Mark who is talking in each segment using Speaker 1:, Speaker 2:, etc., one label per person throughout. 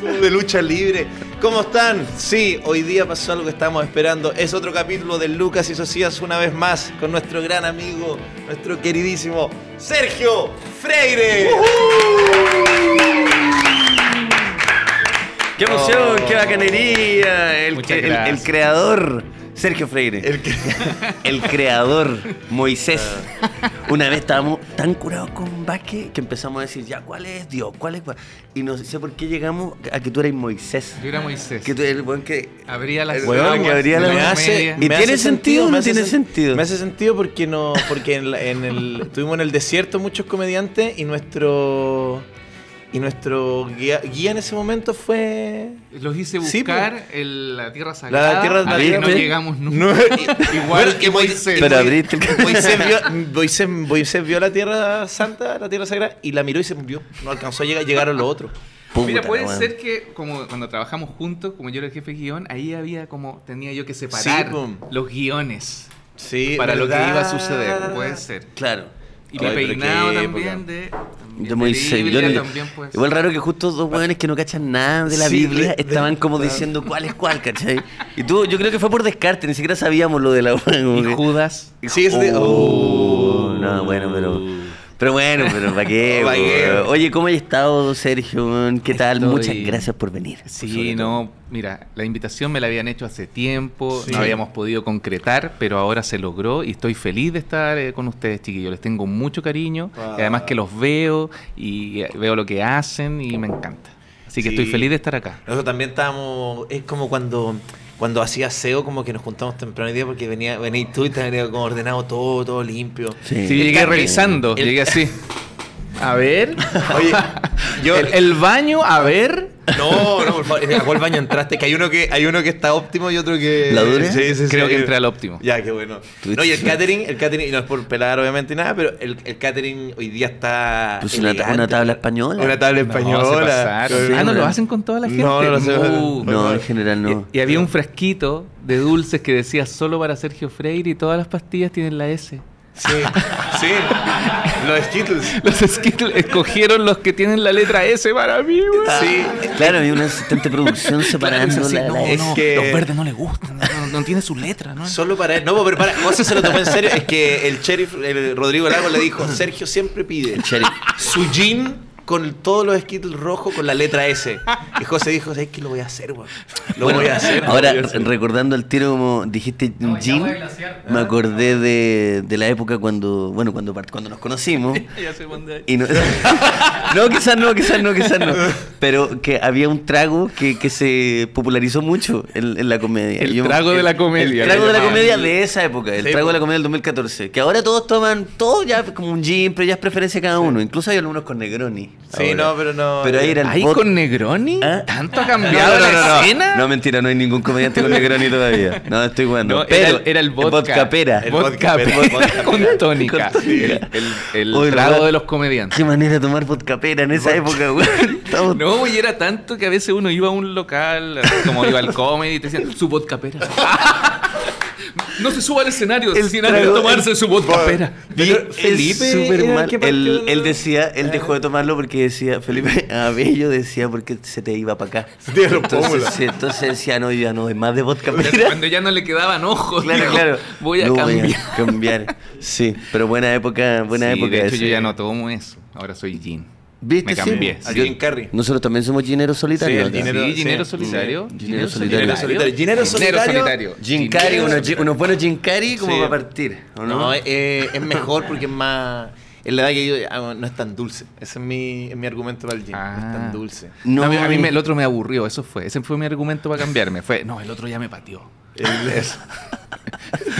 Speaker 1: Club de Lucha Libre. ¿Cómo están? Sí, hoy día pasó algo que estábamos esperando. Es otro capítulo de Lucas y Socias una vez más con nuestro gran amigo, nuestro queridísimo Sergio Freire.
Speaker 2: ¡Qué emoción! ¡Qué bacanería! El,
Speaker 3: Oh. Muchas
Speaker 2: cre- el-
Speaker 3: gracias.
Speaker 2: el creador, Sergio Freire. El,
Speaker 1: El que-
Speaker 2: creador, Moisés.
Speaker 3: Ah.
Speaker 2: Una vez estábamos tan curados con Vázquez que empezamos a decir, ya, ¿cuál es Dios? ¿Cuál es? cuál? Y no sé por qué llegamos a que tú eres Moisés.
Speaker 3: Yo era Moisés.
Speaker 2: Que tú eres el buen que...
Speaker 3: Abría las
Speaker 2: Weón,
Speaker 3: aguas
Speaker 2: que abría
Speaker 3: de
Speaker 2: las-
Speaker 3: la
Speaker 2: Me
Speaker 3: comedia.
Speaker 2: y- tiene sentido o
Speaker 1: me
Speaker 2: no
Speaker 1: hace
Speaker 2: tiene
Speaker 1: sen-
Speaker 2: sentido?
Speaker 1: Me hace sentido porque no porque en, la- en el tuvimos en el desierto muchos comediantes y nuestro y nuestro guía, guía en ese momento fue
Speaker 3: Los hice
Speaker 1: Sí,
Speaker 3: buscar el- la Tierra Sagrada.
Speaker 1: la tierra de la
Speaker 3: ahí
Speaker 1: Tierra.
Speaker 3: no llegamos nunca.
Speaker 1: No,
Speaker 3: Igual
Speaker 1: Bueno,
Speaker 3: que Moisés.
Speaker 2: Pero abriste el...
Speaker 1: Moisés vio, Moisés- Moisés vio la tierra santa, la tierra sagrada, y la miró y se murió. No alcanzó a llegar, llegaron los otros.
Speaker 2: Puta
Speaker 3: Mira,
Speaker 2: la
Speaker 3: puede
Speaker 2: weón.
Speaker 3: ser que como cuando trabajamos juntos, como yo era el jefe de guión, ahí había como tenía yo que separar
Speaker 1: Sí, pum.
Speaker 3: los guiones
Speaker 1: Sí,
Speaker 3: para lo que
Speaker 1: ¿verdad?
Speaker 3: iba a suceder. Puede ser.
Speaker 2: Claro.
Speaker 3: Y
Speaker 1: Ay,
Speaker 3: mi
Speaker 1: pero
Speaker 3: peinado
Speaker 1: qué
Speaker 3: también de,
Speaker 2: De
Speaker 3: también
Speaker 2: Moisés.
Speaker 3: de
Speaker 2: Yo no-
Speaker 3: Biblia también, pues.
Speaker 2: Igual raro que justo dos hueones que no cachan nada de la
Speaker 1: Sí,
Speaker 2: Biblia
Speaker 1: de-
Speaker 2: estaban
Speaker 1: de-
Speaker 2: como
Speaker 1: claro.
Speaker 2: diciendo cuál es cuál, ¿cachai? Y tú, yo creo que fue por descarte, ni siquiera sabíamos lo de la hueá, como que-
Speaker 3: Y Judas.
Speaker 1: Sí, es de-
Speaker 2: Oh, no, bueno, pero. Pero bueno, pero ¿para qué?
Speaker 1: Oh, Pa' qué.
Speaker 2: weón? Oye, ¿cómo has estado, Sergio? weón? ¿Qué tal?
Speaker 3: Estoy-
Speaker 2: Muchas gracias por venir. sobre
Speaker 3: Sí,
Speaker 2: todo.
Speaker 3: no, mira, la invitación me la habían hecho hace tiempo,
Speaker 1: Sí.
Speaker 3: no habíamos podido concretar, pero ahora se logró y estoy feliz de estar eh, con ustedes, chiquillos. Les tengo mucho cariño,
Speaker 1: Ah.
Speaker 3: y además que los veo y eh, veo lo que hacen y me encanta. Así que
Speaker 1: Sí.
Speaker 3: estoy feliz de estar acá.
Speaker 1: Nosotros también estábamos. Es como cuando. Cuando hacía SEO, como que nos juntamos temprano hoy día porque venía, venís tú y te venía como ordenado todo, todo limpio.
Speaker 2: Sí.
Speaker 3: Sí, llegué
Speaker 1: cambio-
Speaker 3: revisando,
Speaker 1: el-
Speaker 3: llegué así. A ver,
Speaker 1: Oye, yo.
Speaker 3: el, el baño, a ver.
Speaker 1: No, no, por favor, ¿a cuál baño entraste? Que hay uno que, hay uno que está óptimo y otro que.
Speaker 2: ¿La dura?
Speaker 1: Sí, sí, sí.
Speaker 3: Creo que entré al óptimo.
Speaker 1: Ya, qué bueno.
Speaker 2: Tú-
Speaker 1: No, y el catering, el catering, y no es por pelar obviamente nada, pero el, el catering hoy día está.
Speaker 2: Puse una,
Speaker 1: elegante.
Speaker 2: una tabla española.
Speaker 1: Una tabla española.
Speaker 3: No, se pasaron.
Speaker 2: Sí,
Speaker 3: ah, no
Speaker 2: bueno.
Speaker 3: lo hacen con toda la gente.
Speaker 1: No, no lo hacen.
Speaker 3: Uh,
Speaker 2: No, en general no.
Speaker 1: Eh,
Speaker 3: Y, y había un frasquito de dulces que decía solo para Sergio Freire y todas las pastillas tienen la S.
Speaker 1: Sí, sí. Los Skittles.
Speaker 3: Los Skittles escogieron los que tienen la letra S para mí, güey.
Speaker 1: Sí.
Speaker 2: Claro, había un asistente de producción separando
Speaker 3: Así,
Speaker 2: la,
Speaker 3: no,
Speaker 2: la-
Speaker 1: es
Speaker 3: no,
Speaker 1: que-
Speaker 3: los verdes no les gustan, no, no tiene su letra, ¿no?
Speaker 1: Solo para él. No, pero para. José se lo tomó en serio. Es que el sheriff, el Rodrigo Lago, le dijo: Sergio siempre pide
Speaker 2: el sheriff.
Speaker 1: su jean con todos los Skittles rojos con la letra S. Y José dijo: Es que lo voy a hacer, weón. Lo
Speaker 2: Bueno,
Speaker 1: voy a hacer. lo
Speaker 2: ahora,
Speaker 1: voy a hacer".
Speaker 2: recordando el tiro, como dijiste, un jean, me acordé de, de la época cuando, bueno, cuando, part- cuando nos conocimos.
Speaker 3: Ya se mandó ahí.
Speaker 2: Y no, no, quizás no, quizás no, quizás no. Pero que había un trago que, que se popularizó mucho en, en la comedia.
Speaker 3: El trago de la comedia,
Speaker 2: El trago
Speaker 3: lo
Speaker 2: de la
Speaker 3: llamaban.
Speaker 2: comedia de esa época, el
Speaker 1: Sí, pues.
Speaker 2: trago
Speaker 1: po.
Speaker 2: de la comedia del 2014. Que ahora todos toman, todo ya como un gin, pero ya es preferencia de cada uno. Incluso hay algunos con Negroni.
Speaker 1: Sí, no, pero no- eh.
Speaker 2: Pero ahí era el
Speaker 3: ¿Ahí
Speaker 2: vodka.
Speaker 3: con Negroni?
Speaker 2: ¿Ah?
Speaker 3: ¿Tanto ha cambiado la escena?
Speaker 2: No, mentira, no hay ningún comediante con Negroni todavía. No, estoy jugando.
Speaker 3: No,
Speaker 2: pero
Speaker 3: era, el- era el vodka.
Speaker 2: pera.
Speaker 3: El
Speaker 1: El vodka
Speaker 3: vodka
Speaker 1: pera.
Speaker 3: pera
Speaker 1: Vodka
Speaker 3: con tónica.
Speaker 2: Con tónica.
Speaker 3: El, el, el
Speaker 2: Oye,
Speaker 3: trago
Speaker 2: ¿verdad?
Speaker 3: de los comediantes.
Speaker 2: Qué manera de tomar vodka pera en esa época, güey. Estamos-
Speaker 3: No, y era tanto que a veces uno iba a un local, como iba al comedy, y te decían, su vodka pera. no se suba al escenario
Speaker 2: El
Speaker 3: sin antes
Speaker 2: trago-
Speaker 3: tomarse su vodka pera.
Speaker 2: Y
Speaker 1: Pero Felipe
Speaker 2: es súper
Speaker 1: era el
Speaker 2: mal.
Speaker 1: que partió
Speaker 2: Él,
Speaker 1: la-
Speaker 2: él decía, él dejó
Speaker 3: Ah.
Speaker 2: de tomarlo porque decía, Felipe Abello decía porque se te iba para acá.
Speaker 1: Se te iba los pómulos.
Speaker 2: entonces, sí, entonces decía, no, ya no es más de vodka pera.
Speaker 3: Cuando ya no le quedaban ojos.
Speaker 2: Claro,
Speaker 3: dijo,
Speaker 2: claro.
Speaker 3: Voy a
Speaker 2: No,
Speaker 3: cambiar.
Speaker 2: cambiar. Sí, pero buena época, buena
Speaker 3: Sí,
Speaker 2: época.
Speaker 3: De hecho,
Speaker 2: esa.
Speaker 3: yo ya no tomo eso. Ahora soy Gin.
Speaker 2: ¿Viste?
Speaker 3: Me
Speaker 2: Sí.
Speaker 3: cambié.
Speaker 1: A
Speaker 3: sí.
Speaker 1: Jim Carrey.
Speaker 2: Nosotros también somos gineros solitarios.
Speaker 1: el
Speaker 2: acá.
Speaker 1: dinero-
Speaker 3: Sí,
Speaker 1: sí.
Speaker 3: dinero solitario.
Speaker 2: Dinero solitario.
Speaker 1: Dinero solitario.
Speaker 2: Gin Carrey, unos, gi- unos buenos Gin Carrey como
Speaker 1: Sí.
Speaker 2: para partir, ¿o no?
Speaker 1: No, eh, es mejor porque es más. En la edad que yo ah, no es tan dulce. Ese es mi, es mi argumento para el gym. No es
Speaker 2: Ah.
Speaker 1: tan dulce.
Speaker 2: No,
Speaker 3: No, a mí, a mí
Speaker 2: es-
Speaker 3: me- el otro me aburrió, eso fue. Ese fue mi argumento para cambiarme. Fue, no, el otro ya me pateó.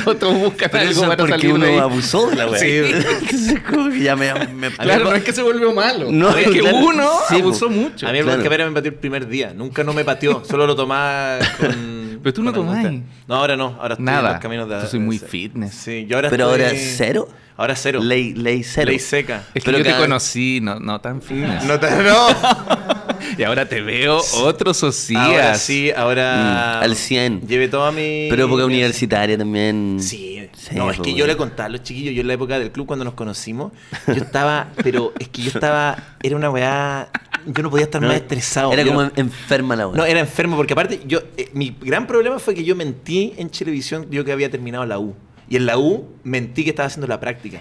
Speaker 3: Otro busca
Speaker 2: Pero
Speaker 3: algo
Speaker 2: eso es
Speaker 3: para
Speaker 2: porque
Speaker 3: salir
Speaker 2: uno
Speaker 3: de ahí.
Speaker 2: abusó de la weá.
Speaker 1: Sí.
Speaker 2: Entonces, como que ya me... me-
Speaker 3: Claro, no es que se volvió malo.
Speaker 2: No,
Speaker 3: es que
Speaker 2: claro,
Speaker 3: uno
Speaker 2: sí, po.
Speaker 3: abusó mucho.
Speaker 1: A mí el
Speaker 2: Claro.
Speaker 1: Vodka Pera me pateó el primer día. Nunca no me pateó. Solo lo tomaba con.
Speaker 3: Pero tú no
Speaker 1: con
Speaker 3: tomás.
Speaker 1: algún té. No, ahora no. Ahora estoy en
Speaker 3: Nada.
Speaker 1: los caminos de.
Speaker 3: Yo soy muy
Speaker 1: de-
Speaker 3: fitness.
Speaker 1: Sí, yo ahora
Speaker 2: Pero
Speaker 1: estoy-
Speaker 2: ahora cero.
Speaker 1: Ahora cero.
Speaker 2: Ley, ley cero.
Speaker 1: Ley seca.
Speaker 3: Es que
Speaker 2: Pero
Speaker 3: yo
Speaker 2: cada-
Speaker 3: te conocí, no, no tan fitness.
Speaker 1: No te. No.
Speaker 3: Y ahora te veo otro socias.
Speaker 1: Ahora sí, ahora.
Speaker 2: Mm, al 100.
Speaker 1: Llevé toda mi.
Speaker 2: Pero época
Speaker 1: mi-
Speaker 2: universitaria también.
Speaker 1: Sí.
Speaker 2: Sí,
Speaker 1: No, es
Speaker 2: po,
Speaker 1: que yo
Speaker 2: weón.
Speaker 1: le contaba a los chiquillos, yo en la época del club cuando nos conocimos, yo estaba, pero es que yo estaba, era una weá, yo no podía estar
Speaker 2: No,
Speaker 1: más estresado.
Speaker 2: Era
Speaker 1: Yo
Speaker 2: como
Speaker 1: no-
Speaker 2: en- enferma la
Speaker 1: No,
Speaker 2: weá.
Speaker 1: era enfermo, porque aparte, yo eh, mi gran problema fue que yo mentí en televisión, yo que había terminado la U. Y en la U mentí que estaba haciendo la práctica.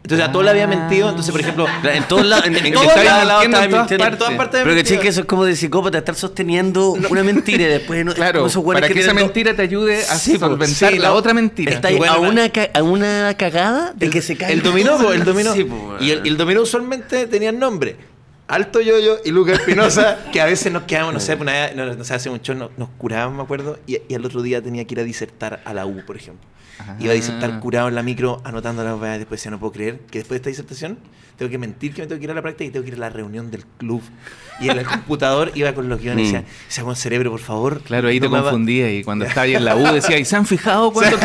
Speaker 1: Entonces a todo le había mentido, entonces por ejemplo...
Speaker 2: en todos lados, en, en,
Speaker 1: En
Speaker 2: en
Speaker 1: todos
Speaker 2: cada
Speaker 1: lados,
Speaker 2: lado
Speaker 3: mintiendo
Speaker 2: estaba
Speaker 3: en todas
Speaker 2: mintiendo.
Speaker 1: partes. En todas partes
Speaker 2: Pero que
Speaker 1: mintió.
Speaker 2: che, que eso es como de psicópata, estar sosteniendo una mentira y después no,
Speaker 3: Claro,
Speaker 2: no se puede
Speaker 3: para que,
Speaker 2: creer
Speaker 3: esa
Speaker 2: todo.
Speaker 3: mentira te ayude a
Speaker 2: Sí, po,
Speaker 3: solventar
Speaker 1: sí,
Speaker 3: la
Speaker 1: no.
Speaker 3: otra mentira.
Speaker 2: Está
Speaker 1: Y
Speaker 2: ahí
Speaker 1: bueno,
Speaker 2: a,
Speaker 1: la-
Speaker 2: una, ca- a una cagada de que se cae.
Speaker 1: El dominó,
Speaker 2: todo.
Speaker 1: po, el dominó.
Speaker 2: Sí, po,
Speaker 1: y, el, y el dominó usualmente tenían nombre. Alto Yoyo y Lucas Espinosa, que a veces nos quedábamos, no sé, una vez, no, no sé, hace mucho nos, nos curábamos, me acuerdo, y, y al otro día tenía que ir a disertar a la U, por ejemplo.
Speaker 2: Ah.
Speaker 1: Iba a disertar curado en la micro, anotando las weas, y después decía, no puedo creer que después de esta disertación tengo que mentir que me tengo que ir a la práctica y tengo que ir a la reunión del club. Y en el computador iba con los
Speaker 2: Mm.
Speaker 1: guiones y decía, se un cerebro, por favor.
Speaker 3: Claro, ahí te
Speaker 1: no me va-
Speaker 3: confundía y cuando estaba ahí en la U decía, ¿y se han fijado cuando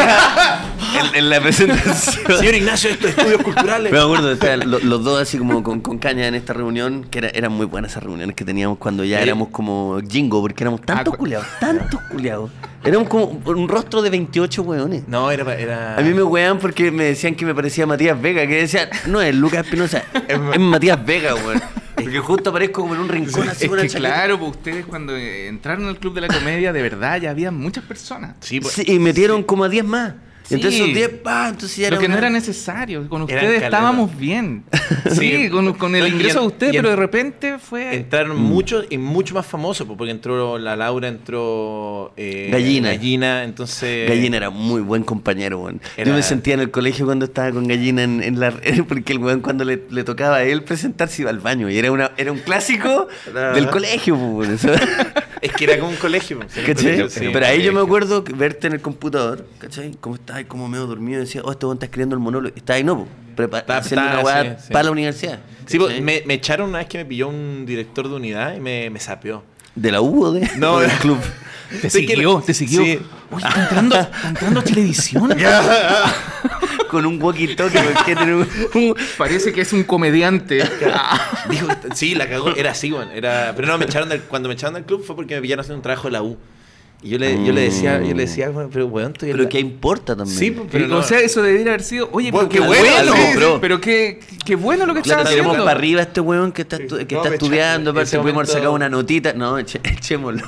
Speaker 2: En, en la presentación.
Speaker 1: Señor Ignacio, estos estudios culturales.
Speaker 2: Pero me acuerdo, estaban lo- los dos así como con, con caña en esta reunión, que era, eran muy buenas esas reuniones que teníamos cuando ya
Speaker 1: Sí.
Speaker 2: éramos como jingo, porque éramos tantos
Speaker 3: cu-
Speaker 2: culiados, tantos culiados. Éramos como un rostro de 28 hueones.
Speaker 1: No, era... era...
Speaker 2: A mí me huean porque me decían que me parecía Matías Vega, que decían, no es Lucas Espinosa, es, Matías Vega, weón. Porque justo aparezco como en un rincón
Speaker 3: Es
Speaker 2: así con una
Speaker 3: que
Speaker 2: chaqueta.
Speaker 3: claro, pues ustedes cuando eh, entraron al Club de la Comedia, de verdad ya había muchas personas.
Speaker 1: Sí, pues,
Speaker 2: Sí, y metieron como a 10 más.
Speaker 3: Sí.
Speaker 2: Entonces esos 10, pa, entonces ya
Speaker 3: Lo que no
Speaker 2: una-
Speaker 3: era necesario, con
Speaker 1: Eran
Speaker 3: ustedes
Speaker 1: caleta.
Speaker 3: estábamos bien. Sí,
Speaker 1: Sí.
Speaker 3: con, con el
Speaker 1: No, y
Speaker 3: ingreso
Speaker 1: en-
Speaker 3: de ustedes,
Speaker 1: y en-
Speaker 3: pero de repente fue...
Speaker 1: Entraron
Speaker 2: Mm.
Speaker 1: muchos y mucho más famosos, po, porque entró la Laura, entró eh,
Speaker 2: Gallina.
Speaker 1: Gallina, entonces...
Speaker 2: Gallina era muy buen compañero, weón. Yo
Speaker 1: Era-
Speaker 2: me sentía en el colegio cuando estaba con Gallina en, en la porque el weón cuando le, le tocaba a él presentarse iba al baño. Y era una, era un clásico
Speaker 1: Ajá.
Speaker 2: del colegio, po, weón. Eso-
Speaker 1: Es que era como un colegio. po.
Speaker 2: ¿Cachai?
Speaker 1: Sí.
Speaker 2: Pero ahí yo me acuerdo que verte en el computador, ¿cachai? Cómo estás ahí, como medio dormido, y decía, oh, este weón está escribiendo el monólogo. Está ahí no, po. Prepa-
Speaker 1: Está-
Speaker 2: haciendo
Speaker 1: está,
Speaker 2: una weá
Speaker 1: sí, sí.
Speaker 2: para la universidad.
Speaker 1: Sí, po,
Speaker 2: ¿cachai?
Speaker 1: me, me echaron una vez que me pilló un director de unidad y me, me sapeó.
Speaker 2: ¿De la U o de?
Speaker 1: No,
Speaker 2: o del
Speaker 1: de-
Speaker 2: club.
Speaker 3: Te
Speaker 1: Sí, que-
Speaker 3: siguió, te siguió.
Speaker 1: sí.
Speaker 3: Oye, está entrando, está entrando a televisión.
Speaker 2: Con un walkie-talkie, porque tiene un- un-
Speaker 3: Parece que es un comediante.
Speaker 1: Dijo, que- sí, la cagó. Era así, bueno, era Pero no, me echaron del- cuando me echaron del club fue porque me pillaron haciendo un trabajo de la U. Y yo le, yo le decía, yo le decía, bueno, pero weón, estoy en
Speaker 2: Pero
Speaker 1: la-
Speaker 2: que importa también.
Speaker 1: Sí, po, pero
Speaker 3: Ah, o
Speaker 1: no.
Speaker 3: sea, eso debería haber sido. Oye,
Speaker 1: Bueno, qué
Speaker 3: pero qué
Speaker 1: bueno,
Speaker 3: bueno.
Speaker 1: sí,
Speaker 2: bro.
Speaker 3: Pero qué, qué bueno lo que
Speaker 2: Lo
Speaker 3: estás
Speaker 2: tiramos
Speaker 3: haciendo.
Speaker 2: para arriba a este weón que está, estu-
Speaker 1: Sí,
Speaker 2: que
Speaker 1: no,
Speaker 2: está
Speaker 1: me echa-
Speaker 2: estudiando,
Speaker 1: en
Speaker 2: parece
Speaker 1: ese
Speaker 2: que podemos haber
Speaker 1: momento-
Speaker 2: sacado una notita. No, eche- echémoslo.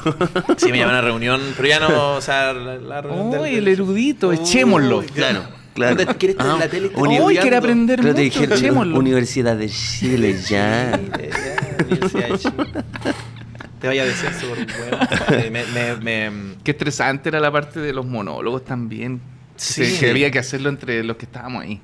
Speaker 1: Sí, me llamaron a reunión, pero ya no, o sea, la, la reunión del-
Speaker 3: Oye,
Speaker 1: del-
Speaker 3: el erudito,
Speaker 1: Uy,
Speaker 3: echémoslo.
Speaker 2: claro, claro. Ah,
Speaker 1: Puta, ¿quieres estar en la tele?
Speaker 2: uni-
Speaker 1: Hoy
Speaker 3: Hoy quiere aprender
Speaker 2: Pero te
Speaker 3: mucho,
Speaker 2: dijeron,
Speaker 3: echémoslo.
Speaker 2: Universidad de Chile, ya.
Speaker 1: Chile, ya, Universidad de Chile. Te vaya a decir eso por huevo. Eh, me, me, me-
Speaker 3: Qué estresante era la parte de los monólogos también.
Speaker 1: Sí.
Speaker 3: Sí. Que había que hacerlo entre los que estábamos ahí.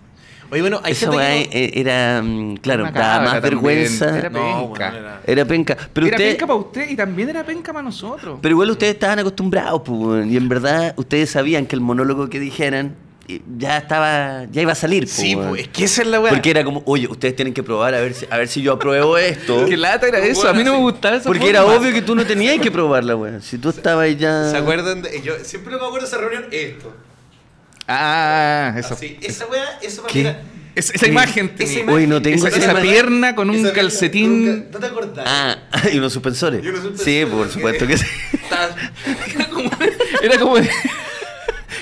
Speaker 1: Oye, bueno, hay
Speaker 2: Esa
Speaker 1: gente
Speaker 2: weá
Speaker 1: que no-
Speaker 2: e- era, mm, claro,
Speaker 3: Una
Speaker 2: daba
Speaker 3: cabra
Speaker 2: más
Speaker 3: también,
Speaker 2: vergüenza.
Speaker 3: Era
Speaker 2: Era,
Speaker 1: No,
Speaker 3: penca.
Speaker 1: bueno, era-
Speaker 2: penca. Pero,
Speaker 3: era
Speaker 2: usted,
Speaker 3: penca para usted y también era penca para nosotros.
Speaker 2: pero igual ustedes estaban acostumbrados, pues, weón, y en verdad ustedes sabían que el monólogo que dijeran eh, ya estaba, ya iba a salir. pues,
Speaker 1: Sí,
Speaker 2: weón.
Speaker 1: pues, es que esa es la weá.
Speaker 2: Porque era como, oye, ustedes tienen que probar a ver si, a ver si yo apruebo esto.
Speaker 3: Qué lata era eso. A mí no me gustaba eso.
Speaker 2: Porque era obvio que tú no tenías que probarla, weón. Si tú estabas ahí ya.
Speaker 1: ¿Se acuerdan? de- yo siempre me acuerdo de esa reunión, esto.
Speaker 3: Ah, eso.
Speaker 1: Así, esa weá, eso para
Speaker 2: ¿Qué?
Speaker 1: mí era-
Speaker 3: Es- esa imagen.
Speaker 1: Esa
Speaker 3: tenía.
Speaker 1: imagen.
Speaker 2: Uy, no tengo
Speaker 3: esa, esa
Speaker 2: imagen.
Speaker 3: pierna con un
Speaker 1: esa-
Speaker 3: calcetín.
Speaker 1: con un cal- ¿No te acordás?
Speaker 2: Ah, y unos suspensores.
Speaker 1: Y unos suspensores,
Speaker 2: Sí, por supuesto que sí.
Speaker 1: Estás-
Speaker 3: Era como, era como de,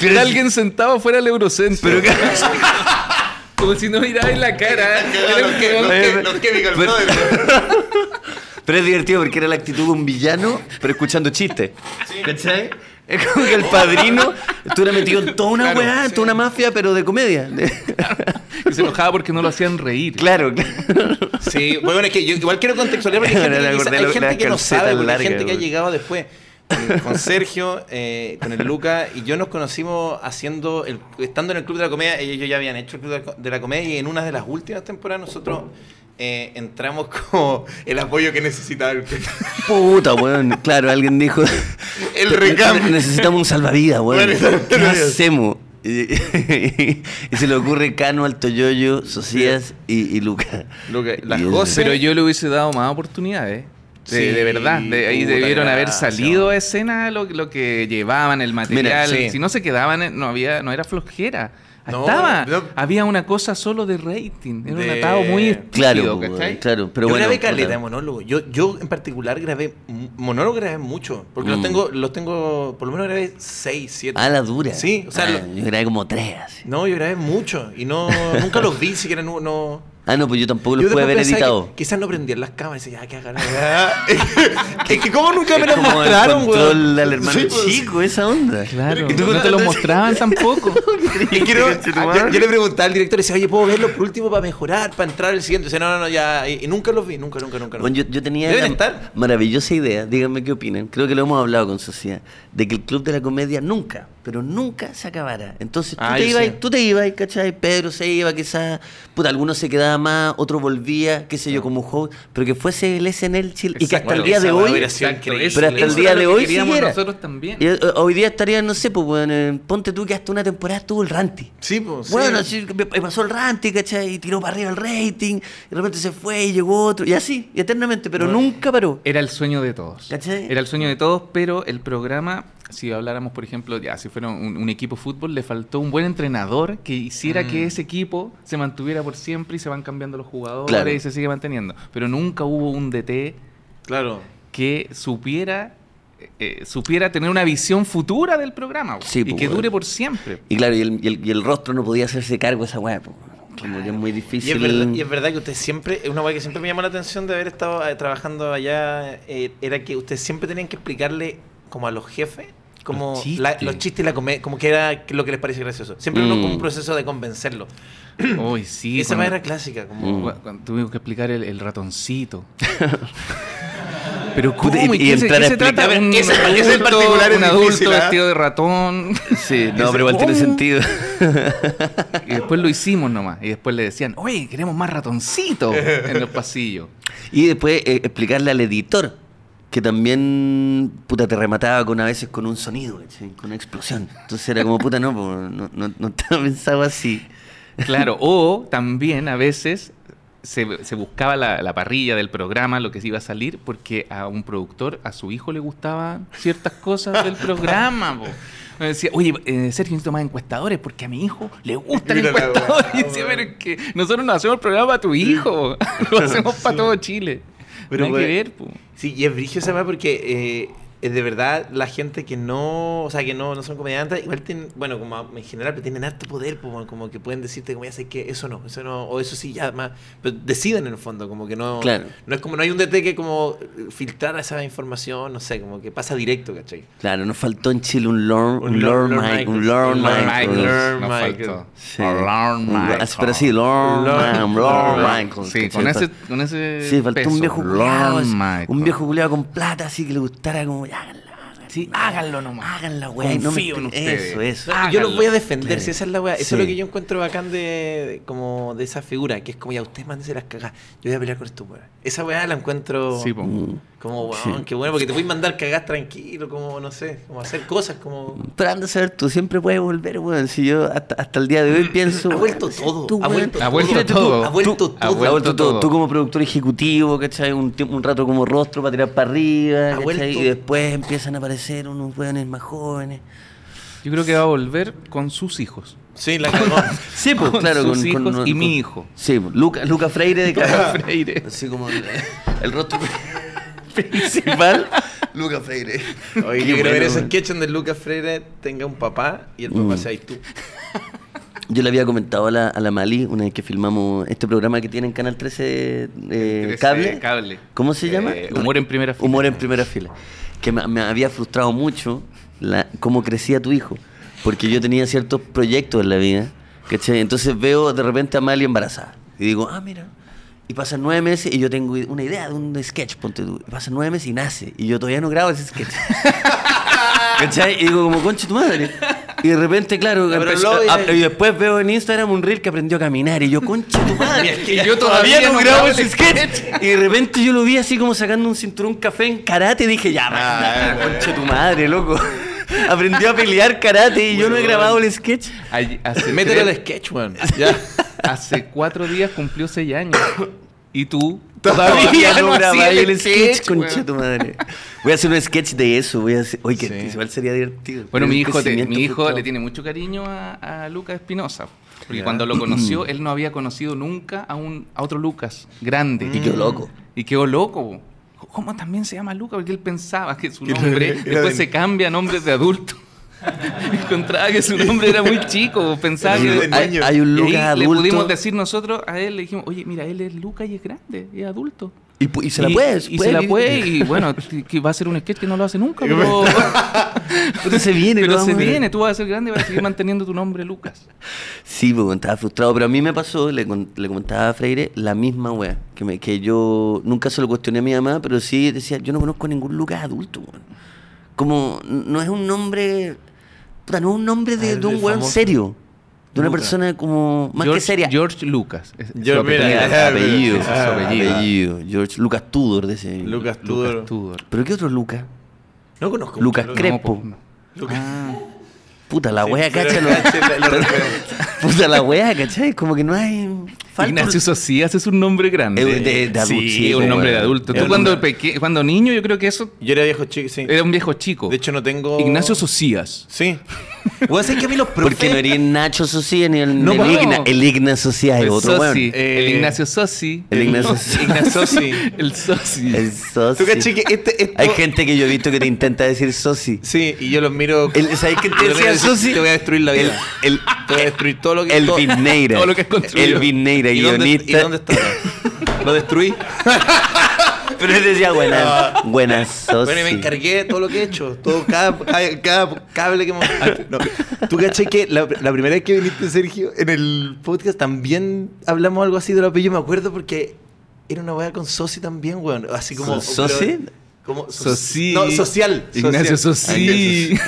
Speaker 3: era alguien sentado fuera del Eurocentro. como si no miraba en la cara. Era un
Speaker 1: Los
Speaker 3: cagón.
Speaker 1: que- los Chemical
Speaker 2: Pero-
Speaker 1: Brothers.
Speaker 2: Pero es divertido porque era la actitud de un villano, pero escuchando chistes. ¿Cachai? Es como que el padrino estuviera metido en toda una
Speaker 3: Claro,
Speaker 2: weá, en
Speaker 3: sí.
Speaker 2: toda una mafia, pero de comedia.
Speaker 3: que se enojaba porque no lo hacían reír.
Speaker 2: Claro, claro.
Speaker 1: Sí, bueno, es que yo igual quiero contextualizar porque hay gente que,
Speaker 2: Ahora me
Speaker 1: quizá-
Speaker 2: acordé
Speaker 1: hay
Speaker 2: lo-
Speaker 1: gente
Speaker 2: las
Speaker 1: que no
Speaker 2: calcetas
Speaker 1: sabe, porque hay
Speaker 2: largas,
Speaker 1: gente que ha
Speaker 2: güey.
Speaker 1: llegado después. Con- Con Sergio, eh, con el Luca, y yo nos conocimos haciendo, el, estando en el Club de la Comedia, ellos ya habían hecho el Club de la Co- de la Comedia, y en una de las últimas temporadas nosotros eh, entramos como el apoyo que necesitaba el club.
Speaker 2: Puta, weón. Claro, alguien dijo.
Speaker 1: El recambio.
Speaker 2: Necesitamos un salvavidas, weón.
Speaker 1: Bueno,
Speaker 2: ¿Qué
Speaker 1: salvavidas.
Speaker 2: hacemos? Y, y se le ocurre Cano, Alto Yoyo, Socias y, y Luca.
Speaker 1: Luca, las
Speaker 2: Y el-
Speaker 1: cosas-
Speaker 3: Pero yo le hubiese dado más oportunidades. De,
Speaker 1: Sí,
Speaker 3: de verdad, de ahí
Speaker 1: puta,
Speaker 3: debieron haber
Speaker 1: gracias.
Speaker 3: salido a escena lo, lo que llevaban, el material.
Speaker 1: Mira, sí.
Speaker 3: Si no se quedaban, eh, no había, no era flojera.
Speaker 1: No,
Speaker 3: Estaba,
Speaker 1: no.
Speaker 3: había una cosa solo de rating. Era un
Speaker 1: De-
Speaker 3: atado muy
Speaker 2: Claro,
Speaker 3: estúpido,
Speaker 2: pues,
Speaker 3: ¿cachai?
Speaker 2: claro. Pero
Speaker 1: yo
Speaker 2: bueno.
Speaker 1: grabé caleta de
Speaker 2: puta.
Speaker 1: monólogo. Yo, yo en particular grabé, monólogo grabé mucho, porque los
Speaker 2: Mm.
Speaker 1: tengo, los tengo, por lo menos grabé 6, 7.
Speaker 2: Ah, la dura.
Speaker 1: Sí, o sea,
Speaker 2: Ah,
Speaker 1: lo-
Speaker 2: yo grabé como tres así.
Speaker 1: No, yo grabé mucho y no nunca los vi siquiera no, no
Speaker 2: Ah, no, pues yo tampoco
Speaker 1: Yo
Speaker 2: lo pude
Speaker 1: después
Speaker 2: haber
Speaker 1: pensaba
Speaker 2: editado.
Speaker 1: que quizás no prendían las cámaras y decía, "Ah, ya, que hagan. es que, ¿cómo nunca me
Speaker 2: Es
Speaker 1: las
Speaker 2: como el
Speaker 1: mostraron,
Speaker 2: control
Speaker 1: güey? pues.
Speaker 2: del hermano chico, esa onda.
Speaker 3: Claro.
Speaker 1: Pero que tú
Speaker 3: No te lo
Speaker 1: contaste-
Speaker 3: mostraban tampoco.
Speaker 1: Y quiero- ah,
Speaker 2: Conchetumare.
Speaker 1: yo, yo le preguntaba al director, le decía, oye, ¿puedo verlo por último para mejorar, para entrar al siguiente? Dice, no, no, no, ya. Y, y nunca los vi, nunca, nunca, nunca. nunca.
Speaker 2: Bueno, yo, yo tenía
Speaker 1: Deben
Speaker 2: la
Speaker 1: estar.
Speaker 2: maravillosa idea, díganme qué opinan, creo que lo hemos hablado con Sociedad, de que el Club de la Comedia nunca, pero nunca se acabara. Entonces tú
Speaker 1: Ah,
Speaker 2: te
Speaker 1: yo
Speaker 2: ibas,
Speaker 1: sé.
Speaker 2: tú te ibas, ¿cachai? Pedro se iba, quizás, puta, algunos se quedaba más, otro volvía, qué sé yo, como host, pero que fuese el SNL Chile y que hasta
Speaker 1: Ah.
Speaker 2: el
Speaker 1: Bueno,
Speaker 2: día de
Speaker 1: esa
Speaker 2: hoy...
Speaker 1: hubiera sido
Speaker 3: Exacto,
Speaker 1: increíble.
Speaker 3: eso-
Speaker 2: Pero hasta el
Speaker 3: eso
Speaker 2: día
Speaker 3: era
Speaker 2: de
Speaker 3: lo que
Speaker 2: hoy
Speaker 3: queríamos
Speaker 2: siguiera.
Speaker 3: nosotros también.
Speaker 2: Y, eh, hoy día estaría, no sé, pues, weón, eh, ponte tú que hasta una temporada estuvo el Ranti.
Speaker 1: Sí, pues. sí.
Speaker 2: Bueno, así que me- pasó el ranting, ¿cachai? Y tiró para arriba el rating, y de repente se fue y llegó otro, y así, y eternamente, pero nunca paró.
Speaker 3: Era el sueño de todos.
Speaker 2: ¿Cachai?
Speaker 3: Era el sueño de todos, pero el programa, si habláramos, por ejemplo, ya si fuera un, un equipo de fútbol, le faltó un buen entrenador que hiciera que
Speaker 2: Mm.
Speaker 3: ese equipo se mantuviera por siempre y se van cambiando los jugadores
Speaker 2: Claro.
Speaker 3: y se sigue manteniendo. Pero nunca hubo un DT
Speaker 1: Claro.
Speaker 3: que supiera eh, supiera tener una visión futura del programa po,
Speaker 2: Sí, pues,
Speaker 3: y
Speaker 2: po,
Speaker 3: que
Speaker 2: weón.
Speaker 3: dure por siempre.
Speaker 2: Y claro, y el, y el- y el rostro no podía hacerse cargo de esa weá, po. como que es muy
Speaker 1: Y
Speaker 2: difícil.
Speaker 1: es, verdad, y es verdad que usted siempre, es una cosa que siempre me llamó la atención de haber estado eh, trabajando allá, eh, era que ustedes siempre tenían que explicarle como a los jefes, como
Speaker 3: Los
Speaker 1: los
Speaker 3: chistes.
Speaker 1: chistes, los chistes y la comedia, como que era lo que les parecía gracioso. Siempre uno
Speaker 2: Mm.
Speaker 1: como un proceso de convencerlo.
Speaker 3: Hoy sí.
Speaker 1: Esa
Speaker 3: cuando-
Speaker 1: manera clásica, como...
Speaker 2: Mm.
Speaker 3: Cu- cuando tuvimos que explicar el, el ratoncito. Pero
Speaker 2: Puta, y-
Speaker 3: ¿cómo?
Speaker 2: y
Speaker 3: qué se-
Speaker 2: entrar
Speaker 3: qué
Speaker 2: a
Speaker 3: se
Speaker 2: explicar-
Speaker 3: trata?
Speaker 1: a ver,
Speaker 3: Un
Speaker 1: ese- ese en
Speaker 3: adulto-
Speaker 1: particular es
Speaker 3: un adulto
Speaker 1: difícil, ¿ah?
Speaker 3: vestido de ratón.
Speaker 2: Sí, no, pero igual tiene sentido.
Speaker 3: Y después lo hicimos nomás. Y después le decían, oye, queremos más ratoncito en los pasillos.
Speaker 2: Y después eh, explicarle al editor, que también, puta, te remataba con a veces con un sonido, ¿cachai? con una explosión. Entonces era como, puta, no, po, no, no, no estaba pensado así.
Speaker 3: Claro, o también a veces se, se buscaba la, la parrilla del programa, lo que se iba a salir, porque a un productor, a su hijo le gustaban ciertas cosas del programa. po. Me decía, oye, eh, Sergio, necesito más encuestadores, porque a mi hijo le gustan
Speaker 1: Mira la
Speaker 3: encuestadores.
Speaker 1: weá,
Speaker 3: Y decía,
Speaker 1: weón.
Speaker 3: pero es que nosotros no hacemos el programa para tu hijo, po. lo hacemos para todo Chile.
Speaker 1: Pero,
Speaker 3: Nada que
Speaker 2: pues,
Speaker 1: weón,
Speaker 3: ver, po.
Speaker 1: Sí, y es brillo esa weá porque eh, es de verdad la gente que no, o sea, que no, no son comediantes, igual tienen, bueno, como en general, pero tienen harto poder, como, como que pueden decirte, como ya sé que eso no, eso no, o eso sí, ya más, pero deciden en el fondo, como que no,
Speaker 2: Claro.
Speaker 1: no es como, no hay un DT que como eh, filtrar esa información, no sé, como que pasa directo, ¿cachai?
Speaker 2: Claro, nos faltó en Chile un Lorne, un Lorne, Michaels, un Lorne
Speaker 1: Lorne
Speaker 2: Michaels.
Speaker 1: Michaels. Lorne
Speaker 3: nos
Speaker 1: Michaels.
Speaker 3: faltó.
Speaker 2: Sí.
Speaker 3: Lorne
Speaker 2: Un-
Speaker 3: Michaels.
Speaker 2: así, Pero sí, Lorne,
Speaker 1: Lorne-
Speaker 2: Michaels, Lorne Michaels,
Speaker 3: Sí, con
Speaker 2: ¿cachai?
Speaker 3: ese, con ese
Speaker 2: Sí, faltó
Speaker 3: peso.
Speaker 2: un viejo culiao,
Speaker 3: Lorne
Speaker 2: así,
Speaker 3: Michaels.
Speaker 2: Un viejo culiao con plata, así que le gustara como, ya, háganla. háganla,
Speaker 3: Sí, háganlo nomás.
Speaker 2: Háganla, güey. no me
Speaker 3: Confío en
Speaker 2: esté-
Speaker 3: ustedes.
Speaker 2: Eso, eso.
Speaker 1: Y Yo los voy a defender,
Speaker 2: Ah, Claro.
Speaker 1: si esa es la weá. Eso
Speaker 2: Sí.
Speaker 1: es lo que yo encuentro bacán de, de- como de esa figura, que es como ya ustedes mándense las cagadas. Yo voy a pelear con estos weá. Esa weá la encuentro
Speaker 3: Sí, po.
Speaker 2: Mm.
Speaker 1: como weón,
Speaker 2: Sí.
Speaker 1: qué bueno, porque te puedes mandar cagadas tranquilo, como no sé, como hacer cosas como.
Speaker 2: Pero anda a saber, tú siempre puedes volver, weón. Si yo hasta, hasta el día de hoy pienso.
Speaker 1: Ha vuelto
Speaker 2: "Ah, sí,
Speaker 1: todo,
Speaker 2: tú,
Speaker 1: ha
Speaker 2: weón".
Speaker 1: vuelto
Speaker 3: Ha vuelto
Speaker 2: Imagínate tú,
Speaker 3: todo.
Speaker 1: Ha vuelto
Speaker 3: Ha
Speaker 2: Ha
Speaker 1: todo.
Speaker 2: vuelto,
Speaker 3: vuelto
Speaker 2: todo.
Speaker 3: todo.
Speaker 2: Tú como productor ejecutivo, ¿cachai? Un, tiempo- un rato como rostro para tirar para arriba,
Speaker 1: Ha
Speaker 2: ¿cachai?
Speaker 1: vuelto-
Speaker 2: Y después empiezan a aparecer unos weones más jóvenes.
Speaker 3: Yo creo que va a volver con sus hijos.
Speaker 1: Sí, la cagó.
Speaker 2: Sí, pues,
Speaker 3: Con
Speaker 2: claro.
Speaker 3: sus hijos y mi hijo.
Speaker 2: Sí, pues, Luca, Luca Freire de cara.
Speaker 3: Freire.
Speaker 2: Así como el, el rostro principal, Luca Freire.
Speaker 1: Oye,
Speaker 2: Qué
Speaker 1: yo quiero
Speaker 2: bueno,
Speaker 1: ver ese
Speaker 2: weón.
Speaker 1: sketch donde Lucas Freire tenga un papá y el
Speaker 2: Mm.
Speaker 1: papá sea ahí tú.
Speaker 2: Yo le había comentado a la, a la Mali una vez que filmamos este programa que tiene en Canal 13 eh, cable.
Speaker 3: Cable.
Speaker 2: ¿Cómo se
Speaker 3: Eh,
Speaker 2: llama?
Speaker 3: humor en primera fila.
Speaker 2: Humor en primera fila. Que me, me había frustrado mucho la, cómo crecía tu hijo. Porque yo tenía ciertos proyectos en la vida. ¿cachai? Entonces veo de repente a Mali embarazada. Y digo, ah, mira. Y pasan nueve meses y yo tengo i- una idea de un sketch, ponte tú. Y pasan nueve meses y nace. Y yo todavía no grabo ese sketch. ¿Cachai? Y digo, como, concha tu madre. Y de repente, claro,
Speaker 1: Pero
Speaker 2: empezó-
Speaker 1: luego
Speaker 2: a-
Speaker 1: viene-
Speaker 2: y después veo en Instagram un reel que aprendió a caminar. Y yo, concha tu madre.
Speaker 1: Y
Speaker 3: yo todavía no grabo ese
Speaker 2: sketch. Y de repente yo lo vi así como sacando un cinturón café en karate. Y dije, ya, basta, concha tu madre, loco. Aprendió a pelear karate y yo no he grabado el sketch.
Speaker 3: Ay- hace
Speaker 1: Mételo al
Speaker 3: tres-
Speaker 1: sketch, weón. Ya.
Speaker 3: Hace cuatro días cumplió seis años. Y tú
Speaker 2: Todavía no
Speaker 3: hacías
Speaker 2: grabé el sketch,
Speaker 3: weón.
Speaker 2: concha tu madre. Voy a hacer un sketch de eso. Voy a hacer... Oye, que
Speaker 1: Sí.
Speaker 2: igual sería divertido.
Speaker 3: Bueno, mi
Speaker 2: El
Speaker 3: hijo, te-
Speaker 2: crecimiento
Speaker 3: mi hijo
Speaker 2: frustrado.
Speaker 3: le tiene mucho cariño a, a Lucas Espinosa. Porque
Speaker 1: Ya.
Speaker 3: cuando lo conoció, él no había conocido nunca a, un, a otro Lucas grande.
Speaker 2: Y quedó loco.
Speaker 3: Y quedó loco. ¿Cómo también se llama Lucas? Porque él pensaba que su
Speaker 1: Que era-
Speaker 3: nombre
Speaker 1: era
Speaker 3: después
Speaker 1: de-
Speaker 3: se cambia a nombres de adulto. Encontraba que su nombre era muy chico, pensaba
Speaker 1: Sí,
Speaker 3: que...
Speaker 1: de
Speaker 2: hay,
Speaker 1: niño.
Speaker 2: hay un
Speaker 3: Y ahí
Speaker 2: Lucas
Speaker 3: le
Speaker 2: adulto
Speaker 3: pudimos decir nosotros a él, le dijimos, oye, mira, él es Lucas y es grande, es adulto.
Speaker 2: y, pu- y se la
Speaker 3: Y-
Speaker 2: puede.
Speaker 3: Y
Speaker 2: puede
Speaker 3: se la
Speaker 2: vivir.
Speaker 3: puede, y bueno, t- que va a ser un sketch que no lo hace nunca, pero,
Speaker 2: Pero se viene,
Speaker 3: pero
Speaker 2: lo
Speaker 3: se
Speaker 2: vamos a ver.
Speaker 3: viene, tú vas a ser grande y vas a seguir manteniendo tu nombre, Lucas.
Speaker 2: Sí, porque estaba frustrado. Pero a mí me pasó, le, con- le comentaba a Freire, la misma wea. Que, me- que yo nunca se lo cuestioné a mi mamá, pero sí decía, yo no conozco ningún Lucas adulto, weón. Como, n- no es un nombre. Puta, no es un nombre
Speaker 1: Ah,
Speaker 2: de,
Speaker 1: el
Speaker 2: de un
Speaker 1: del
Speaker 2: weón
Speaker 1: famoso.
Speaker 2: serio. De una
Speaker 3: Lucas.
Speaker 2: persona como. Más que
Speaker 3: George-
Speaker 2: seria.
Speaker 3: George Lucas. es
Speaker 1: Yo-
Speaker 3: su
Speaker 1: mira,
Speaker 2: Mira,
Speaker 3: apellido.
Speaker 2: apellido,
Speaker 1: Ah,
Speaker 2: su apellido. apellido. George Lucas Tudor, de ese.
Speaker 1: Lucas Tudor.
Speaker 3: Lucas Tudor.
Speaker 2: ¿Pero qué otro Lucas?
Speaker 1: No conozco.
Speaker 2: Lucas
Speaker 1: mucho,
Speaker 2: Crepo.
Speaker 3: po, no. Ah,
Speaker 2: Puta, la wea,
Speaker 1: pero-
Speaker 2: cacha.
Speaker 1: lo- lo-
Speaker 2: lo- Puta, la wea, cachai. Como que no hay. falta-
Speaker 3: Ignacio Socias es un nombre grande.
Speaker 2: Eh, de- de adulto,
Speaker 3: sí,
Speaker 2: sí,
Speaker 3: un
Speaker 2: po,
Speaker 3: nombre de
Speaker 2: weón.
Speaker 3: adulto.
Speaker 1: Es
Speaker 3: Tú
Speaker 1: un
Speaker 3: cuando,
Speaker 1: nombre-
Speaker 3: peque- cuando niño, yo creo que eso
Speaker 1: Yo era viejo chico, sí.
Speaker 3: era un viejo chico.
Speaker 1: De hecho, no tengo.
Speaker 3: Ignacio Socias.
Speaker 1: Sí. Voy a decir que a mí los profes.
Speaker 2: Porque no eres Nacho Socia ni el,
Speaker 3: No,
Speaker 2: el
Speaker 3: pues,
Speaker 2: Igna.
Speaker 3: no.
Speaker 2: El Igna Socia es
Speaker 3: El
Speaker 2: otro weón.
Speaker 3: Sosi,
Speaker 1: Eh,
Speaker 3: el Ignacio Sosi.
Speaker 2: El Ignacio Socia.
Speaker 1: Ignacio, sí.
Speaker 3: El Sosi.
Speaker 2: El Soci.
Speaker 1: Tú caché que este. esto-
Speaker 2: Hay gente que yo he visto que te intenta decir Soci.
Speaker 1: Sí, y yo los miro.
Speaker 2: El, ¿Sabes quién
Speaker 1: Yo
Speaker 2: te
Speaker 1: le voy a
Speaker 2: decía
Speaker 1: decir,
Speaker 2: Soci?
Speaker 1: Te voy a destruir la vida.
Speaker 2: El,
Speaker 1: te voy a destruir todo lo
Speaker 2: el,
Speaker 1: que.
Speaker 2: el
Speaker 1: todo-
Speaker 2: Vineira.
Speaker 3: todo lo que has construido.
Speaker 2: El Vineira,
Speaker 1: ¿Y dónde,
Speaker 2: guionista.
Speaker 1: ¿Y dónde está? ahora? Lo destruí. Ah.
Speaker 2: Pero él decía buenas, buenas Soci.
Speaker 1: Bueno, y me encargué de todo lo que he hecho. Todo, cada, cada- cada cable que hemos... Ah, No. Tú caché que la, la primera vez que viniste, Sergio, en el podcast también hablamos algo así del apellido. Me acuerdo porque era una weá con Sosi también, weón. Así como...
Speaker 2: ¿Con Soci?
Speaker 1: pero- Como so-
Speaker 3: Soci.
Speaker 1: No, social.
Speaker 3: Ignacio
Speaker 1: social.
Speaker 3: Sosi.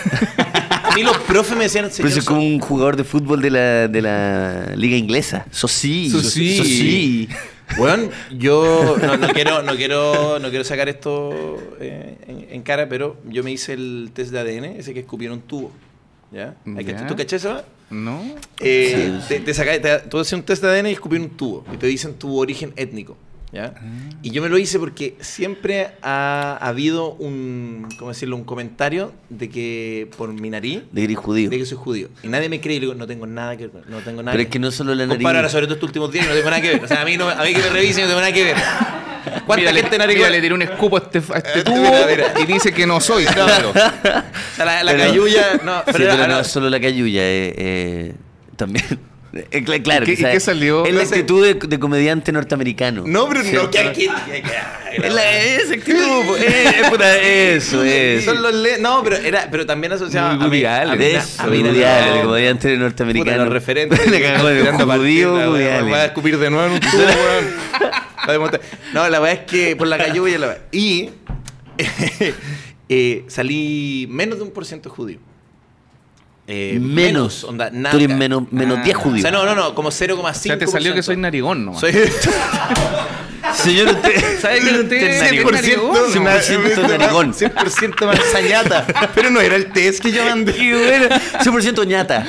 Speaker 1: A mí los profes me decían...
Speaker 2: Pero
Speaker 1: "Señor
Speaker 2: eso es como un jugador de fútbol de la, de la liga inglesa. Soci.
Speaker 3: Soci.
Speaker 2: Soci.
Speaker 1: Bueno, yo no, no quiero, no, quiero, no quiero sacar esto eh, en, en cara, pero yo me hice el test de ADN, ese que escupieron tubo. ¿Ya? Hay que-
Speaker 3: Ya.
Speaker 1: ¿Tú caché eso?
Speaker 3: ¿No?
Speaker 1: Eh,
Speaker 2: Sí,
Speaker 1: te, te saca- te- tú haces un test de ADN y escupieron un tubo. Y te dicen tu origen étnico. ¿ya?
Speaker 2: Ah.
Speaker 1: Y yo me lo hice porque siempre ha, habido un, ¿cómo decirlo? un comentario de que por mi nariz,
Speaker 2: De gris judío.
Speaker 1: de que soy judío. Y nadie me cree y le digo, no tengo nada que ver. No tengo nada
Speaker 2: Pero es que no solo la nariz.
Speaker 1: Comparo ahora sobre todo estos últimos días y no tengo nada que ver. O sea, a mí, no, a mí que me revisen no tengo nada que ver. ¿Cuánta
Speaker 3: Mira, le-
Speaker 1: gente nariz
Speaker 3: mira, le tiré un escupo a este, a este tubo
Speaker 1: Mira, mira.
Speaker 3: y dice que no soy. claro.
Speaker 1: O sea, la, la
Speaker 2: Pero-
Speaker 1: cayuya, no,
Speaker 2: Sí,
Speaker 1: pero,
Speaker 2: pero
Speaker 1: ahora-
Speaker 2: no es solo la cayuya, eh, eh, también. Eh, cl- claro,
Speaker 3: ¿Y qué- y
Speaker 2: quizás
Speaker 3: qué salió?
Speaker 2: Es la
Speaker 3: No sé.
Speaker 2: actitud de, de comediante norteamericano.
Speaker 1: No, pero no, que aquí.
Speaker 2: Es la, esa actitud, po. Eh, puta, eso, eso.
Speaker 1: Son los le- no, pero, era, pero también asociado
Speaker 3: Muy
Speaker 1: a
Speaker 3: Woody
Speaker 1: mi- a
Speaker 3: Allen.
Speaker 1: mi-
Speaker 2: De
Speaker 1: a
Speaker 2: eso,
Speaker 1: mi-
Speaker 2: Woody
Speaker 1: a mi-
Speaker 2: Allen, el comediante norteamericano.
Speaker 1: Puta, los referentes.
Speaker 2: Le cagó de
Speaker 1: Tirando
Speaker 2: judío,
Speaker 1: partida,
Speaker 2: Woody
Speaker 1: weón.
Speaker 2: Allen.
Speaker 1: Voy a escupir de nuevo en un tubo, weón. Para demostrar. No, la verdad es que por la cayuya. La... Y eh, salí menos de un por ciento judío. Eh,
Speaker 2: menos.
Speaker 1: Onda, nada.
Speaker 2: Tú eres menos, menos
Speaker 3: Ah.
Speaker 2: 10 judíos.
Speaker 1: O sea, no, no, no, como
Speaker 3: O
Speaker 1: 0,5%.
Speaker 3: sea, te salió que soy narigón nomás.
Speaker 1: Soy
Speaker 2: Señor, usted.
Speaker 3: ¿Sabe que usted es
Speaker 2: narigón?
Speaker 3: narigón?
Speaker 2: 100% narigón.
Speaker 1: 100% manzañata. Pero no era el test que yo mandé.
Speaker 2: Qué bueno. 100% ñata.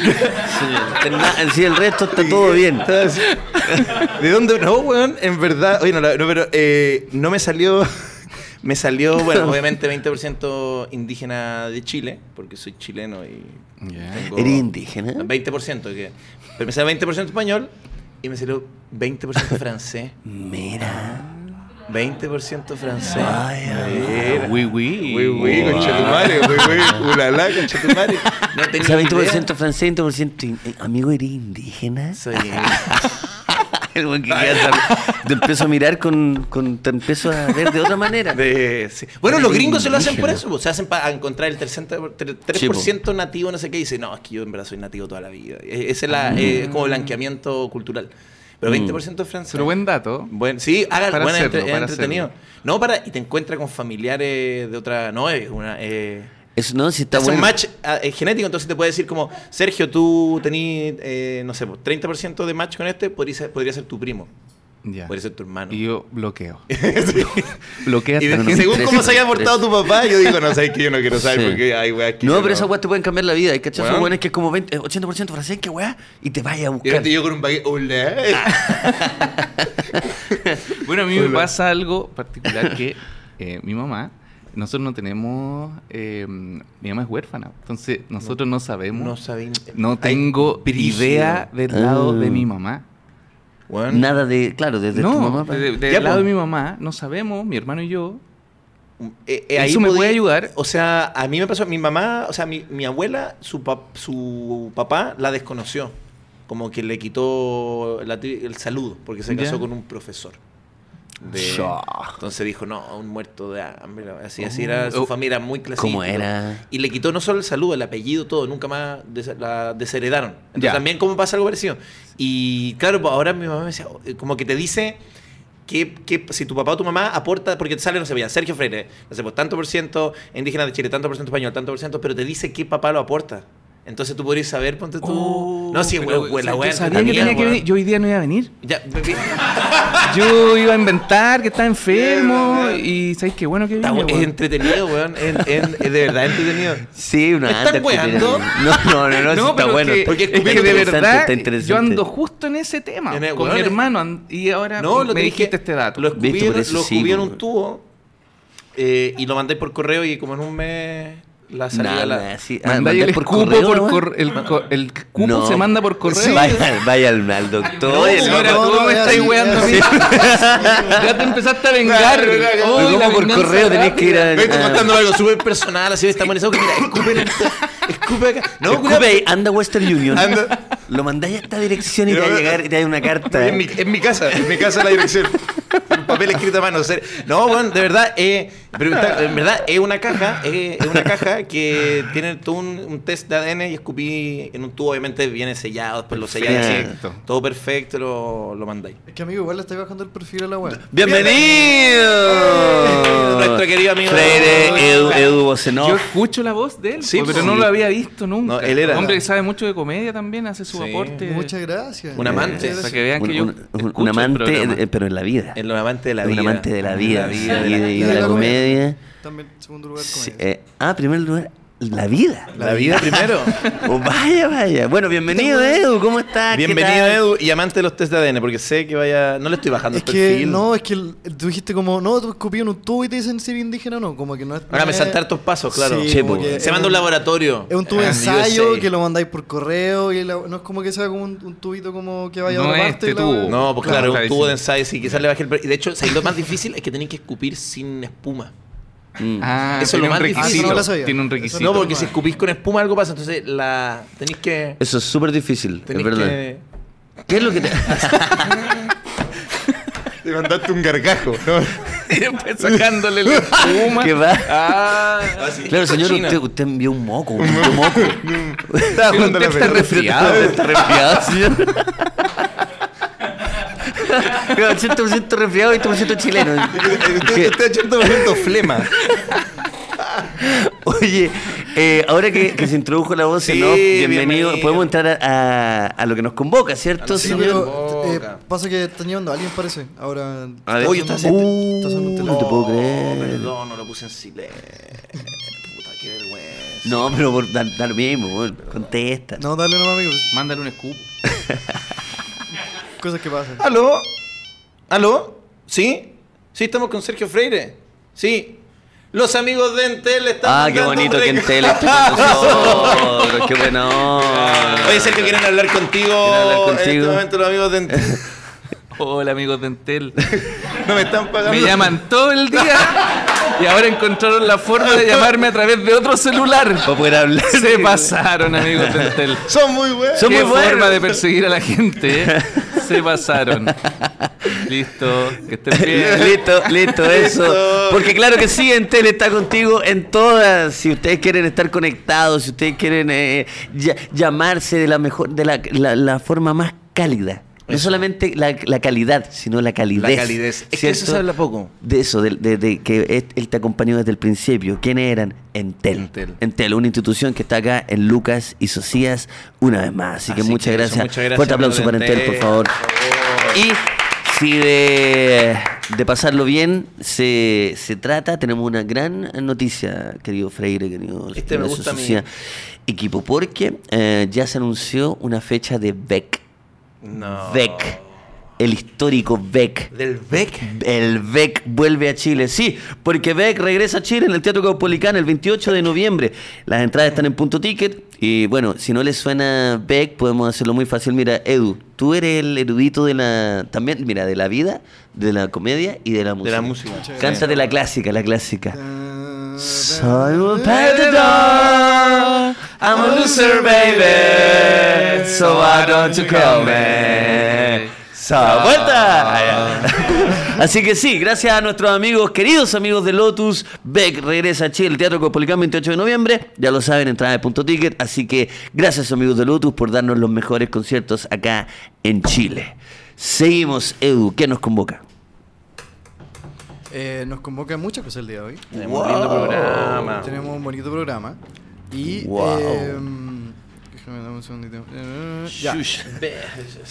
Speaker 2: Señor, si el resto está todo bien.
Speaker 1: Estás- ¿De dónde? No, weón, en verdad. Oye, no, la- no, pero eh, no me salió. Me salió, bueno, obviamente 20% indígena de Chile, porque soy chileno y.
Speaker 3: Ya.
Speaker 1: tengo-
Speaker 2: ¿Eres indígena?
Speaker 1: 20%, que. Pero me salió 20% español y me salió 20% francés.
Speaker 2: Mira.
Speaker 1: 20% francés.
Speaker 2: Ay, ay,
Speaker 1: Mira.
Speaker 3: Oui, oui.
Speaker 1: Uy, uy, Ah.
Speaker 2: Wow.
Speaker 1: conchetumare, uy, uy, ulalá, conchetumare. No
Speaker 2: O
Speaker 1: tenía
Speaker 2: sea,
Speaker 1: idea.
Speaker 2: 20% francés, 20% in- eh, amigo, ¿eres indígena?
Speaker 1: Soy
Speaker 2: El buen que queda sab- te empiezo a mirar con, con- Te empiezo a ver de otra manera.
Speaker 1: de- sí. Bueno, los gringos se lo hacen por
Speaker 2: Indígena. pues.
Speaker 1: eso, pues, se hacen para encontrar el 3%, tre- 3% nativo, no sé qué, y dice, no, es que yo en verdad soy nativo toda la vida. E- Ese es la,
Speaker 2: Ah.
Speaker 1: eh, es como blanqueamiento cultural.
Speaker 2: Mm.
Speaker 1: Pero 20% francés.
Speaker 3: Pero buen dato.
Speaker 1: Buen- sí, haga,
Speaker 3: Para
Speaker 1: bueno,
Speaker 3: hacerlo,
Speaker 1: entre- es
Speaker 3: para
Speaker 1: entretenido.
Speaker 3: hacerlo.
Speaker 1: No, para, y te encuentra con familiares de otra, no, es una... Eh,
Speaker 2: Eso no, si
Speaker 1: Te
Speaker 2: está
Speaker 1: hace un
Speaker 2: bueno.
Speaker 1: match ah, eh, genético, entonces te puede decir como, Sergio, tú tenés, eh, no sé, pues, 30% de match con este, podría ser, podría ser tu primo,
Speaker 3: Ya.
Speaker 1: podría ser tu hermano.
Speaker 3: Y yo bloqueo.
Speaker 1: Sí.
Speaker 3: Bloquea
Speaker 1: Y
Speaker 3: hasta
Speaker 1: de-
Speaker 2: no,
Speaker 1: según
Speaker 2: tres,
Speaker 1: cómo se haya
Speaker 2: tres.
Speaker 1: portado tu papá, yo digo, no sabes que yo no quiero saber
Speaker 2: Sí.
Speaker 1: porque hay weas que.
Speaker 2: No,
Speaker 1: yo
Speaker 2: pero esas weas te pueden cambiar la vida. Hay cachazos
Speaker 1: Bueno.
Speaker 2: buenos que es como 20, eh, 80% francés, qué wea, y te vaya a
Speaker 1: Y ahora
Speaker 2: buscar.
Speaker 1: te yo con un paquete.
Speaker 2: Ah,
Speaker 1: Hola.
Speaker 3: Bueno, a mí me
Speaker 1: Hola.
Speaker 3: pasa algo particular que eh, mi mamá, nosotros no tenemos, eh, mi mamá es huérfana, entonces nosotros no, sabemos, no,
Speaker 1: No sabía.
Speaker 3: tengo idea del lado de
Speaker 2: Ah.
Speaker 3: mi mamá.
Speaker 1: Weón.
Speaker 2: Nada de. Claro, desde tu
Speaker 3: no,
Speaker 2: mamá. pa-
Speaker 3: de- de-
Speaker 1: Ya,
Speaker 3: del lado
Speaker 1: po.
Speaker 3: de mi mamá no sabemos, mi hermano y yo,
Speaker 1: eh, eh,
Speaker 3: ¿Eso
Speaker 1: ahí
Speaker 3: me
Speaker 1: podí-
Speaker 3: puede ayudar?
Speaker 1: O sea, a mí me pasó, mi mamá, o sea, mi, mi abuela, su, pap- su papá la desconoció. Como que le quitó la tri- el saludo, porque se
Speaker 3: Ya.
Speaker 1: casó con un profesor. de-
Speaker 2: Sha.
Speaker 1: entonces dijo, no, un muerto de hambre. Así, así era, su
Speaker 3: Oh.
Speaker 1: familia era muy clasista.
Speaker 2: ¿Cómo era?
Speaker 1: Y le quitó no solo el saludo, el apellido, todo, nunca más des- la desheredaron. Entonces
Speaker 3: Ya.
Speaker 1: también como pasa algo parecido. Y claro, pues ahora mi mamá me decía, eh, como que te dice que, que si tu papá o tu mamá aporta, porque te sale, no sé, vean, Sergio Freire, no sé, pues tanto por ciento indígena de Chile, tanto por ciento español, tanto por ciento, pero te dice qué papá lo aporta. Entonces tú podrías saber, ponte tú.
Speaker 3: Oh,
Speaker 1: no, si es
Speaker 3: pero,
Speaker 1: hue- hue- la
Speaker 3: o sea,
Speaker 1: wea
Speaker 3: Yo sabía que
Speaker 1: entretenida,
Speaker 3: tenía que
Speaker 1: weón.
Speaker 3: venir. Yo hoy día no iba a venir.
Speaker 1: Ya, bebé.
Speaker 3: Yo iba a inventar que estaba enfermo
Speaker 1: Mierda,
Speaker 3: y ¿sabes qué bueno que vine,
Speaker 1: Está bu- es
Speaker 3: weón.
Speaker 1: entretenido, weón. Es, es- es de verdad entretenido.
Speaker 2: Sí, una
Speaker 1: ¿Me están
Speaker 2: anda que tiene-
Speaker 1: weando?
Speaker 2: No, no, no, no, sí está
Speaker 3: pero
Speaker 2: bueno.
Speaker 3: es que,
Speaker 1: Porque
Speaker 3: es que
Speaker 1: escupiendo
Speaker 3: de
Speaker 2: interesante,
Speaker 3: verdad
Speaker 2: está interesante.
Speaker 3: yo ando justo en ese tema
Speaker 1: En el-
Speaker 3: con
Speaker 1: weón,
Speaker 3: mi
Speaker 1: es-
Speaker 3: hermano an- y ahora
Speaker 1: No, lo
Speaker 3: me
Speaker 1: tenéis que-
Speaker 3: dijiste este dato.
Speaker 1: Lo
Speaker 2: Viste,
Speaker 1: escupí, en-
Speaker 2: por eso
Speaker 1: lo
Speaker 2: sí,
Speaker 1: escupí en
Speaker 2: pues,
Speaker 1: un tubo eh, y lo mandé por correo y como en un mes la salida
Speaker 2: Nada,
Speaker 1: la...
Speaker 2: sí. Ah,
Speaker 3: Mandáis
Speaker 2: mandar
Speaker 3: el
Speaker 2: por
Speaker 3: cupo
Speaker 2: correo,
Speaker 3: por
Speaker 2: ¿no?
Speaker 3: cor- el, co- el cupo
Speaker 2: No.
Speaker 3: se manda por correo.
Speaker 2: Vaya, vaya al, al doctor.
Speaker 3: No,
Speaker 2: y el
Speaker 3: ahora
Speaker 2: otro-
Speaker 3: tú me estás weando a mí. ya te empezaste a vengar.
Speaker 1: Claro, claro, claro.
Speaker 3: Hoy
Speaker 2: Pero
Speaker 3: la
Speaker 2: ¿cómo por
Speaker 3: venganza
Speaker 2: correo tenés
Speaker 3: rápida.
Speaker 2: que ir a.
Speaker 1: Estoy
Speaker 2: a-
Speaker 1: contando algo súper personal, así está monetizado que mira, escupe en el- Escupe acá. No,
Speaker 2: Escupe
Speaker 1: culiao,
Speaker 2: ahí, anda a Western Union.
Speaker 1: Anda.
Speaker 2: Lo mandáis a esta dirección y te
Speaker 1: Pero-
Speaker 2: va a llegar y te da una carta.
Speaker 1: En mi, en mi casa, en mi casa la dirección. Un papel escrito a mano. ser- No, bueno, de verdad, eh, pero está- en verdad es una caja, eh, es una caja que tiene todo un, un test de ADN y escupí en un tubo, obviamente viene sellado, después lo selláis así,
Speaker 3: Perfecto.
Speaker 1: todo perfecto, lo, lo mandáis.
Speaker 4: Es que amigo, igual le estáis bajando el perfil a la Eh, web.
Speaker 2: ¡Bienvenido!
Speaker 1: Nuestro querido amigo.
Speaker 2: Freire Edu, Edu
Speaker 3: Yo
Speaker 2: Bosenov.
Speaker 3: escucho la voz de él,
Speaker 1: Sí, pues,
Speaker 3: po, pero
Speaker 1: sí.
Speaker 3: no lo había visto nunca.
Speaker 1: No, él era-
Speaker 3: Un hombre que sabe mucho de comedia también, hace su
Speaker 1: Sí.
Speaker 3: aporte. Eh,
Speaker 4: Muchas gracias. Eh,
Speaker 1: Un amante.
Speaker 4: Muchas
Speaker 3: Para que
Speaker 4: gracias.
Speaker 3: vean
Speaker 2: Un,
Speaker 3: que yo
Speaker 2: un- un- un
Speaker 3: escucho el
Speaker 2: amante,
Speaker 3: programa.
Speaker 2: eh, pero en la vida.
Speaker 1: El amante de la
Speaker 2: un
Speaker 1: vida.
Speaker 2: amante de la vida.
Speaker 1: De
Speaker 2: sí,
Speaker 1: la vida, de la
Speaker 2: y
Speaker 1: vida.
Speaker 2: de
Speaker 4: de
Speaker 2: la
Speaker 4: la
Speaker 2: comedia.
Speaker 4: También segundo lugar con
Speaker 2: Sí,
Speaker 4: él.
Speaker 2: eh, ah, primer lugar, la vida.
Speaker 1: La vida primero.
Speaker 2: Oh, vaya, vaya. Bueno, bienvenido, Edu. ¿Cómo estás? Ah, ¿Qué
Speaker 1: Bienvenido,
Speaker 2: tal?
Speaker 1: Edu, y amante de los test de ADN, porque sé que vaya. No le estoy bajando
Speaker 4: Es
Speaker 1: el
Speaker 4: que
Speaker 1: perfil.
Speaker 4: no, es que el- tú dijiste como, no, tú escupí en un tubo y te dicen ser indígena, no, como que no es.
Speaker 1: Ahora me
Speaker 4: no es-
Speaker 1: saltar tus pasos, claro.
Speaker 4: Eh, Sí,
Speaker 2: Che, pues, Ah,
Speaker 4: como
Speaker 2: po.
Speaker 4: que
Speaker 1: Se
Speaker 4: es
Speaker 1: manda un laboratorio.
Speaker 4: Es un tubo
Speaker 1: en
Speaker 4: de ensayo
Speaker 1: USA.
Speaker 4: que lo mandáis por correo y la- no es como que sea como un, un tubito como que vaya a
Speaker 3: No
Speaker 4: otra
Speaker 3: es
Speaker 4: parte. y
Speaker 3: este
Speaker 4: la
Speaker 3: tubo.
Speaker 4: web-
Speaker 1: No, pues claro,
Speaker 3: Claro,
Speaker 1: un tubo
Speaker 3: clarísimo.
Speaker 1: de ensayo, sí, quizás le baje el pre- Y de hecho, o sea, y lo más difícil es que tenéis que escupir sin espuma.
Speaker 2: Mm.
Speaker 3: Ah,
Speaker 1: Eso es
Speaker 3: tiene
Speaker 1: lo más
Speaker 3: un
Speaker 1: difícil.
Speaker 3: requisito,
Speaker 1: Ah, no lo
Speaker 4: sabía.
Speaker 3: Tiene un
Speaker 4: Eso
Speaker 3: requisito.
Speaker 4: Sí,
Speaker 1: no,
Speaker 4: pero
Speaker 1: porque
Speaker 4: no.
Speaker 1: si escupís con espuma algo pasa, entonces la tenéis que.
Speaker 2: Eso es súper difícil, es
Speaker 1: Tenéis
Speaker 2: verdad.
Speaker 1: que.
Speaker 2: ¿Qué es lo que te.?
Speaker 1: Te mandaste un gargajo.
Speaker 3: Siempre sacándole la espuma.
Speaker 2: ¿Qué va?
Speaker 3: Ah,
Speaker 2: Claro, señor, usted, usted envió un moco. Un moco.
Speaker 1: Estaba
Speaker 3: Pero
Speaker 1: jugando la
Speaker 3: usted está
Speaker 1: pelota.
Speaker 3: resfriado.
Speaker 2: Está resfriado, señor. 80% resfriado y 80% chileno.
Speaker 1: Usted usted está echando momento flema.
Speaker 2: Oye, eh, ahora que, que se introdujo la voz,
Speaker 1: Sí,
Speaker 2: ¿no? bienvenido.
Speaker 1: bienvenido.
Speaker 2: Podemos entrar a, a- a lo que nos convoca, ¿cierto,
Speaker 4: Sí,
Speaker 2: señor?
Speaker 4: pero eh,
Speaker 1: Boca.
Speaker 4: pasa que están llevando a alguien, parece.
Speaker 1: Ah,
Speaker 4: Ahora.
Speaker 2: A ver.
Speaker 1: Oye,
Speaker 4: está
Speaker 1: estás-
Speaker 4: sonando
Speaker 2: Uh,
Speaker 4: un tel- está sonando un
Speaker 2: No te
Speaker 1: Oh.
Speaker 4: teléfono.
Speaker 2: puedo creer.
Speaker 1: Perdón, no lo puse en silencio. Puta, qué vergüenza.
Speaker 2: No, pero por dar, dar lo mismo, por- contesta.
Speaker 4: No, dale nomás, amigo.
Speaker 3: Mándale un escupo.
Speaker 4: Cosas que pasan.
Speaker 1: ¿Aló? ¿Aló? ¿Sí? ¿Sí estamos con Sergio Freire? Sí. Los amigos de Entel están
Speaker 2: Ah, qué
Speaker 1: mandando un
Speaker 2: bonito que
Speaker 1: regalo.
Speaker 2: Entel esté con nosotros. Qué bueno.
Speaker 1: Oye, Sergio, quieren hablar contigo.
Speaker 2: hablar
Speaker 1: En
Speaker 2: contigo.
Speaker 1: este momento los amigos de Entel
Speaker 3: Hola, amigos de Entel.
Speaker 1: no me están pagando.
Speaker 3: Me llaman todo el día y ahora encontraron la forma de llamarme a través de otro celular.
Speaker 2: Para poder hablar.
Speaker 3: Se pasaron, amigos de Entel.
Speaker 1: Son muy buenos.
Speaker 2: Son
Speaker 3: Qué
Speaker 2: muy buenos.
Speaker 3: forma de perseguir a la gente. eh. Se pasaron. Listo. Que estén bien.
Speaker 2: listo, listo, eso.
Speaker 1: Listo.
Speaker 2: Porque claro que sí, Entel está contigo en todas. Si ustedes quieren estar conectados, si ustedes quieren eh, ll- llamarse de la mejor, de la, la- la forma más cálida. No
Speaker 1: Eso.
Speaker 2: solamente la, la calidad, sino la calidez.
Speaker 1: La calidez. Es que eso
Speaker 2: ¿cierto?
Speaker 1: se habla poco.
Speaker 2: De eso, de, de- de que es- él te acompañó desde el principio. ¿Quiénes eran? Entel.
Speaker 1: Entel.
Speaker 2: una institución que está acá en Lucas y Socias una vez más. Así, que,
Speaker 1: Así
Speaker 2: muchas,
Speaker 1: eso,
Speaker 2: gracias.
Speaker 1: muchas gracias,
Speaker 2: Fuerte aplauso
Speaker 1: amigos de
Speaker 2: para
Speaker 1: Oh,
Speaker 2: Entel, por favor. Y si de, de pasarlo bien se, se trata, tenemos una gran noticia, querido Freire, querido
Speaker 1: Este me
Speaker 2: Ignacio
Speaker 1: gusta a mí.
Speaker 2: Sucía, equipo, porque eh, ya se anunció una fecha de Beck.
Speaker 1: No.
Speaker 2: Beck, el histórico Beck.
Speaker 1: Del Beck.
Speaker 2: El Beck vuelve a Chile, sí, porque Beck regresa a Chile en el Teatro Caupolicán el 28 de noviembre. Las entradas están en punto ticket Y bueno, si no les suena Beck, podemos hacerlo muy fácil. Mira, Edu, tú eres el erudito de la también, mira, de la vida, de la comedia y de la música.
Speaker 1: De la música. Muchas
Speaker 2: Cántate la clásica, la clásica.
Speaker 4: Soy
Speaker 2: Soy un perdedor. I'm a loser, baby. So why don't you call me? So, vuelta. Así que sí, gracias a nuestros amigos, queridos amigos de Lotus, Beck regresa a Chile, el Teatro Copolicán 28 de noviembre, ya lo saben, entrada de punto ticket, así que gracias amigos de Lotus por darnos los mejores conciertos acá en Chile. Seguimos, Edu, ¿qué nos convoca?
Speaker 4: Eh, nos convoca muchas cosas el día de hoy.
Speaker 1: Tenemos un lindo programa.
Speaker 4: Tenemos un bonito programa. Y.
Speaker 2: Wow.
Speaker 4: eh, déjame dar un segundito. Eh, Ya.
Speaker 2: Shush.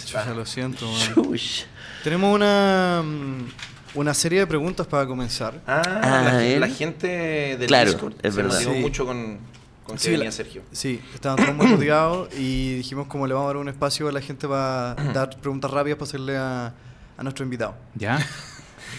Speaker 4: Chucha, lo siento, man.
Speaker 2: Shush.
Speaker 4: Tenemos una. mm, Una serie de preguntas para comenzar.
Speaker 1: Ah,
Speaker 2: Ah,
Speaker 1: la,
Speaker 2: él.
Speaker 1: la gente del
Speaker 2: Claro,
Speaker 1: Discord
Speaker 2: es
Speaker 1: se
Speaker 2: verdad.
Speaker 1: emocionó
Speaker 4: Sí.
Speaker 1: mucho con, con que
Speaker 4: Sí,
Speaker 1: venía
Speaker 4: la-
Speaker 1: Sergio.
Speaker 4: Sí, estaban todos muy motivados y dijimos como le vamos a dar un espacio a la gente para dar preguntas rápidas para hacerle a, a nuestro invitado.
Speaker 3: ¿Ya?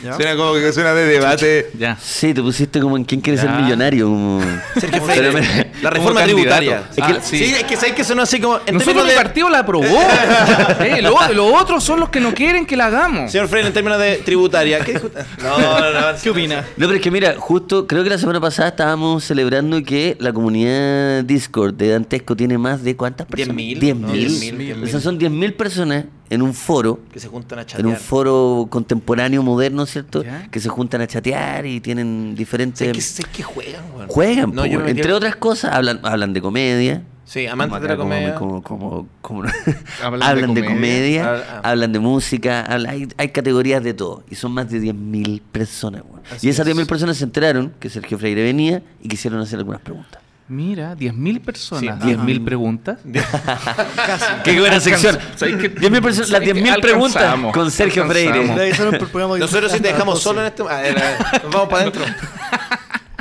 Speaker 4: ¿ya?
Speaker 1: como que suena de debate.
Speaker 3: Ya.
Speaker 2: Sí, te pusiste como en quién quiere ser
Speaker 3: Ya.
Speaker 2: millonario. como-
Speaker 1: Sergio
Speaker 2: Pero
Speaker 1: Freire,
Speaker 2: me-
Speaker 1: la
Speaker 3: como
Speaker 1: reforma
Speaker 3: candidato.
Speaker 1: tributaria.
Speaker 3: Es que-
Speaker 1: Ah,
Speaker 3: sí.
Speaker 1: sí. es que sabes que sonó así como. en
Speaker 3: Nosotros
Speaker 1: términos
Speaker 3: el
Speaker 1: de-
Speaker 3: partido la aprobó. Eh, lo, los otros son los que no quieren que la hagamos.
Speaker 1: Señor Freire, en términos de tributaria, ¿qué dijo? No, no, no.
Speaker 4: ¿Qué opina?
Speaker 2: No, pero es que mira, justo creo que la semana pasada estábamos celebrando que la comunidad Discord de Dantesco tiene más de cuántas personas?
Speaker 1: 10.000,
Speaker 2: 10.000.
Speaker 1: ¿no? 10.000.
Speaker 2: O sea, son 10.000 personas en un foro,
Speaker 1: Que se juntan a chatear.
Speaker 2: en un foro contemporáneo moderno, ¿cierto?
Speaker 3: Ya.
Speaker 2: Que se juntan a chatear y tienen diferentes...
Speaker 1: Sé que, sé que juegan, weón.
Speaker 2: Juegan,
Speaker 1: No,
Speaker 2: po,
Speaker 1: yo me metí
Speaker 2: entre
Speaker 1: al-
Speaker 2: otras cosas, hablan, hablan de comedia.
Speaker 1: Sí, amantes de la
Speaker 2: Como acá,
Speaker 1: comedia.
Speaker 2: como- como- como- como-
Speaker 3: Hablan
Speaker 2: Hablan,
Speaker 3: de
Speaker 2: de,
Speaker 3: comedia.
Speaker 2: comedia,
Speaker 1: Ah, ah.
Speaker 2: hablan de música, habla- hay, hay categorías de todo. Y son más de 10.000 personas. weón.
Speaker 4: Así
Speaker 2: Y esas
Speaker 4: es.
Speaker 2: 10.000 personas se enteraron que Sergio Freire venía y quisieron hacer algunas preguntas.
Speaker 3: Mira, 10.000 personas.
Speaker 1: Sí,
Speaker 3: 10.000 preguntas.
Speaker 2: ¡Qué buena sección!
Speaker 3: Ah, ¿Sabes qué?
Speaker 2: 10.000 personas, las
Speaker 3: ¿Sabes qué?
Speaker 2: 10.000 preguntas
Speaker 3: Alcanzamos,
Speaker 2: con Sergio
Speaker 4: Le
Speaker 3: alcanzamos.
Speaker 2: Freire.
Speaker 4: avisaron por el programa que-
Speaker 1: Nosotros sí te dejamos
Speaker 4: Entonces,
Speaker 1: solo en este. A ver, a ver, nos vamos para adentro.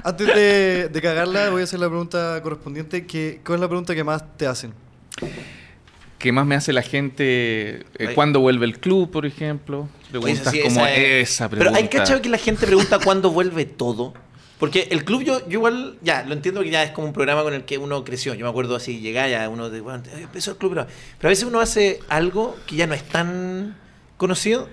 Speaker 4: Antes de, de cagarla, voy a hacer la pregunta correspondiente. Que, ¿Cuál es la pregunta que más te hacen?
Speaker 3: ¿Qué más me hace la gente?
Speaker 1: Ay.
Speaker 3: Eh, ¿Cuándo vuelve el club, por ejemplo? Preguntas
Speaker 1: Oye, sí,
Speaker 3: como esa,
Speaker 1: es-
Speaker 3: pregunta.
Speaker 1: Pero hay cachado que la gente pregunta cuándo vuelve todo. Porque el club, yo, yo igual, ya, lo entiendo que ya es como un programa con el que uno creció. Yo me acuerdo así, llegaba ya uno de, bueno, "Ay, empezó el club, pero, pero a veces uno hace algo que ya no es tan conocido.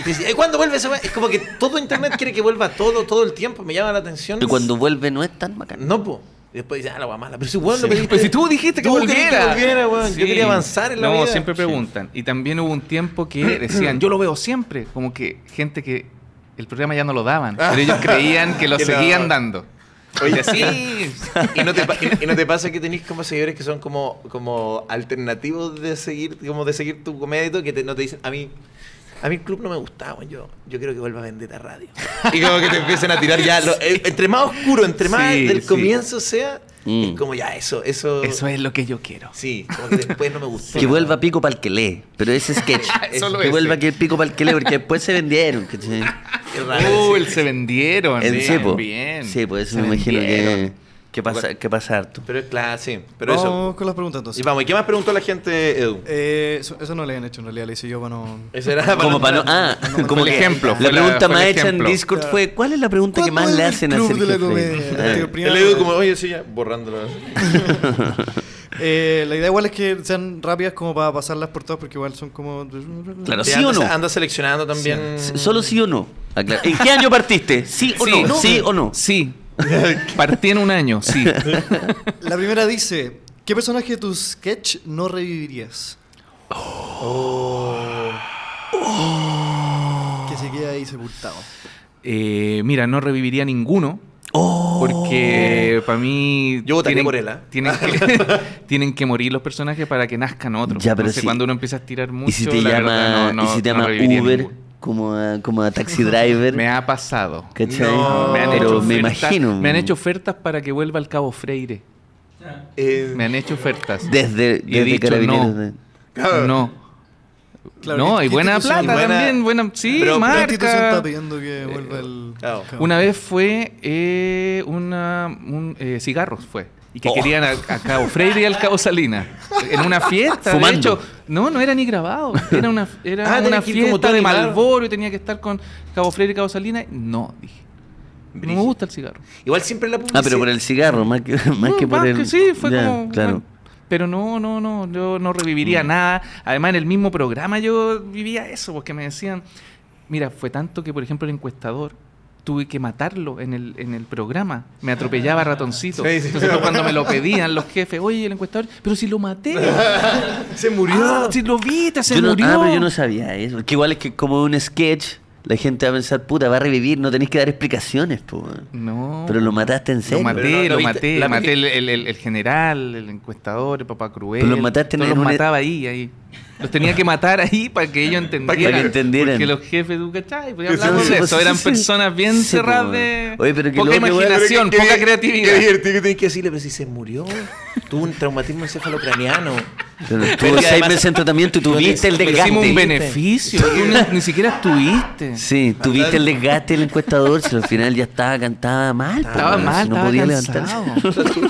Speaker 1: Y te dice, "Ay, ¿cuándo vuelve esa wea?". Es como que todo internet quiere que vuelva todo, todo el tiempo. Me llama la atención.
Speaker 2: Y cuando vuelve no es tan bacán.
Speaker 1: No, po. Y después dice, ah, la guay mala. Pero si, weón, lo
Speaker 3: Sí.
Speaker 1: pediste.
Speaker 3: Pues si tú dijiste que
Speaker 1: Tú querías
Speaker 3: volviera.
Speaker 1: que volviera, weón. Yo quería avanzar en la
Speaker 3: no,
Speaker 1: vida.
Speaker 3: siempre preguntan. Y también hubo un tiempo que decían, yo lo veo siempre. Como que gente que el programa ya no lo daban. Pero ellos creían que lo
Speaker 1: Que lo-
Speaker 3: seguían dando.
Speaker 1: Oye, sí. ¿Y no, te, pa- y- y no te pasa que tenéis como seguidores que son como, como alternativos de seguir, como de seguir tu comedia y todo, que te- no te dicen, a mí, a mí el club no me gustaba, weón, yo, yo creo que vuelva a Vendetta Radio. Y como que te empiezan a tirar ya, lo- eh, entre más oscuro, entre más
Speaker 3: Sí,
Speaker 1: del
Speaker 3: sí.
Speaker 1: comienzo sea,
Speaker 2: Mm.
Speaker 1: es como ya, eso, eso.
Speaker 3: Eso es lo que yo quiero.
Speaker 1: Sí, como que después no me gustó.
Speaker 2: Que vuelva pico para el que lee, pero ese sketch.
Speaker 3: Solo
Speaker 2: que
Speaker 3: ese.
Speaker 2: vuelva que pico para el que lee, porque después se vendieron. ¿cachai?
Speaker 1: Qué raro.
Speaker 3: Uh, el se vendieron.
Speaker 2: En
Speaker 3: sí,
Speaker 2: Cepo.
Speaker 3: bien.
Speaker 2: Sí, pues eso
Speaker 3: Se
Speaker 2: me imagino que,
Speaker 3: vendieron.
Speaker 2: que, pasa, que pasa harto.
Speaker 1: Pero es claro, sí. Pero
Speaker 4: vamos
Speaker 1: eso.
Speaker 4: con las preguntas
Speaker 1: Y
Speaker 4: entonces.
Speaker 1: vamos, ¿y qué más preguntó la gente, Edu?
Speaker 4: Eh, eso, eso no le han hecho en realidad, le hice yo para no.
Speaker 1: Eso era
Speaker 2: Como para no, ah,
Speaker 4: no,
Speaker 2: como
Speaker 3: fue el
Speaker 2: que
Speaker 3: ejemplo, fue
Speaker 2: La
Speaker 3: la-
Speaker 2: pregunta
Speaker 3: fue el
Speaker 2: más hecha en
Speaker 3: ejemplo.
Speaker 2: Discord
Speaker 4: Claro.
Speaker 2: fue: ¿Cuál es la pregunta que
Speaker 4: ¿Cuándo
Speaker 2: más le
Speaker 4: vuelve el
Speaker 2: hacen a
Speaker 4: Club de la
Speaker 2: Sergio
Speaker 4: Comedia?
Speaker 2: Freire?
Speaker 1: eh.
Speaker 4: Tío,
Speaker 1: El Edu como, oye, sí, ya, borrándolo.
Speaker 4: Eh, la idea igual es que sean rápidas como para pasarlas por todas porque igual son como...
Speaker 2: Claro,
Speaker 1: Te
Speaker 2: ¿sí o
Speaker 1: anda-
Speaker 2: no?
Speaker 1: Anda seleccionando también.
Speaker 2: Ah, S- Solo sí o no. Aclara- ¿En qué año partiste? ¿Sí o
Speaker 3: Sí,
Speaker 2: no? ¿Sí o no?
Speaker 3: Sí. Partí en un año, sí.
Speaker 4: La primera dice, ¿qué personaje de tu sketch no revivirías? Que se queda ahí sepultado.
Speaker 3: Eh, mira, no reviviría ninguno.
Speaker 2: Oh.
Speaker 3: Porque para mí.
Speaker 1: Yo votaría
Speaker 3: tienen-
Speaker 1: por él, ¿ah?
Speaker 3: Tienen que, tienen que morir los personajes para que nazcan otros.
Speaker 2: Ya, pero
Speaker 3: Entonces,
Speaker 2: si-
Speaker 3: cuando uno empieza a tirar mucho.
Speaker 2: ¿Y si te
Speaker 3: la verdad,
Speaker 2: llama,
Speaker 3: no- no-
Speaker 2: y si te
Speaker 3: no
Speaker 2: llama
Speaker 3: reviviría
Speaker 2: Uber
Speaker 3: ninguno.
Speaker 2: como a, como a taxi driver?
Speaker 3: Me ha pasado.
Speaker 2: ¿Cachai?
Speaker 1: No.
Speaker 3: Me han hecho
Speaker 2: pero me
Speaker 3: ofertas-
Speaker 2: imagino.
Speaker 3: Me han hecho ofertas para que vuelva al Cabo Freire.
Speaker 1: Eh,
Speaker 3: Me han hecho oferas.
Speaker 2: mm, Desde,
Speaker 3: Y he
Speaker 2: desde
Speaker 3: dicho
Speaker 2: Carabineros.
Speaker 3: no.
Speaker 2: de-
Speaker 1: claro.
Speaker 3: No.
Speaker 4: Claro,
Speaker 3: no,
Speaker 4: ¿qué
Speaker 3: y buena
Speaker 4: institución?
Speaker 3: plata
Speaker 1: Y buena-
Speaker 3: también. Buena, sí,
Speaker 1: Pero- pero
Speaker 4: ¿Qué
Speaker 3: marca.
Speaker 4: institución está pidiendo que vuelva el...
Speaker 1: claro.
Speaker 4: cabo?
Speaker 3: Una vez fue eh, una, un, eh, cigarros, fue. Y que
Speaker 2: Oh.
Speaker 3: querían a, a Cabo Freire y al Cabo Salinas. En una fiesta.
Speaker 2: Fumando.
Speaker 3: De hecho, no, no era ni grabado. Era una, era
Speaker 1: Ah, tenía
Speaker 3: una
Speaker 1: que ir como
Speaker 3: fiesta
Speaker 1: Tony
Speaker 3: de
Speaker 1: Maro.
Speaker 3: Malboro y tenía que estar con Cabo Freire y Cabo Salinas. No, dije. No me
Speaker 1: Brígido.
Speaker 3: gusta el cigarro.
Speaker 1: Igual siempre la publicidad.
Speaker 2: Ah, pero por el cigarro, más que, más
Speaker 3: No,
Speaker 2: que por
Speaker 3: Mm, más
Speaker 2: el.
Speaker 3: que sí, fue
Speaker 2: Ya,
Speaker 3: como.
Speaker 2: Claro. Mm.
Speaker 3: bueno, Pero no, no, no, yo no reviviría nada. Además, en el mismo programa yo vivía eso, porque me decían, mira, fue tanto que, por ejemplo, el encuestador tuve que matarlo en el, en el programa. Me atropellaba ratoncito.
Speaker 1: Sí, sí.
Speaker 3: Entonces, cuando me lo pedían los jefes, oye, el encuestador, pero si lo maté.
Speaker 1: Se murió.
Speaker 3: Ah, si lo viste, se
Speaker 2: yo no,
Speaker 3: murió.
Speaker 2: ah, pero yo no sabía eso. Que igual es que como un sketch, la gente va a pensar, puta, va a revivir, no tenéis que dar explicaciones, po. weón.
Speaker 3: No.
Speaker 2: Pero lo mataste en
Speaker 3: Lo
Speaker 2: serio.
Speaker 1: Pero no-
Speaker 3: maté,
Speaker 1: no
Speaker 3: lo
Speaker 1: viste-
Speaker 3: maté,
Speaker 1: la-
Speaker 3: maté el, el- el- el general, el encuestador, el papá cruel.
Speaker 2: Pero los mataste
Speaker 3: Todos
Speaker 2: en
Speaker 3: los
Speaker 2: un-
Speaker 3: mataba ahí, ahí. Los tenía que matar ahí para que ellos entendieran.
Speaker 2: entendieran.
Speaker 3: Porque los jefes, tú cachai, pues
Speaker 1: Sí,
Speaker 3: hablamos
Speaker 1: sí,
Speaker 3: de
Speaker 2: sí,
Speaker 3: eso.
Speaker 2: sí,
Speaker 3: Eran
Speaker 2: sí.
Speaker 3: personas bien
Speaker 2: Sí,
Speaker 3: cerradas
Speaker 2: po,
Speaker 3: de
Speaker 2: weón. Oye, pero que
Speaker 3: poca
Speaker 2: loco, weón.
Speaker 3: imaginación,
Speaker 1: Pero que-
Speaker 3: poca
Speaker 1: que-
Speaker 3: creatividad.
Speaker 1: Qué divertido que tenés que decirle, pero si se murió, tuvo un traumatismo encefalocraniano.
Speaker 2: Pero
Speaker 1: Pero
Speaker 2: estuvo
Speaker 1: que
Speaker 2: seis
Speaker 1: además-
Speaker 2: meses en tratamiento y tuviste el
Speaker 1: Pero
Speaker 3: Pero hicimos un
Speaker 2: desgaste.
Speaker 3: beneficio, tú ni, ni siquiera estuviste.
Speaker 2: Sí, tuviste el desgaste del encuestador, si al final ya estaba cantaba mal, po,
Speaker 3: Estaba
Speaker 2: weón,
Speaker 3: mal,
Speaker 2: si no
Speaker 3: estaba
Speaker 2: podía
Speaker 3: cansado.
Speaker 2: levantarse.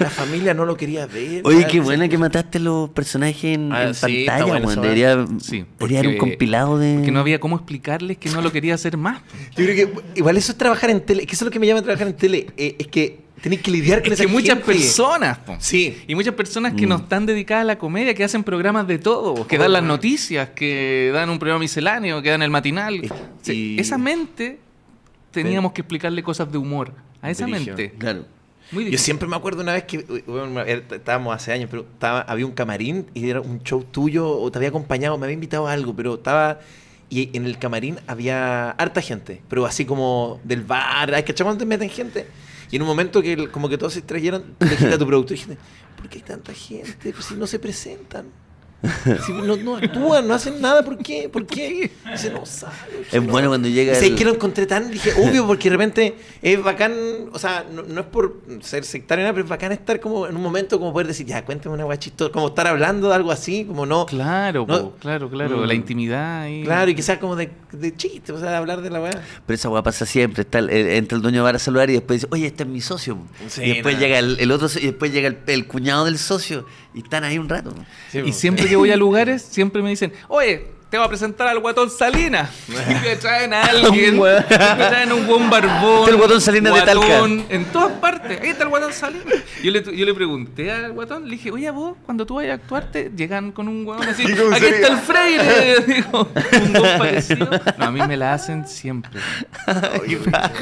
Speaker 1: La familia no lo quería ver.
Speaker 2: Oye,
Speaker 1: ¿verdad?
Speaker 2: qué buena que mataste los personajes en,
Speaker 1: Ah,
Speaker 2: en
Speaker 1: sí, está
Speaker 2: pantalla,
Speaker 1: bueno
Speaker 2: weón.
Speaker 1: eso,
Speaker 2: Debería,
Speaker 3: Sí,
Speaker 2: debería haber un
Speaker 3: porque-
Speaker 2: compilado de.
Speaker 3: Que no había cómo explicarles que no lo quería hacer más.
Speaker 1: Yo creo que igual eso es trabajar en tele. Es que eso es lo que me llama trabajar en tele. eh, es que tenés que lidiar con
Speaker 3: Es
Speaker 1: esa
Speaker 3: que muchas
Speaker 1: gente.
Speaker 3: personas, po.
Speaker 1: Sí.
Speaker 3: Y muchas personas que no
Speaker 1: Mm.
Speaker 3: están dedicadas a la comedia, que hacen programas de todo, que dan las noticias, que dan un programa misceláneo, que dan el matinal.
Speaker 1: Y-
Speaker 3: Sí,
Speaker 1: y-
Speaker 3: Esa mente teníamos que explicarle cosas de humor. A esa
Speaker 1: Brígido.
Speaker 3: mente.
Speaker 2: Claro.
Speaker 3: Muy
Speaker 1: Yo
Speaker 3: difícil.
Speaker 1: siempre me acuerdo una vez que uy, bueno, era- estábamos hace años, pero estaba, había un camarín y era un show tuyo o te había acompañado, me había invitado a algo, pero estaba y en el camarín había harta gente, pero así como del bar, hay que cuando te meten gente. Y en un momento que el- como que todos se distrayeron, tú le dijiste a tu productor y dijiste, ¿por qué hay tanta gente? Pues si no se presentan. Si no, no actúan, no hacen nada, ¿por qué? ¿Por qué? Dice, no sabe.
Speaker 2: Es bueno cuando llega.
Speaker 1: Sé
Speaker 2: el-
Speaker 1: que lo encontré tan, dije, obvio, porque de repente es bacán, o sea, no, no es por ser sectario, ni nada, pero es bacán estar como en un momento como poder decir, ya, cuéntame una guay chistosa, como estar hablando de algo así, como no. Claro,
Speaker 3: Claro, po,
Speaker 1: No.
Speaker 3: claro, claro.
Speaker 1: Mm.
Speaker 3: La intimidad. Y...
Speaker 1: y que sea como de, de chiste, o sea, hablar de la weá.
Speaker 2: Pero esa weá pasa siempre. Está el- el- entra el dueño del bar a saludar y después dice, oye, este es mi socio. po".
Speaker 1: Sí,
Speaker 2: y después
Speaker 1: no.
Speaker 2: llega el, el otro socio, y después llega el, el cuñado del socio y están ahí un rato.
Speaker 3: Y siempre que voy a lugares, siempre me dicen, oye, te voy a presentar al guatón Salinas. Y me traen a alguien.
Speaker 2: Un
Speaker 3: me
Speaker 2: guatón.
Speaker 3: traen un buen barbón.
Speaker 2: Está el guatón Salinas de Talca.
Speaker 3: guatón, En todas partes. Ahí está el guatón Salinas. Yo le, yo le pregunté al guatón, le dije, oye, vos, cuando tú vayas a actuarte, llegan con un guatón así. Aquí está el Freire. Digo, un guatón parecido. No, a mí me la hacen siempre.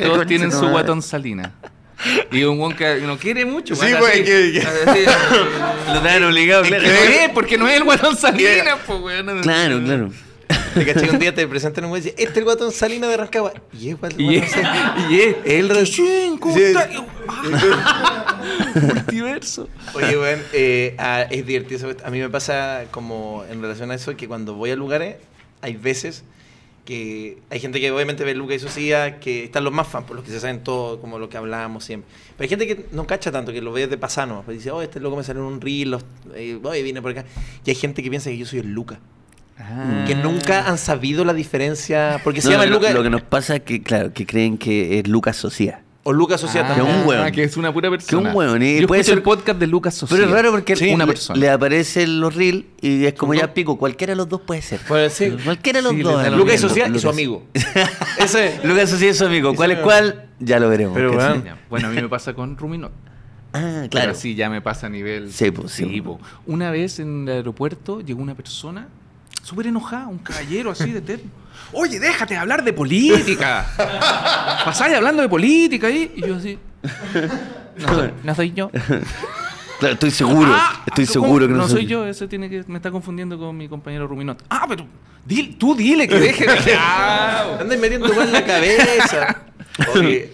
Speaker 3: Todos tienen su guatón Salinas. Y un guatón que no quiere mucho.
Speaker 1: Sí,
Speaker 3: guatón,
Speaker 1: pues,
Speaker 3: así.
Speaker 1: que- que-
Speaker 3: Así.
Speaker 2: Lo dan obligado,
Speaker 3: Es que no es, porque "Eh, no es el guatón Salinas, pues, weón.
Speaker 2: Claro, claro.
Speaker 1: Te caché un día, te presentan un güey y dice, este es el guatón Salina de Rancagua. Y es guatón Salina.
Speaker 3: Y es
Speaker 1: El re- Sí.
Speaker 3: multiverso.
Speaker 1: Oye, weón, eh, ah, es divertido. ¿sabes? A mí me pasa como en relación a eso que cuando voy a lugares, hay veces que hay gente que obviamente ve Luca y Socia, que están los más fans, por los que se saben todo, como lo que hablábamos siempre. Pero hay gente que no cacha tanto, que lo ve de pasano. Pues dice, oh, este loco me salió en un reel, los- eh, oye, viene por acá. Y hay gente que piensa que yo soy el Luca.
Speaker 3: Ah.
Speaker 1: Que nunca han sabido la diferencia. Porque se
Speaker 2: No,
Speaker 1: llama
Speaker 2: lo,
Speaker 1: Luca.
Speaker 2: lo que nos pasa es que, claro, que creen que es Lucas Socia.
Speaker 1: O Luca Socia
Speaker 2: Ah. que
Speaker 1: también.
Speaker 2: un hueón.
Speaker 3: Ah, Que es una pura persona.
Speaker 2: Que un hueón, y
Speaker 3: Yo
Speaker 2: puede
Speaker 3: escucho
Speaker 2: ser-
Speaker 3: el podcast de Lucas Socia.
Speaker 2: Pero es raro porque
Speaker 3: Sí, una
Speaker 2: le,
Speaker 3: persona.
Speaker 2: le aparecen los reels y es como
Speaker 1: Son
Speaker 2: ya
Speaker 1: dos.
Speaker 2: pico, cualquiera de los dos puede ser.
Speaker 1: Bueno, sí.
Speaker 2: Cualquiera de los
Speaker 3: Sí, les
Speaker 2: dos.
Speaker 3: da lo
Speaker 1: Luca y
Speaker 3: mismo,
Speaker 1: Socia y su
Speaker 2: Lucas-
Speaker 1: amigo. Ese.
Speaker 2: Lucas Socia y su amigo.
Speaker 1: Y
Speaker 2: ¿Cuál
Speaker 1: su
Speaker 2: es
Speaker 1: amigo.
Speaker 2: cuál? Ya lo veremos.
Speaker 1: Pero,
Speaker 2: ¿cachai?
Speaker 1: weón,
Speaker 3: Bueno, a mí me pasa con Ruminot.
Speaker 2: Ah,
Speaker 3: Claro.
Speaker 2: claro.
Speaker 3: sí, ya me pasa a nivel.
Speaker 2: Sí, po, sí, pues.
Speaker 3: po.
Speaker 2: po.
Speaker 3: Una vez en el aeropuerto llegó una persona súper enojada, un caballero así de eterno. Oye, déjate de hablar de política. Pasáis hablando de política ahí. Y yo así. No soy, no soy yo.
Speaker 2: Claro, estoy seguro.
Speaker 3: Ah,
Speaker 2: estoy
Speaker 3: ¿cómo?
Speaker 2: seguro que no,
Speaker 3: soy yo. Eso tiene que me está confundiendo con mi compañero Ruminot. Ah, pero dil- tú dile que deje. de- Ah,
Speaker 1: Andan metiendo igual en la cabeza. Oye.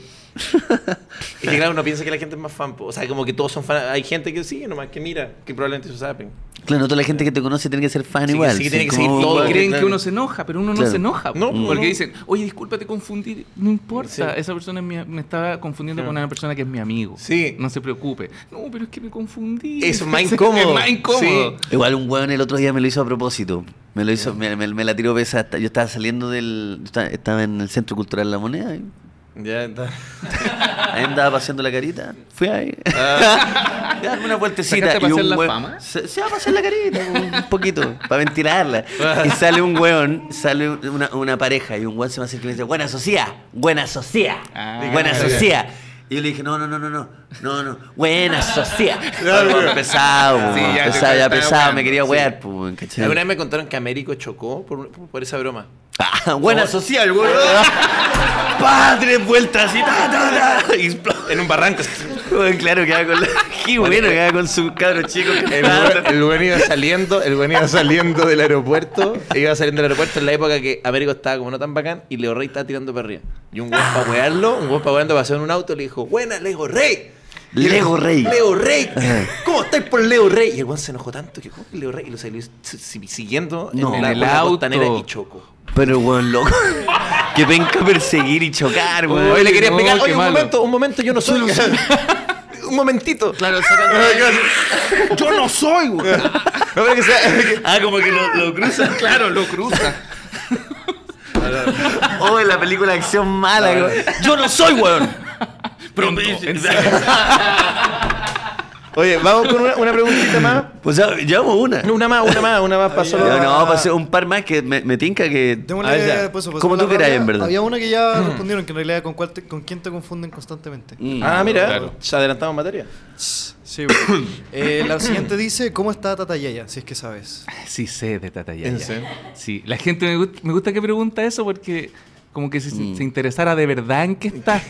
Speaker 1: Es que claro, uno piensa que la gente es más fan. po. O sea, como que todos son fan. Hay gente que sí, nomás que mira, que probablemente se saben.
Speaker 2: Claro, toda la gente que te conoce tiene que ser fan
Speaker 1: Sí,
Speaker 2: igual.
Speaker 1: sí, tiene que
Speaker 2: como-
Speaker 1: seguir todo.
Speaker 3: y creen
Speaker 1: claro.
Speaker 3: que uno se enoja, pero uno no
Speaker 2: Claro.
Speaker 3: se enoja.
Speaker 1: No,
Speaker 3: porque
Speaker 1: no.
Speaker 3: dicen, oye, disculpa, te confundí. No importa,
Speaker 1: Sí.
Speaker 3: esa persona es mi- me estaba confundiendo con una persona que es mi amigo.
Speaker 1: Sí.
Speaker 3: No se preocupe. No, pero es que me confundí.
Speaker 1: Eso es más incómodo.
Speaker 3: es más incómodo.
Speaker 2: Igual un hueón el otro día me lo hizo a propósito. Me lo hizo, me, me- me la tiró pesada. Yo estaba saliendo del. yo estaba, estaba en el Centro Cultural La Moneda. y
Speaker 1: Ya está.
Speaker 2: Ahí andaba paseando la carita. Fui ahí. Ya, darme una vueltecita.
Speaker 3: Ah. ¿Sacaste a
Speaker 2: y un
Speaker 3: pasear la
Speaker 2: hue-
Speaker 3: fama?
Speaker 2: Se, se va a pasear la carita, un poquito, para ventilarla. Y sale un hueón, sale una, una pareja, y un hueón se me acerca y me dice, buena socia, buena socia,
Speaker 3: Ah,
Speaker 2: buena
Speaker 3: claro.
Speaker 2: socia. Y yo le dije, no, no, no, no, no, no, no. Buena socia.
Speaker 1: No, no, no.
Speaker 2: pesado, po,
Speaker 3: Sí, ya te
Speaker 2: pesado, ya
Speaker 3: estaba
Speaker 2: pesado, me
Speaker 3: weando,
Speaker 2: quería
Speaker 3: sí.
Speaker 2: wear, po, weón, ¿cachai?
Speaker 1: Alguna vez me contaron que Américo chocó por, por esa broma.
Speaker 2: Ah,
Speaker 3: Oh.
Speaker 2: buena social, güey. pa, tres vueltas así, ta, ta, ta, y expl-
Speaker 1: En un barranco.
Speaker 2: Güey, claro, queda con la... Qué bueno, queda con su cabro chico.
Speaker 1: El, buen- el buen iba saliendo, el buen iba saliendo del aeropuerto, iba saliendo del aeropuerto en la época que Américo estaba como no tan bacán y Leo Rey estaba tirando para arriba. Y un güey para wearlo, un güey para wearlo pasó en un auto y le dijo, buena Leo Rey. Y le-
Speaker 2: Lego Rey.
Speaker 1: Leo Rey. ¿Cómo estáis por Leo Rey? Y el güey se enojó tanto que ¿cómo que Leo Rey? Y lo salió si- si- siguiendo
Speaker 2: No.
Speaker 1: en, la-
Speaker 3: En el
Speaker 1: por la
Speaker 3: auto.
Speaker 1: costanera y chocó.
Speaker 2: Pero, weón, loco. que venga a perseguir y chocar, weón.
Speaker 1: Oye, le quería
Speaker 3: no,
Speaker 1: explicar,
Speaker 3: qué
Speaker 1: oye, un
Speaker 3: malo".
Speaker 1: momento, un momento, yo no soy... un momentito.
Speaker 3: Claro, sacando-
Speaker 2: Yo no soy, weón.
Speaker 1: No, pero que sea-
Speaker 2: Ah, como que lo, lo cruzan.
Speaker 3: claro, lo cruza.
Speaker 2: Oh, en la película de acción mala, weón. Yo no soy, weón.
Speaker 3: Pronto, en serio.
Speaker 1: Oye, vamos con una, una preguntita más.
Speaker 2: Pues ya, llevamos una.
Speaker 1: Una más, una más, una más para
Speaker 4: Había-
Speaker 1: solo.
Speaker 2: Ya, no, pasé un par más que me, me tinca que.
Speaker 1: A ver, ya.
Speaker 4: Démosle, pues, pues,
Speaker 2: Ah, Como tú
Speaker 4: la
Speaker 2: queráis,
Speaker 4: rabia.
Speaker 2: en verdad.
Speaker 4: Había una que ya respondieron, que en realidad con, cuál te- con quién te confunden constantemente.
Speaker 2: Mm.
Speaker 1: Ah, mira,
Speaker 3: Claro.
Speaker 1: se adelantamos materia.
Speaker 4: Sí, bueno. Eh, La siguiente dice, ¿cómo está Tata Yaya? Si es que sabes.
Speaker 3: Sí sé de Tata Yaya.
Speaker 1: ¿En serio?
Speaker 3: Sí, la gente me, gust- me gusta que pregunta eso porque como que si se-
Speaker 2: Mm.
Speaker 3: se interesara de verdad en qué está.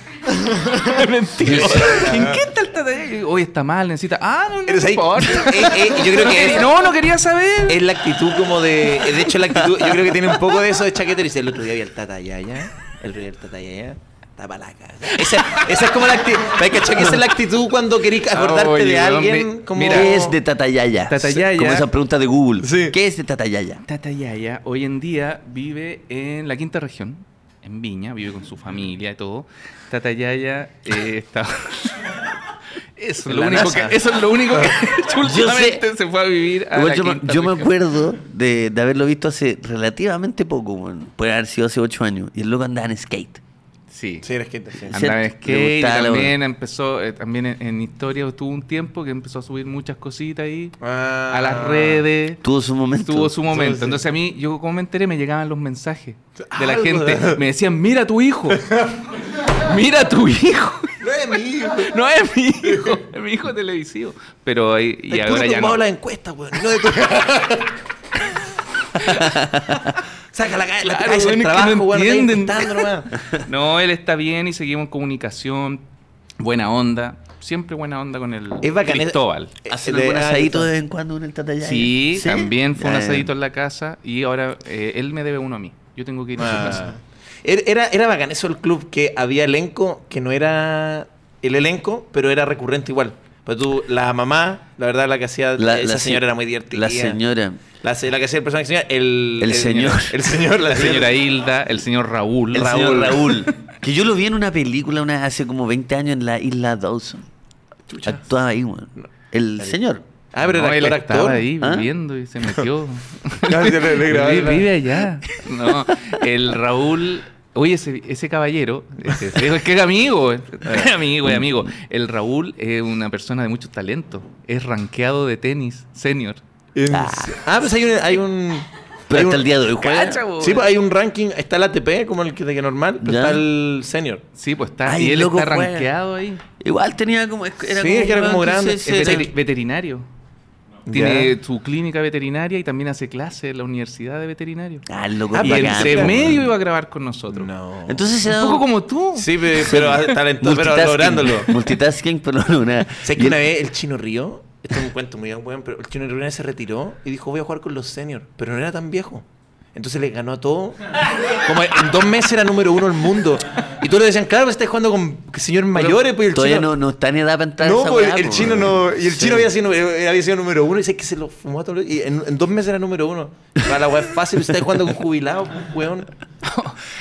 Speaker 3: Mentira. ¿En qué está el Tata Yaya? Hoy está mal, necesita... Ah, no, no
Speaker 1: Eres ahí.
Speaker 3: importa.
Speaker 1: Eh, eh, yo creo
Speaker 3: No
Speaker 1: que
Speaker 3: quería-
Speaker 1: es,
Speaker 3: No, no quería saber.
Speaker 1: es la actitud como de. De hecho, la actitud. Yo creo que tiene un poco de eso de chaquetero. Y dice, el otro día vi al Tata Yaya. El otro día el Tata Yaya. Tapalaca. Esa, esa es como la actitud. Esa es la actitud cuando querís acordarte
Speaker 3: Oye,
Speaker 1: de
Speaker 3: weón,
Speaker 1: alguien.
Speaker 3: mi-
Speaker 1: como...
Speaker 3: mira.
Speaker 2: ¿Qué es de Tatayaya?
Speaker 3: Tatayaya.
Speaker 2: Como esa pregunta de Google.
Speaker 1: Sí.
Speaker 2: ¿Qué es de Tatayaya?
Speaker 3: Tata Yaya hoy en día vive en la quinta región, en Viña, vive con su familia y todo. Tata Yaya eh, está... Eso es, lo
Speaker 1: La
Speaker 3: único que,
Speaker 1: NASA.
Speaker 3: eso es lo único que ha hecho
Speaker 2: Yo sé-
Speaker 3: últimamente se fue a vivir a
Speaker 2: Igual
Speaker 3: Ah, la
Speaker 2: yo, me-
Speaker 3: quinta
Speaker 2: yo me
Speaker 3: región.
Speaker 2: acuerdo de, de haberlo visto hace relativamente poco, weón. puede haber sido hace 8 años. Y el loco andaba en skate.
Speaker 3: Sí.
Speaker 1: Sí, eres gente. sí.
Speaker 3: Andaba en
Speaker 2: ¿Cierto? Le
Speaker 3: skate,
Speaker 2: gustaba la
Speaker 3: también empezó, eh, también en, en historia tuvo un tiempo que empezó a subir muchas cositas ahí
Speaker 1: Ah.
Speaker 3: a las redes.
Speaker 2: Tuvo su momento.
Speaker 3: Tuvo su momento.
Speaker 1: sí.
Speaker 3: Entonces a mí, yo como me enteré, me llegaban los mensajes de la
Speaker 1: Algo,
Speaker 3: gente.
Speaker 1: ¿verdad?
Speaker 3: Me decían, mira tu hijo. Mira tu hijo.
Speaker 1: No es mi hijo.
Speaker 3: No es mi hijo. Es mi hijo televisivo. Pero ahí, y
Speaker 1: Ay, tú
Speaker 3: ahora
Speaker 1: no
Speaker 3: ya
Speaker 1: tumbado
Speaker 3: no.
Speaker 1: las encuestas, weón. No de tu... Saca la cabeza, la
Speaker 3: Claro,
Speaker 1: cabeza del
Speaker 3: weón, es que
Speaker 1: trabajo,
Speaker 3: no
Speaker 1: weón. No
Speaker 3: entienden.
Speaker 1: entienden. nomás.
Speaker 3: No, él está bien y seguimos en comunicación. Buena onda. Siempre buena onda con el
Speaker 1: Es bacán, es-
Speaker 3: Cristóbal.
Speaker 2: Hacen
Speaker 1: Eh, de-
Speaker 2: algún
Speaker 1: ah,
Speaker 2: asadito
Speaker 1: eso.
Speaker 2: de vez en cuando en el Tatayaya.
Speaker 3: Sí, también fue un
Speaker 2: Ya, ya.
Speaker 3: asadito en la casa y ahora eh, él me debe uno a mí. Yo tengo que ir a su casa.
Speaker 1: Era, era- era bacán eso el club que había elenco que no era el elenco, pero era recurrente igual. Pero tú, la mamá, la verdad, la que hacía. esa
Speaker 2: se-
Speaker 1: señora era muy divertida.
Speaker 2: La señora.
Speaker 1: La, se- la que hacía el personaje señora. El,
Speaker 2: El señor.
Speaker 1: El señor, la
Speaker 3: La
Speaker 1: señora.
Speaker 3: señora Hilda, el señor Raúl.
Speaker 2: El señor Raúl. que yo lo vi en una película una, hace como 20 años en la isla Dawson. Actuaba ahí, weón. El señor.
Speaker 1: Ah, pero
Speaker 3: No,
Speaker 1: era
Speaker 3: él
Speaker 1: actor,
Speaker 3: estaba
Speaker 1: actor.
Speaker 3: ahí
Speaker 2: ¿Ah?
Speaker 3: viviendo y se metió.
Speaker 1: Ya, ya le- le
Speaker 3: Él
Speaker 1: grababa.
Speaker 3: vive, allá. No, el Raúl. Oye, ese, ese caballero, ese- ese- es que es amigo, eh. es amigo, es amigo. El Raúl es una persona de mucho talento, es ranqueado de tenis, senior.
Speaker 1: Ah, pues hay un. Hay un
Speaker 2: Pero
Speaker 1: hay
Speaker 2: hasta
Speaker 1: un-
Speaker 2: el día de hoy juega.
Speaker 3: Cacha, weón.
Speaker 1: Sí, pues hay un ranking. Está el ATP, como el que de que normal, pero
Speaker 2: Ya.
Speaker 1: está el senior.
Speaker 3: Sí, pues está,
Speaker 2: Ay,
Speaker 3: y él
Speaker 2: loco,
Speaker 3: está
Speaker 2: juega.
Speaker 3: ranqueado ahí.
Speaker 2: Igual tenía como. Era
Speaker 1: Sí, es que era como grande.
Speaker 2: sí,
Speaker 3: Es
Speaker 2: era-
Speaker 3: veteri- veterinario. Tiene su clínica veterinaria y también hace clases en la universidad de veterinario.
Speaker 2: Ah, el loco.
Speaker 1: Ah,
Speaker 2: es
Speaker 3: y
Speaker 1: bacán,
Speaker 3: entre
Speaker 1: pues.
Speaker 2: weón.
Speaker 3: medio iba a grabar con nosotros.
Speaker 1: No.
Speaker 2: Entonces se
Speaker 3: Un
Speaker 2: da.
Speaker 3: poco como tú.
Speaker 1: Sí, pe- pero talentoso, pero
Speaker 2: multitasking.
Speaker 1: lográndolo.
Speaker 2: Multitasking, pero no nada.
Speaker 1: Sé
Speaker 2: Y
Speaker 1: que una
Speaker 2: el-
Speaker 1: vez el chino Río, esto es un cuento muy bueno, pero el chino Río una vez se retiró y dijo voy a jugar con los seniors, pero no era tan viejo. Entonces le ganó a todo. Como en dos meses era número uno el mundo. Y todos le decían, claro, pues estás jugando con señores mayores, pues y el
Speaker 2: Todavía
Speaker 1: chino.
Speaker 2: no, no está ni edad para entrar. a esa
Speaker 1: pues,
Speaker 2: weá,
Speaker 1: el
Speaker 2: po,
Speaker 1: chino
Speaker 2: weón.
Speaker 1: no. Y el
Speaker 2: Sí.
Speaker 1: chino había sido, eh, había sido número uno. Y sé que se lo fumó a todos. los- Y en, en dos meses era número uno. Para la weá es fácil, estás jugando con jubilados, pues, weón.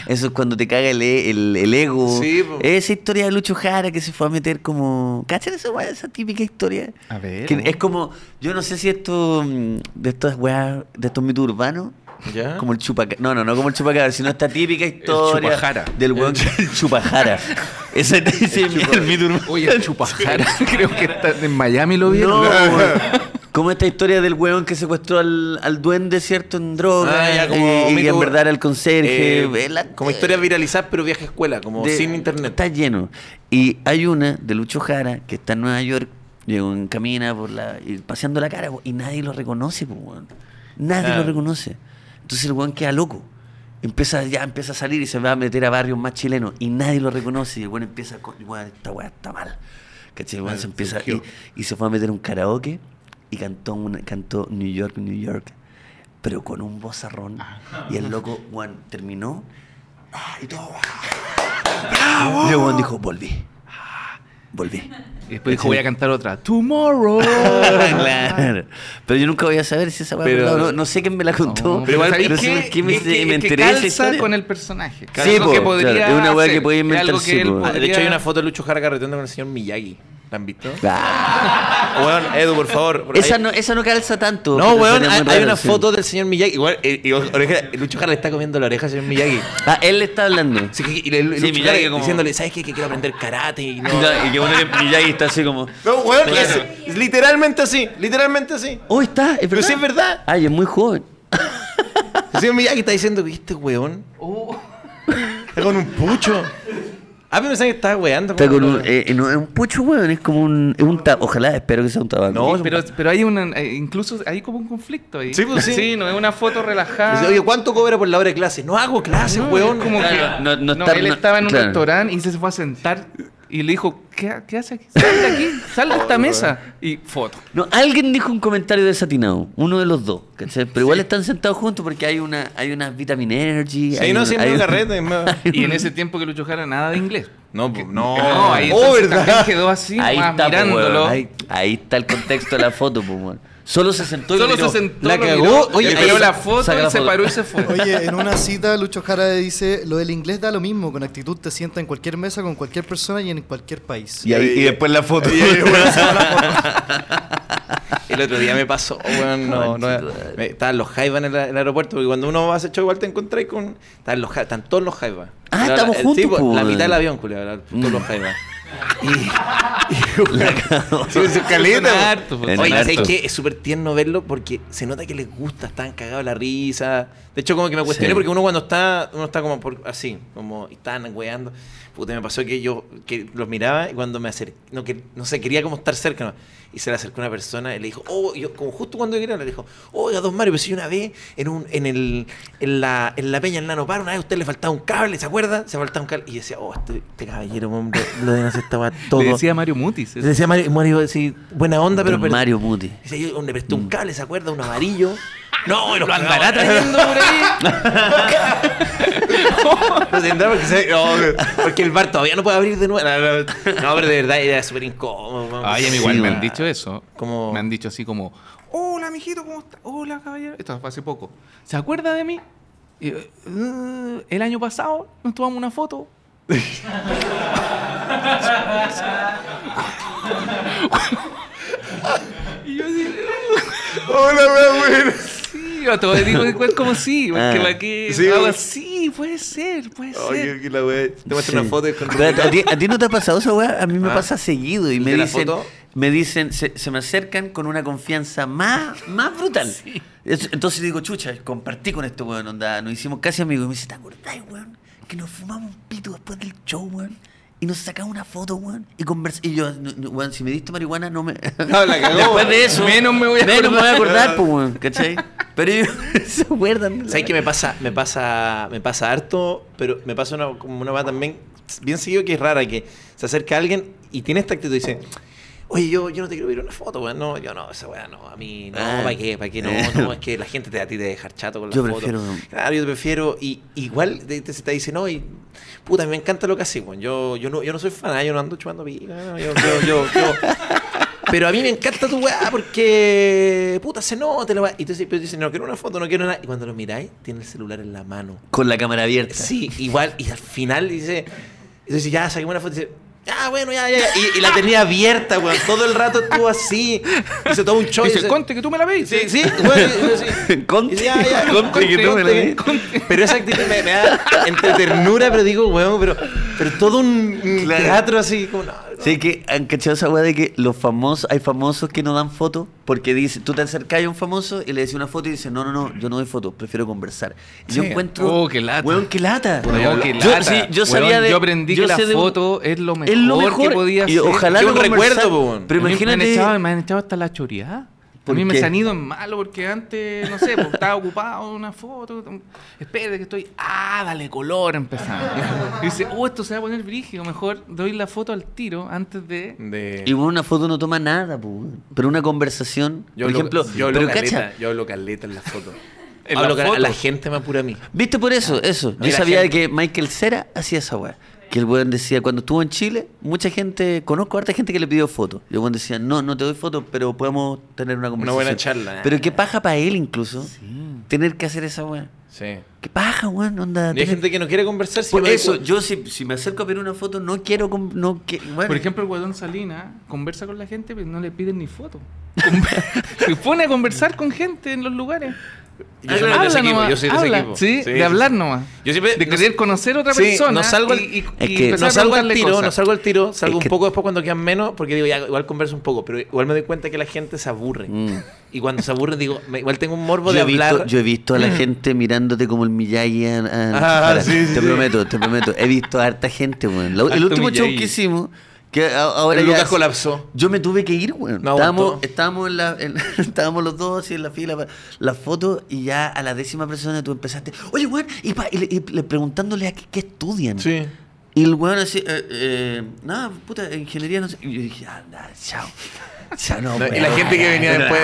Speaker 2: Eso es cuando te caga el, e- el, el ego.
Speaker 1: Sí, po.
Speaker 2: Esa historia de Lucho Jara que se fue a meter como. ¿Cachan esa weá? Esa típica historia.
Speaker 3: A ver.
Speaker 2: Que es como. Yo no sé si esto. mm, De estas weas. De estos mitos urbanos.
Speaker 1: ¿Ya?
Speaker 2: Como el chupacabra. No, no, no como el chupacabra, sino esta típica historia.
Speaker 3: chupajara.
Speaker 2: Del weón que- el chupajara. Ese ese es el mito urbano.
Speaker 3: Oye, el chupajara. Creo que está en Miami lo
Speaker 2: No,
Speaker 3: vieron.
Speaker 2: weón. Como esta historia del hueón que secuestró al, al duende, ¿cierto? En droga.
Speaker 1: Ah, ya, como
Speaker 2: eh, y que
Speaker 1: mito-
Speaker 2: en verdad era el conserje.
Speaker 1: Eh,
Speaker 2: eh, la-
Speaker 1: como historias viralizadas, pero viaje a escuela, como
Speaker 2: de-
Speaker 1: sin internet.
Speaker 2: Está lleno. Y hay una de Lucho Jara que está en Nueva York, llegó en camina por la, y paseando la cara po, y nadie lo reconoce, po, weón. Nadie
Speaker 1: Claro.
Speaker 2: lo reconoce. Entonces el weón queda loco. Empieza, ya empieza a salir y se va a meter a barrios más chilenos y nadie lo reconoce. Y el weón empieza, co- weón, esta weá está mal. ¿Cachai? El weón se empieza y,
Speaker 1: surgió.
Speaker 2: y se fue a meter a un karaoke y cantó, una- cantó New York, New York pero con un vozarrón.
Speaker 1: Ah.
Speaker 2: Y el loco, Juan, terminó. ah, Y todo, ah, ¡Bravo! Y el Juan dijo, volví. ah, Volví.
Speaker 3: Y después dijo, voy a cantar otra. Tomorrow.
Speaker 2: claro. Pero yo nunca voy a saber si esa weá es
Speaker 1: Pero-
Speaker 2: verdad o no, no sé quién me la contó.
Speaker 3: No,
Speaker 1: pero igual-
Speaker 3: ¿sabéis
Speaker 2: no
Speaker 3: qué?
Speaker 2: sé por qué me,
Speaker 3: Es que-
Speaker 2: me
Speaker 3: es que
Speaker 2: enteré de esa
Speaker 3: calza
Speaker 2: historia.
Speaker 3: con el personaje.
Speaker 2: Sí,
Speaker 3: Calza
Speaker 2: po,
Speaker 3: que podría
Speaker 2: claro, es una weá que
Speaker 3: hacer,
Speaker 2: podía
Speaker 3: es algo
Speaker 2: inventarse,
Speaker 3: que él
Speaker 2: po. Ah,
Speaker 1: Ah, De hecho, hay
Speaker 3: podría-
Speaker 1: una foto de Lucho Jara carreteando con el señor Miyagi. ¿La han visto?
Speaker 2: Ah,
Speaker 1: Weón, Edu, por favor. por-
Speaker 2: esa,
Speaker 1: hay-
Speaker 2: no, esa no calza tanto.
Speaker 1: No,
Speaker 2: pero
Speaker 1: weón,
Speaker 2: sería muy
Speaker 1: hay, hay
Speaker 2: raro,
Speaker 1: una
Speaker 2: sí.
Speaker 1: foto del señor Miyagi. Igual, eh, y oreja- Lucho Jara le está comiendo la oreja al señor Miyagi.
Speaker 2: Ah, él le está hablando.
Speaker 1: Sí, y le, Lucho
Speaker 2: Miyagi
Speaker 1: Jara
Speaker 2: como-
Speaker 1: diciéndole, ¿sabes qué? Que quiero aprender karate y no.
Speaker 2: No, y que uno que Miyagi está así como.
Speaker 1: No, weón,
Speaker 2: Claro.
Speaker 1: es, es literalmente así, literalmente así.
Speaker 2: Oh, está, es verdad.
Speaker 1: Pero sí es verdad.
Speaker 2: Ay, es muy joven.
Speaker 1: El señor Miyagi está diciendo, que este weón? Está con un pucho. Ah, pero pensaba que estaba weando.
Speaker 2: Está
Speaker 1: como-
Speaker 2: con un, eh, no, es un pucho, weón. Es como un. Es un ta- Ojalá, espero que sea un tabaco.
Speaker 1: No,
Speaker 3: Sí, pero, pero hay una, eh, incluso hay como un conflicto ahí.
Speaker 1: Sí, pues, sí.
Speaker 3: no es una foto relajada.
Speaker 1: Dice, Oye, ¿cuánto cobra por la hora de clase? No hago clases,
Speaker 3: No,
Speaker 1: weón.
Speaker 3: es como que-
Speaker 2: Claro, no- no
Speaker 3: no,
Speaker 2: estar-
Speaker 3: él
Speaker 2: no-
Speaker 3: estaba en un
Speaker 2: claro.
Speaker 3: restaurante y se fue a sentar y le dijo, ¿qué, qué hace aquí? Sal de aquí, sal de
Speaker 2: Oh,
Speaker 3: esta mesa. Y foto.
Speaker 2: No, alguien dijo un comentario desatinado. Uno de los dos, ¿cachai? Pero igual están sentados juntos porque hay una, hay una vitamin energy.
Speaker 1: Sí,
Speaker 2: hay
Speaker 1: no,
Speaker 2: un-
Speaker 1: sí,
Speaker 2: hay
Speaker 1: no,
Speaker 2: un-
Speaker 1: carrete. me-
Speaker 3: Y en ese tiempo que Lucho Jara nada de inglés.
Speaker 1: No, po, no.
Speaker 3: No, ahí
Speaker 1: oh,
Speaker 3: entonces también
Speaker 1: verdad.
Speaker 3: quedó así,
Speaker 2: Ahí
Speaker 3: más
Speaker 2: está, po, weón.
Speaker 3: mirándolo.
Speaker 2: Ahí, ahí está el contexto de la foto, po, weón. Solo se sentó y
Speaker 3: Solo
Speaker 2: miró.
Speaker 3: se sentó,
Speaker 1: La
Speaker 3: lo
Speaker 1: cagó.
Speaker 3: miró,
Speaker 1: Oye,
Speaker 3: le
Speaker 1: ahí
Speaker 3: tiró
Speaker 1: sa-
Speaker 3: la foto,
Speaker 2: saca
Speaker 3: él
Speaker 2: la
Speaker 3: se
Speaker 2: foto.
Speaker 3: paró y se fue.
Speaker 4: Oye, en una cita Lucho Jara dice, lo del inglés da lo mismo, con actitud te sienta en cualquier mesa, con cualquier persona y en cualquier país.
Speaker 2: Y, ahí- y después la foto.
Speaker 1: El otro día me pasó, weón. No, no, me- estaban los jaivas en el, el aeropuerto, porque cuando uno va a hacer show, igual te encontrás con. Estaban, los, jai- están todos los jaivas.
Speaker 2: Ah,
Speaker 1: Era
Speaker 2: estamos
Speaker 1: el
Speaker 2: juntos,
Speaker 1: tipo,
Speaker 2: po,
Speaker 1: La
Speaker 2: weón.
Speaker 1: mitad del avión, culiado, todos los jaivas.
Speaker 2: La cagó.
Speaker 1: Sí, su caleta,
Speaker 3: Suena
Speaker 1: po.
Speaker 3: harto, pues. po,
Speaker 2: En
Speaker 1: Oye,
Speaker 2: el
Speaker 1: ¿sabes
Speaker 2: harto.
Speaker 1: qué? Es súper tierno verlo porque se nota que les gusta, están cagados la risa. De hecho, como que me cuestioné
Speaker 2: Sí.
Speaker 1: porque uno cuando está, uno está como por- así, como y están weando. Puta, me pasó que yo que los miraba y cuando me acerqué, no, que, no sé, quería como estar cerca, ¿no? Y se le acercó una persona y le dijo, oh, y yo, como justo cuando yo quería, le dijo, oiga, don Mario, pero si una vez en un, en el, en la, en la peña en Nano Par, una vez a usted le faltaba un cable, ¿se acuerda? Se faltaba un cable. Y yo decía, oh, este, este caballero, hombre, lo de no se estaba todo.
Speaker 3: Le decía Mario Mutis.
Speaker 1: Le decía Mario, Mario sí, buena onda, pero.
Speaker 2: Don Mario Muti.
Speaker 1: Dice, yo le presté
Speaker 3: Mm.
Speaker 1: un cable, ¿se acuerda? Un amarillo. No, y lo
Speaker 3: Andará trayendo por ahí.
Speaker 1: No tendrá porque, se- no, porque el bar todavía no puede abrir de nuevo. No, no, no, pero de verdad era súper incómodo. man.
Speaker 3: Ay, a mí
Speaker 1: Sí,
Speaker 3: igual me
Speaker 1: man.
Speaker 3: han dicho eso.
Speaker 1: Como-
Speaker 3: Me han dicho así como, hola, mijito, ¿cómo está? Hola, caballero. Esto fue hace poco. ¿Se acuerda de mí? Y yo, "Eh, el año pasado nos tomamos una foto. y yo así,
Speaker 1: Hola, weón, weón.
Speaker 3: sí, yo te digo igual como sí, Pues, porque
Speaker 2: Ah.
Speaker 3: para qué
Speaker 1: Sí,
Speaker 3: hago
Speaker 1: güey.
Speaker 3: así, puede ser, puede ser.
Speaker 1: Oye, que la wea. Te muestro
Speaker 2: Sí.
Speaker 1: una foto y con-
Speaker 2: Pero a, ti, a ti no te ha pasado esa weá? A mí me
Speaker 1: Ah.
Speaker 2: pasa seguido y me
Speaker 1: ¿De la
Speaker 2: dicen,
Speaker 1: foto?
Speaker 2: me dicen se, se me acercan con una confianza más, más brutal. Es- Entonces digo, chucha, compartí con este weón, onda, nos hicimos casi amigos. Y me dice, ¿te acordás, weón? Que nos fumamos un pito después del show, weón. Y nos sacamos una foto, weón. Y convers Y yo, "No, no, weón, si me diste marihuana, no me.
Speaker 1: No, la cagó.
Speaker 2: Después de eso.
Speaker 3: Menos me voy a
Speaker 2: menos me voy a
Speaker 1: acordar.
Speaker 2: acordar, pues, weón, ¿cachai? Pero ellos se acuerdan. de la
Speaker 1: ¿Sabes qué me pasa? Me pasa, me pasa harto, pero me pasa una, como una va también bien seguido que es rara, que se acerca alguien y tiene esta actitud y dice, oye, yo, yo no te quiero pedir una foto, weón. No, yo no, esa weá no, a mí no,
Speaker 2: Ah.
Speaker 1: ¿para qué? ¿Para qué? No, no, es que la gente te, a ti te deja chato con la
Speaker 2: Yo
Speaker 1: foto.
Speaker 2: prefiero-
Speaker 1: Claro, yo te prefiero. Y igual te, te- se te dice, no, y puta, me encanta lo que haces, weón. Yo, yo, no, yo no soy fan, ah, yo no ando chupando pica, no, yo, yo, yo, yo. Pero a mí me encanta tu weá porque, puta, se nota la weá. Y tú dices, pero tú dices, no quiero una foto, no quiero nada. Y cuando lo miráis, tiene el celular en la mano.
Speaker 2: Con la cámara abierta.
Speaker 1: Sí, igual. Y al final dice, y dice ya, saquemos una foto. Y dice, ah, bueno, ya, ya. ya. Y, y la tenía abierta, weón. Todo el rato estuvo así. Hizo todo un show. y
Speaker 3: Dice,
Speaker 1: dice,
Speaker 3: Conte, que tú me la veis.
Speaker 1: Sí, sí, weón. sí, sí.
Speaker 2: Conte.
Speaker 1: Y dice, ya, ya,
Speaker 2: Conte, que tú me la veis.
Speaker 1: Pero esa actitud me, me da entre ternura, pero digo, weón, pero, pero todo un, un
Speaker 2: Claro.
Speaker 1: teatro así. Como, no, no,
Speaker 2: Sí, que han cachado esa weá de que los famosos, hay famosos que no dan fotos porque dice, tú te acercas a un famoso y le decís una foto y dice, no, no, no, yo no doy fotos, prefiero conversar. Y yo
Speaker 3: Sí.
Speaker 2: encuentro.
Speaker 3: Oh, qué lata.
Speaker 2: Weón, qué lata.
Speaker 3: Weón, qué
Speaker 2: Yo-
Speaker 3: lata.
Speaker 2: sí, yo
Speaker 3: Weón,
Speaker 2: sabía de-
Speaker 3: yo aprendí
Speaker 2: yo
Speaker 3: que la
Speaker 2: sé de-
Speaker 3: foto es lo mejor, que podía
Speaker 2: Y
Speaker 3: ser.
Speaker 2: ojalá
Speaker 1: Que
Speaker 2: lo
Speaker 1: un recuerdo,
Speaker 2: conversar-
Speaker 1: po, weón.
Speaker 2: Pero
Speaker 3: A mí Me han
Speaker 2: imagínate.
Speaker 3: echado, me han echado hasta la choreada. A
Speaker 2: ¿Por
Speaker 3: mí me
Speaker 2: qué?
Speaker 3: se han ido en malo porque antes, no sé, porque estaba ocupado una foto. Espérate que estoy. ¡Ah, dale color! Empezando. Y dice, oh, esto se va a poner brígido. Mejor doy la foto al tiro antes de.
Speaker 1: De-
Speaker 2: Y bueno, una foto no toma nada, po, weón. pero una conversación,
Speaker 1: Yo
Speaker 2: por
Speaker 1: hablo-
Speaker 2: ejemplo,
Speaker 1: yo hablo
Speaker 2: pero
Speaker 1: caleta,
Speaker 2: cacha,
Speaker 1: yo hablo caleta en las fotos.
Speaker 3: En
Speaker 1: Hablo
Speaker 3: las
Speaker 1: cal- La
Speaker 3: fotos.
Speaker 1: gente me apura a mí.
Speaker 2: ¿Viste por eso? Eso. Yo
Speaker 1: Mira,
Speaker 2: sabía
Speaker 1: gente.
Speaker 2: que Michael Cera hacía esa weá. Que el weón decía, cuando estuvo en Chile, mucha gente, conozco a harta gente que le pidió fotos. Y el weón decía, no, no te doy fotos, pero podemos tener una conversación.
Speaker 1: buena charla. ¿eh?
Speaker 2: Pero qué paja para él incluso, tener que hacer esa weá.
Speaker 1: Sí.
Speaker 2: Qué paja, weón,
Speaker 1: Y
Speaker 2: onda.
Speaker 1: hay
Speaker 2: tener-
Speaker 1: gente que no quiere conversar. si
Speaker 2: Por
Speaker 1: me doy
Speaker 2: eso,
Speaker 1: cuenta.
Speaker 2: yo si, si me acerco a pedir una foto, no quiero... con- No, que- bueno.
Speaker 3: Por ejemplo, el guadón Salina conversa con la gente, pero no le piden ni foto. Conver- Se pone a conversar con gente en los lugares.
Speaker 1: Yo soy de
Speaker 3: Habla
Speaker 1: ese equipo.
Speaker 3: nomás,
Speaker 1: Yo soy de ese
Speaker 3: habla.
Speaker 1: equipo.
Speaker 3: Sí, de hablar nomás.
Speaker 1: Yo siempre-
Speaker 3: de
Speaker 1: no
Speaker 3: querer
Speaker 1: sé-
Speaker 3: conocer a otra
Speaker 1: Sí,
Speaker 3: persona.
Speaker 1: no salgo al-
Speaker 3: y, y-
Speaker 2: Es
Speaker 3: y
Speaker 2: que
Speaker 3: empezar
Speaker 1: No
Speaker 3: a
Speaker 1: salgo al
Speaker 3: preguntarle
Speaker 1: tiro,
Speaker 3: cosas.
Speaker 1: no salgo al tiro, salgo
Speaker 2: Es
Speaker 1: un
Speaker 2: que-
Speaker 1: poco después cuando quedan menos, porque digo, ya, igual converso un poco, pero igual me doy cuenta que la gente se aburre.
Speaker 2: Mm.
Speaker 1: Y cuando se aburre, digo, me- igual tengo un morbo
Speaker 2: Yo
Speaker 1: de
Speaker 2: he, visto,
Speaker 1: hablar. Mm.
Speaker 2: yo he visto a la gente mirándote como el Miyagi. a- a-
Speaker 1: Ah,
Speaker 2: para-
Speaker 1: sí, sí,
Speaker 2: te
Speaker 1: sí.
Speaker 2: prometo, te prometo. He visto a harta gente, weón. La- el
Speaker 3: Harto
Speaker 2: último show
Speaker 3: Miyagi.
Speaker 2: que hicimos, que a- ahora
Speaker 1: El
Speaker 2: ya
Speaker 1: Lucas
Speaker 2: es-
Speaker 1: colapsó.
Speaker 2: Yo me tuve que ir, weón.
Speaker 1: No
Speaker 2: estábamos,
Speaker 1: aguantó.
Speaker 2: estábamos, en la, en- estábamos los dos así en la fila, pa- las fotos, y ya a la décima persona tú empezaste, oye, weón, y, pa- y le- y le- preguntándole a qué, qué estudian.
Speaker 1: Sí.
Speaker 2: Y el weón así, eh, eh, nada, puta, ingeniería no sé. Y yo dije, anda, chao. Chao, no,
Speaker 1: No, y
Speaker 2: weón.
Speaker 1: la gente que venía después.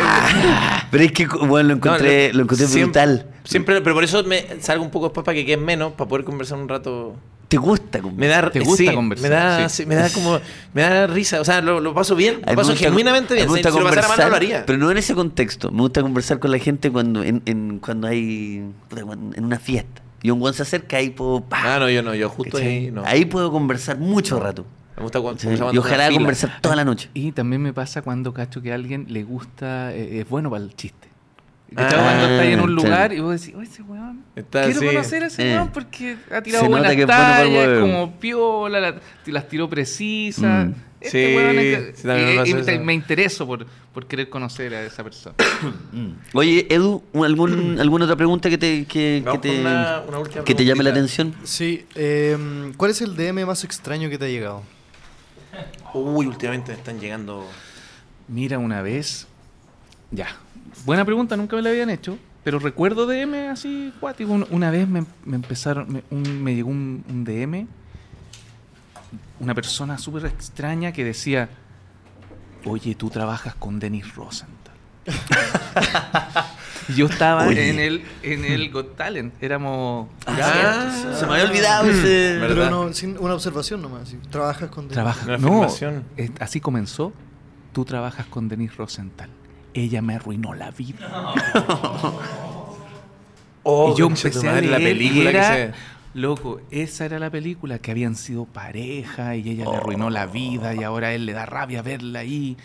Speaker 2: Pero es que, bueno, lo
Speaker 1: No,
Speaker 2: encontré, lo encontré
Speaker 1: siem-
Speaker 2: brutal.
Speaker 1: Siempre, pero por eso me salgo un poco después para que queden menos, para poder conversar un rato.
Speaker 2: ¿Te gusta?
Speaker 1: Me
Speaker 2: compadre?
Speaker 1: da
Speaker 3: Te gusta
Speaker 1: sí,
Speaker 3: conversar,
Speaker 1: Me da,
Speaker 3: sí.
Speaker 1: sí, me da como. Me da risa. O sea, lo, lo paso bien.
Speaker 2: A mí
Speaker 1: Lo
Speaker 2: me
Speaker 1: paso
Speaker 2: gusta-
Speaker 1: genuinamente
Speaker 2: a
Speaker 1: bien.
Speaker 2: mí me
Speaker 1: Si,
Speaker 2: gusta
Speaker 1: si lo pasara mal, no lo
Speaker 2: conversar,
Speaker 1: haría.
Speaker 2: Pero no en ese contexto. Me gusta conversar con la gente cuando en, en- cuando hay puta, cuando- en una fiesta. Y un guan se acerca ahí puedo... pa,
Speaker 1: Ah, no, yo no. Yo justo
Speaker 2: ¿cachai?
Speaker 1: ahí no.
Speaker 2: Ahí puedo conversar mucho rato.
Speaker 1: Me gusta cuando-
Speaker 2: ¿cachai?
Speaker 1: cuando se van
Speaker 2: Y
Speaker 1: a tomar
Speaker 2: ojalá
Speaker 1: fila.
Speaker 2: conversar toda la noche.
Speaker 3: Y también me pasa cuando cacho que a alguien le gusta, eh, es bueno para el chiste.
Speaker 1: Ah,
Speaker 3: Cachado, cuando estás en un
Speaker 2: sí.
Speaker 3: lugar y vos decís, oye, ese weón.
Speaker 1: Está
Speaker 3: quiero
Speaker 1: así.
Speaker 3: conocer a ese
Speaker 2: Eh.
Speaker 3: weón porque ha tirado
Speaker 2: Se nota
Speaker 3: buenas
Speaker 2: que es bueno para el
Speaker 3: tallas,
Speaker 2: weón.
Speaker 3: como piola, la- te las tiró precisas.
Speaker 2: Mm.
Speaker 3: Este
Speaker 1: Sí,
Speaker 3: weón es que-
Speaker 1: sí, también me
Speaker 3: y-
Speaker 1: pasa
Speaker 3: y te-
Speaker 1: eso.
Speaker 3: me intereso por, por querer conocer a esa persona.
Speaker 2: Oye, Edu, ¿algún, ¿alguna otra pregunta que te, que,
Speaker 1: Vamos
Speaker 2: que
Speaker 1: con
Speaker 2: te,
Speaker 1: una- una última
Speaker 2: que te llame la
Speaker 1: preguntita.
Speaker 2: atención?
Speaker 4: Sí, eh, ¿cuál es el DM más extraño que te ha llegado?
Speaker 1: Uy, últimamente me están llegando.
Speaker 3: Mira, una vez. Ya. Buena pregunta, nunca me la habían hecho. Pero recuerdo DM así cuático. Un- Una vez me, me empezaron. Me, un- me llegó un, un DM. Una persona súper extraña que decía: Oye, tú trabajas con Denis Rosenthal. Y Yo estaba
Speaker 2: Oye.
Speaker 3: en el, en el Got Talent. Éramos.
Speaker 1: Ah,
Speaker 2: cierto, se me había olvidado ese...
Speaker 1: ¿Verdad?
Speaker 4: Pero no, sin una observación nomás. si Trabajas con DM.
Speaker 3: Trabajas.
Speaker 1: Una
Speaker 3: eh, No,
Speaker 1: afirmación.
Speaker 3: eh, así comenzó. Tú trabajas con Denis Rosenthal. Ella me arruinó la vida.
Speaker 1: Oh,
Speaker 3: y yo
Speaker 1: concha tu
Speaker 3: empecé a
Speaker 1: madre,
Speaker 3: leer
Speaker 1: la película
Speaker 3: y era,
Speaker 1: que se.
Speaker 3: Loco, esa era la película que habían sido pareja y ella le arruinó la vida y ahora a él le da rabia verla ahí.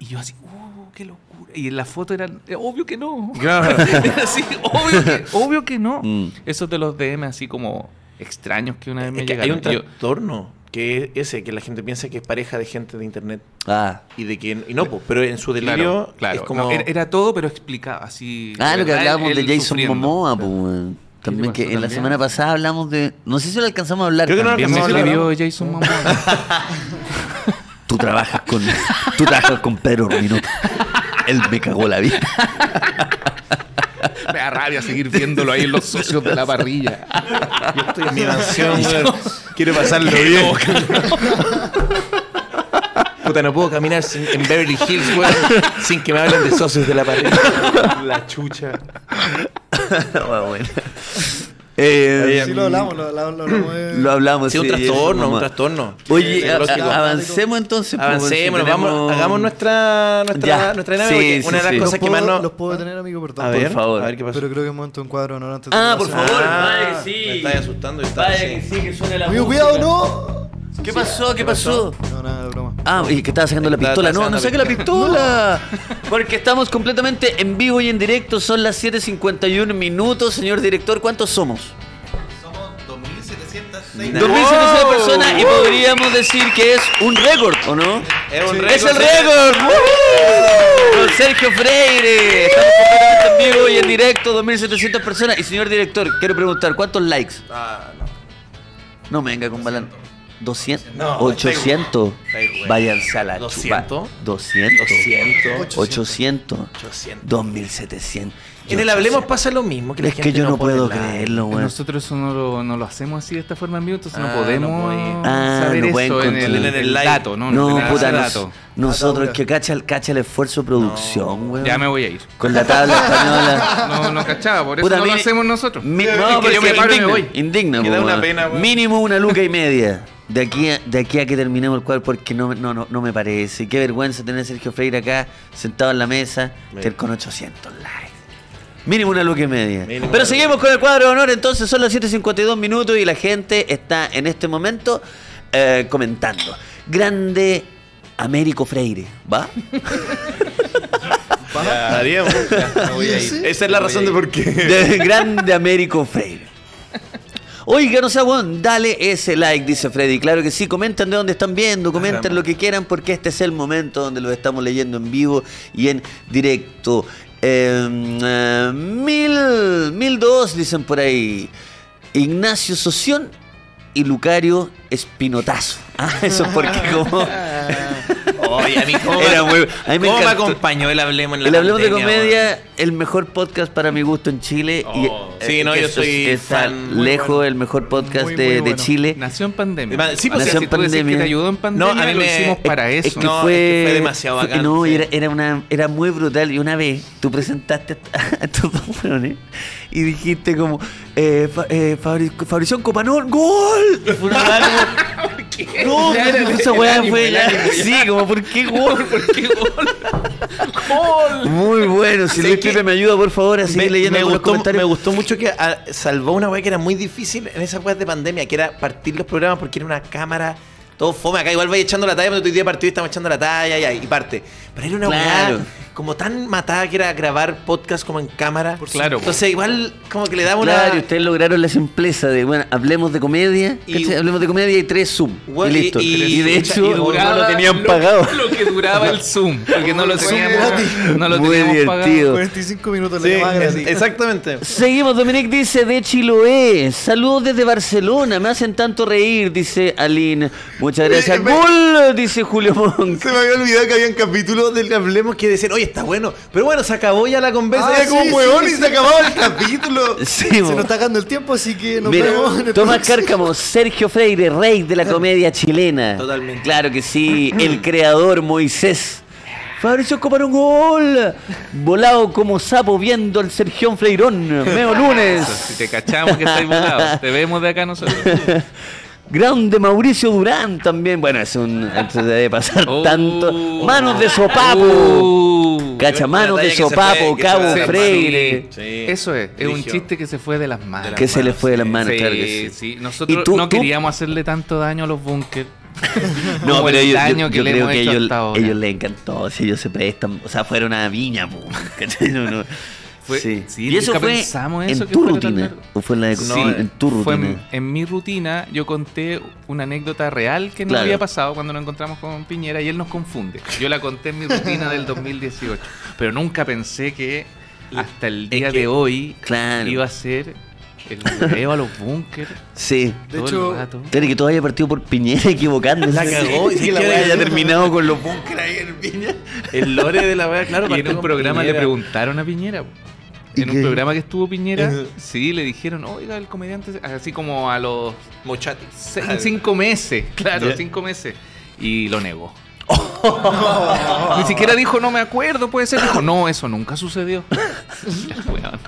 Speaker 3: Y yo así, ¡uh, qué locura! Y en la foto eran, eh, obvio que no. Era así, obvio que, obvio que no.
Speaker 2: Mm.
Speaker 3: Esos de los DM así como extraños que una
Speaker 2: Ah,
Speaker 3: vez me
Speaker 1: Es que hay
Speaker 3: llegaron.
Speaker 1: un
Speaker 3: Yo-
Speaker 1: trastorno que es ese, que la gente piensa que es pareja de gente de internet.
Speaker 2: Ah,
Speaker 1: Y de que. Y no, pues, pero en su delirio.
Speaker 3: Claro, claro.
Speaker 1: Es como.
Speaker 3: No, era, era todo, pero explicado así.
Speaker 2: Ah,
Speaker 3: de
Speaker 2: lo que
Speaker 3: verdad,
Speaker 2: hablábamos
Speaker 3: él
Speaker 2: de Jason
Speaker 3: sufriendo.
Speaker 2: Momoa, pues, weón.
Speaker 3: ¿Qué le
Speaker 2: También
Speaker 3: pasó
Speaker 2: que en la
Speaker 3: también?
Speaker 2: semana pasada hablamos de. No sé si lo alcanzamos a hablar.
Speaker 1: Creo que no lo
Speaker 2: también.
Speaker 3: También me
Speaker 1: Vamos a hablar,
Speaker 3: escribió
Speaker 1: ¿no?
Speaker 3: Jason Momoa.
Speaker 2: Tú trabajas con. Tú trabajas con Pedro Urbino. Él me cagó la vida.
Speaker 3: Me da rabia seguir viéndolo ahí en los socios de la parrilla.
Speaker 1: Yo estoy en mi mansión, weón. Quiero pasarlo bien. Puta, no puedo caminar sin- en Beverly Hills, weón, sin que me hablen de socios de la pared. La chucha.
Speaker 2: Ah, bueno. Eh,
Speaker 4: Sí, lo hablamos, lo, lo- lo hablamos de-
Speaker 2: lo hablamos.
Speaker 1: Sí, un
Speaker 2: Jason
Speaker 1: trastorno, un
Speaker 2: Momoa.
Speaker 1: trastorno.
Speaker 2: Oye, a-
Speaker 1: Psicológico.
Speaker 2: a- avancemos entonces. pues,
Speaker 1: Avancemos,
Speaker 2: si
Speaker 1: vamos,
Speaker 2: tenemos-
Speaker 1: hagamos nuestra nuestra,
Speaker 2: Ya.
Speaker 1: nuestra nave,
Speaker 2: Sí,
Speaker 1: porque
Speaker 2: sí,
Speaker 1: una de las
Speaker 2: sí.
Speaker 1: cosas
Speaker 4: ¿Los
Speaker 1: que
Speaker 4: puedo,
Speaker 1: más no-
Speaker 4: los puedo detener, amigo, perdón.
Speaker 1: A
Speaker 2: Por
Speaker 1: ver,
Speaker 2: favor.
Speaker 1: a ver qué pasó.
Speaker 4: Pero creo que es momento de un cuadro de honor antes de
Speaker 2: Ah,
Speaker 4: la
Speaker 2: por
Speaker 4: cena.
Speaker 2: favor, vaya que sí.
Speaker 1: Me estáis asustando y estaba así.
Speaker 2: que suena la
Speaker 4: Amigo,
Speaker 2: música.
Speaker 4: cuidado, no.
Speaker 2: ¿Qué pasó? ¿Qué pasó?
Speaker 4: No, nada, de broma.
Speaker 2: Ah, y que estaba sacando la
Speaker 1: Estaba-
Speaker 2: pistola.
Speaker 1: estaba
Speaker 2: No, no saque
Speaker 1: sacando
Speaker 2: la pistola. Porque estamos completamente en vivo y en directo. Son las 7.51 minutos, señor director. ¿Cuántos somos?
Speaker 5: Somos 2.700
Speaker 1: 2.700
Speaker 2: 2.700
Speaker 3: ¡Wow!
Speaker 2: personas y podríamos decir que es un récord, ¿o no?
Speaker 1: Es un
Speaker 2: ¡Es el
Speaker 1: récord.
Speaker 2: récord! ¡Woo! Con Sergio Freire. Estamos completamente en vivo y en directo, 2.700 personas. Y señor director, quiero preguntar, ¿cuántos likes?
Speaker 1: Ah, no.
Speaker 2: No me venga con balan. 200,
Speaker 1: No,
Speaker 2: 800.
Speaker 1: está ahí, güey.
Speaker 2: Váyanse a la chupa.
Speaker 1: 200.
Speaker 2: 200.
Speaker 1: 200.
Speaker 2: 800.
Speaker 1: 800.
Speaker 2: 2700.
Speaker 1: En el Hablemos
Speaker 2: 800.
Speaker 1: pasa lo mismo. Que la
Speaker 2: Es que
Speaker 1: gente
Speaker 2: yo no
Speaker 1: pone
Speaker 2: puedo
Speaker 1: like.
Speaker 2: creerlo, weón.
Speaker 3: Ah, Nosotros eso no lo, no lo hacemos así de esta forma en vivo, entonces
Speaker 1: Ah,
Speaker 3: no podemos
Speaker 1: no puede.
Speaker 2: Ah,
Speaker 3: saber
Speaker 2: no pueden
Speaker 3: eso en el,
Speaker 2: controlar.
Speaker 3: en el dato, ¿no?
Speaker 2: No,
Speaker 3: tenemos ese
Speaker 2: puta, nos-
Speaker 3: dato.
Speaker 2: nosotros
Speaker 4: Atadura.
Speaker 2: que cacha, el- cacha el esfuerzo de producción, weón.
Speaker 3: Ya me voy a ir.
Speaker 2: Con la tabla española.
Speaker 3: No, no cachaba, por eso
Speaker 2: Puta,
Speaker 3: no lo
Speaker 2: mini-
Speaker 3: hacemos nosotros.
Speaker 2: mi-
Speaker 3: Es
Speaker 2: no,
Speaker 3: que
Speaker 2: porque
Speaker 3: yo me paro y me
Speaker 2: indigna,
Speaker 3: voy.
Speaker 2: Indigna,
Speaker 1: Que
Speaker 2: po,
Speaker 1: da una
Speaker 2: weón.
Speaker 1: pena, weón.
Speaker 2: Mínimo una luca y media. De aquí, a, de aquí a que terminemos el cuadro, porque no, no, no, no me parece. Qué vergüenza tener a Sergio Freire acá, sentado en la mesa, ter- con 800 likes. Mínimo una luca y media.
Speaker 1: Mínimo
Speaker 2: Pero
Speaker 1: una
Speaker 2: seguimos con el cuadro de honor, entonces son las 7.52 minutos y la gente está en este momento eh, comentando. Grande Américo Freire, ¿va?
Speaker 1: Ya, haríamos. Ya, me voy a ir. Esa es la razón de por qué.
Speaker 2: De grande Américo Freire. Oiga, no sea weón, dale ese like, dice Freddy. Claro que sí, comenten de dónde están viendo, comenten lo que quieran, porque este es el momento donde los estamos leyendo en vivo y en directo. Eh, eh, mil, mil dos, dicen por ahí. Ignacio Soción y Lucario Espinotazo. Ah, eso es porque como...
Speaker 1: Oye, a mí cómo,
Speaker 2: Era
Speaker 1: me-
Speaker 2: muy- a mí me
Speaker 1: cómo me
Speaker 2: encantó.
Speaker 1: acompañó el Hablemos en la
Speaker 2: El Hablemos de
Speaker 1: pandemia,
Speaker 2: Comedia,
Speaker 1: weón?
Speaker 2: el mejor podcast para mi gusto en Chile.
Speaker 3: Oh.
Speaker 2: y, eh,
Speaker 1: Sí, no,
Speaker 2: que
Speaker 1: yo
Speaker 2: esto es-
Speaker 1: soy
Speaker 2: está
Speaker 1: fan. Muy
Speaker 2: lejos
Speaker 4: bueno.
Speaker 2: el mejor podcast
Speaker 4: Muy,
Speaker 2: de,
Speaker 4: muy
Speaker 2: de
Speaker 4: bueno.
Speaker 2: Chile.
Speaker 3: Nació en pandemia.
Speaker 1: Sí, pues,
Speaker 3: O sea,
Speaker 2: nació
Speaker 3: si
Speaker 2: en
Speaker 3: tú decís que
Speaker 2: pandemia.
Speaker 3: te ayudó en
Speaker 1: No,
Speaker 3: pandemia,
Speaker 1: a mí
Speaker 3: lo
Speaker 1: me-
Speaker 3: hicimos para
Speaker 2: Es-
Speaker 3: eso.
Speaker 2: es que
Speaker 1: No,
Speaker 2: fue,
Speaker 1: es que fue demasiado
Speaker 2: fue-
Speaker 1: bacán,
Speaker 2: No, y
Speaker 1: sí.
Speaker 2: era, era una, era muy brutal. Y una vez tú presentaste a, a estos dos weones y dijiste como, eh, fa, eh, Fabri- Fabricio Copanón, ¡gol! Y fue una weá como- No,
Speaker 3: Ya
Speaker 2: pero
Speaker 3: era el-
Speaker 2: esa
Speaker 3: el
Speaker 2: weá
Speaker 3: ánimo,
Speaker 2: fue
Speaker 3: el
Speaker 2: ya-
Speaker 3: ánimo, ya.
Speaker 2: Sí, como, ¿por qué gol?
Speaker 3: ¿Por qué gol? ¡Gol!
Speaker 2: Muy bueno. Si
Speaker 1: Sé
Speaker 2: Luis
Speaker 1: que-
Speaker 2: Pipe me ayuda, por favor, a seguir
Speaker 1: Me,
Speaker 2: leyendo
Speaker 1: me
Speaker 2: algunos
Speaker 1: gustó,
Speaker 2: comentarios.
Speaker 1: me gustó mucho que ah, salvó una weá que era muy difícil en esas weas de pandemia, que era partir los programas porque era una cámara. Todo fome, acá igual vais echando la talla, pero tu día de partido estamos echando la talla y, ahí- y parte. Pero era una
Speaker 2: Claro.
Speaker 1: weá como tan matada que era grabar podcast como en cámara.
Speaker 3: Por claro,
Speaker 1: Entonces igual como que le daba una...
Speaker 2: Claro, y ustedes lograron la simpleza de, bueno, hablemos de comedia,
Speaker 1: Y-
Speaker 2: ¿cachai? hablemos de comedia y tres Zoom.
Speaker 1: Bueno,
Speaker 2: y listo.
Speaker 1: y-
Speaker 2: Y,
Speaker 1: y-
Speaker 2: de
Speaker 1: y
Speaker 2: hecho,
Speaker 1: duraba
Speaker 2: no lo tenían pagado.
Speaker 3: Lo que duraba el Zoom. Porque no lo
Speaker 4: Zoom
Speaker 3: teníamos,
Speaker 4: gratis.
Speaker 3: no lo
Speaker 2: Muy
Speaker 3: teníamos
Speaker 2: divertido.
Speaker 3: pagado.
Speaker 4: 45 minutos
Speaker 1: Sí,
Speaker 4: le llamaba
Speaker 1: es-
Speaker 4: gratis.
Speaker 1: exactamente.
Speaker 2: Seguimos, Dominic dice de Chiloé. Saludos desde Barcelona, me hacen tanto reír, dice Aline. Muchas gracias.
Speaker 1: me-
Speaker 2: ¡Gol! Dice Julio Monk.
Speaker 1: Se me había olvidado que habían capítulos del que hablemos que decían, oye, está bueno. Pero bueno, se acabó ya la conversa.
Speaker 4: Ah,
Speaker 1: era como
Speaker 4: sí,
Speaker 1: un huevón
Speaker 4: sí,
Speaker 1: y
Speaker 4: sí.
Speaker 1: se acababa el capítulo.
Speaker 2: Sí,
Speaker 4: Se
Speaker 2: bo.
Speaker 4: nos está acabando el tiempo, así que nos
Speaker 2: Mira,
Speaker 4: vemos en el
Speaker 2: Tomás
Speaker 4: próximo. Ah.
Speaker 2: Cárcamo, Sergio Freire, rey de la comedia chilena.
Speaker 1: Totalmente.
Speaker 2: Claro que sí, el creador Moisés. Fabricio Coparón gol. Volado como sapo viendo al Sergio Freirón. Meo
Speaker 3: Eso,
Speaker 2: lunes.
Speaker 3: Si te cachamos que estáis volados, te vemos de acá nosotros.
Speaker 2: Grande Mauricio Durán también. Bueno, es un. Se debe pasar
Speaker 3: Oh.
Speaker 2: tanto. Manos de sopapo.
Speaker 3: Uh.
Speaker 2: Cachamanos
Speaker 1: Una
Speaker 2: de
Speaker 1: talla que se
Speaker 2: sopapo,
Speaker 1: fue- que se
Speaker 2: Cabo
Speaker 1: fue de las
Speaker 2: Freire.
Speaker 1: manos. Sí.
Speaker 3: Eso es, es un
Speaker 1: Brigio.
Speaker 3: chiste que se fue de las manos.
Speaker 2: Que se le fue de las manos,
Speaker 3: Sí,
Speaker 2: claro que sí.
Speaker 3: sí. Nosotros
Speaker 2: tú-
Speaker 3: no
Speaker 2: tú-
Speaker 3: queríamos hacerle tanto daño a los bunkers.
Speaker 2: No,
Speaker 3: Como
Speaker 2: pero
Speaker 3: el
Speaker 2: ellos, yo-
Speaker 3: daño que
Speaker 2: yo
Speaker 3: le
Speaker 2: creo
Speaker 3: hemos
Speaker 2: que
Speaker 3: hecho
Speaker 2: ellos,
Speaker 3: hasta ahora.
Speaker 2: ellos les encantó, si ellos se prestan, o sea, fueron a Viña, po, ¿cachai? No, no.
Speaker 3: Fue-
Speaker 2: Sí.
Speaker 3: sí,
Speaker 2: Y eso
Speaker 3: nunca
Speaker 2: fue
Speaker 3: pensamos
Speaker 2: en
Speaker 3: eso, que
Speaker 2: tu
Speaker 3: fuera tan
Speaker 2: rutina,
Speaker 3: largo.
Speaker 2: o fue en la de
Speaker 1: No,
Speaker 2: sí,
Speaker 1: eh,
Speaker 2: en tu rutina.
Speaker 3: Fue en, en mi rutina, yo conté una anécdota real que no
Speaker 2: Claro.
Speaker 3: había pasado cuando nos encontramos con Piñera y él nos confunde. Yo la conté en mi rutina del 2018, pero nunca pensé que hasta el día de hoy
Speaker 2: Claro.
Speaker 3: iba a ser el video a los bunkers
Speaker 2: Sí.
Speaker 4: De
Speaker 3: todo
Speaker 4: hecho,
Speaker 3: el rato.
Speaker 2: Claro que todo haya partido por Piñera equivocándose.
Speaker 1: La cagó, y
Speaker 2: y
Speaker 1: sí,
Speaker 2: que la
Speaker 1: que
Speaker 2: wea
Speaker 1: la-
Speaker 2: haya terminado con los bunkers ahí en Viña.
Speaker 1: El lore de la weá, claro.
Speaker 3: Y en
Speaker 1: partió
Speaker 3: un
Speaker 1: con
Speaker 3: programa le
Speaker 1: Piñera.
Speaker 3: preguntaron a Piñera. po.
Speaker 2: ¿Y
Speaker 3: En
Speaker 2: qué?
Speaker 3: un programa que estuvo Piñera,
Speaker 1: Ajá.
Speaker 3: sí, le dijeron, oiga, el comediante, así como a los
Speaker 1: Mochati.
Speaker 3: se- cinco meses, claro,
Speaker 1: Ya.
Speaker 3: cinco meses. Y lo negó. Ni siquiera dijo, no me acuerdo, puede ser. Dijo, no, eso nunca sucedió. Weón.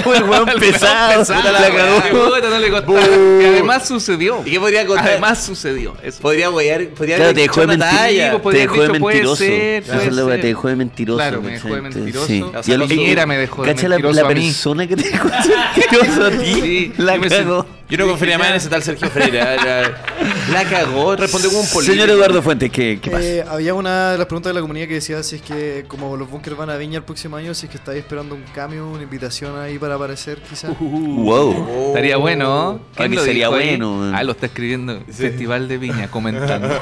Speaker 2: el weón
Speaker 3: El weón
Speaker 2: pesado,
Speaker 3: pesado,
Speaker 2: la
Speaker 3: weón,
Speaker 2: cagó.
Speaker 3: puta, no le costaron. Que además sucedió.
Speaker 1: ¿Y qué podría contar?
Speaker 3: Además sucedió. Eso.
Speaker 1: Podría wear, podría
Speaker 2: Claro,
Speaker 1: haber
Speaker 2: te dejó
Speaker 1: hecho
Speaker 2: de
Speaker 1: una
Speaker 2: mentir,
Speaker 1: talla.
Speaker 3: po-
Speaker 2: te
Speaker 3: podría
Speaker 2: dejó
Speaker 3: haber
Speaker 2: de
Speaker 3: dicho, puede
Speaker 2: mentiroso.
Speaker 3: ser,
Speaker 2: Esa es
Speaker 3: puede
Speaker 2: la wea,
Speaker 3: ser.
Speaker 2: te dejó de mentiroso.
Speaker 3: Claro, me dejó de
Speaker 2: ¿cachai?
Speaker 3: mentiroso.
Speaker 2: Sí.
Speaker 3: O sea,
Speaker 2: Y a los-
Speaker 3: Piñera me dejó de
Speaker 2: Cacha la,
Speaker 3: mentiroso
Speaker 2: la
Speaker 3: a mí.
Speaker 2: persona que te dejó de mentiroso a ti.
Speaker 3: Sí,
Speaker 2: la
Speaker 3: yo me sent-
Speaker 2: cagó.
Speaker 1: Yo no confiaría más en ese tal Sergio Freire. ah, ya.
Speaker 3: La cagó.
Speaker 1: Responde como un político.
Speaker 2: Señor Eduardo Fuentes, ¿qué, qué pasa?
Speaker 4: Eh, había una de las preguntas de la comunidad que decía si es que, como los bunkers van a Viña el próximo año, si es que estáis esperando un cambio, una invitación ahí para aparecer, quizás.
Speaker 2: Uh,
Speaker 3: Uh,
Speaker 2: wow.
Speaker 1: Oh.
Speaker 3: Estaría bueno.
Speaker 2: Ah,
Speaker 3: ¿Quién
Speaker 2: que
Speaker 3: lo
Speaker 2: sería
Speaker 3: dijo ahí?
Speaker 2: bueno, eh.
Speaker 3: Ah, lo está escribiendo. Festival de Viña, comentando.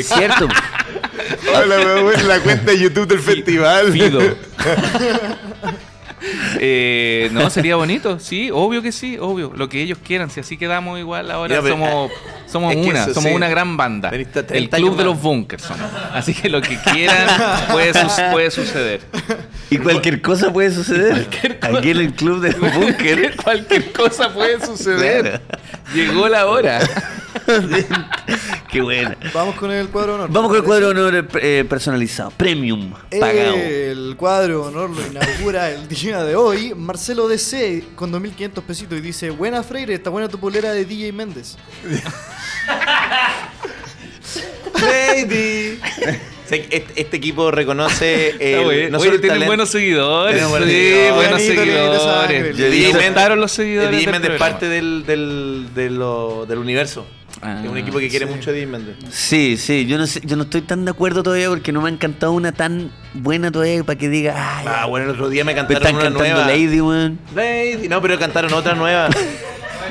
Speaker 2: Cierto.
Speaker 5: Hola, weón, la cuenta de YouTube del festival.
Speaker 3: Pido. Eh, no, sería bonito, sí, obvio que sí, obvio. Lo que ellos quieran, si así quedamos igual ahora
Speaker 1: Ya, pero, eh,
Speaker 3: somos, somos
Speaker 1: es que
Speaker 3: una,
Speaker 1: eso
Speaker 3: somos
Speaker 1: sí.
Speaker 3: una gran banda.
Speaker 1: Tenés hasta
Speaker 3: El
Speaker 1: 30
Speaker 3: club
Speaker 1: años
Speaker 3: de
Speaker 1: más.
Speaker 3: los bunkers somos. Así que lo que quieran puede, sus- puede suceder.
Speaker 2: Y cualquier cosa puede suceder. Aquí en el club de los búnker.
Speaker 3: Cualquier cosa puede suceder.
Speaker 2: Claro.
Speaker 3: Llegó la hora.
Speaker 2: Qué buena.
Speaker 4: Vamos con el cuadro de honor.
Speaker 2: Vamos con el
Speaker 4: ¿Parece?
Speaker 2: cuadro de honor eh, personalizado, premium,
Speaker 3: Eh,
Speaker 2: pagado.
Speaker 4: El cuadro de honor lo inaugura el día de hoy Marcelo DC con 2.500 pesitos y dice, buena Freire, está buena tu polera de DJ Méndez.
Speaker 1: Lady. Sé que Este, este equipo reconoce.
Speaker 3: Está
Speaker 1: el-
Speaker 3: bueno.
Speaker 1: no solo
Speaker 3: Oye,
Speaker 1: el
Speaker 3: tienen
Speaker 1: talento-
Speaker 3: buenos seguidores.
Speaker 1: Tienen buenos
Speaker 3: Sí,
Speaker 1: seguidores.
Speaker 3: buenos
Speaker 4: Bonito, lindo sangre.
Speaker 3: seguidores.
Speaker 1: Yo diría
Speaker 3: Y
Speaker 1: que-
Speaker 3: aumentaron los
Speaker 1: El
Speaker 3: seguidores.
Speaker 1: DJ
Speaker 3: del
Speaker 1: Mendes es
Speaker 3: programa.
Speaker 1: parte del, del, de lo- del universo.
Speaker 3: Ah,
Speaker 1: es un equipo que quiere mucho a DJ Mendes.
Speaker 2: Sí, sí, yo no, sé- yo no estoy tan de acuerdo todavía porque no me ha encantado una tan buena todavía para que diga, ay,
Speaker 1: Ah, bueno, el otro día me
Speaker 2: me
Speaker 1: cantaron
Speaker 2: están
Speaker 1: una
Speaker 2: cantando
Speaker 1: nueva.
Speaker 2: Lady, weón.
Speaker 1: Lady. No, pero cantaron otra nueva.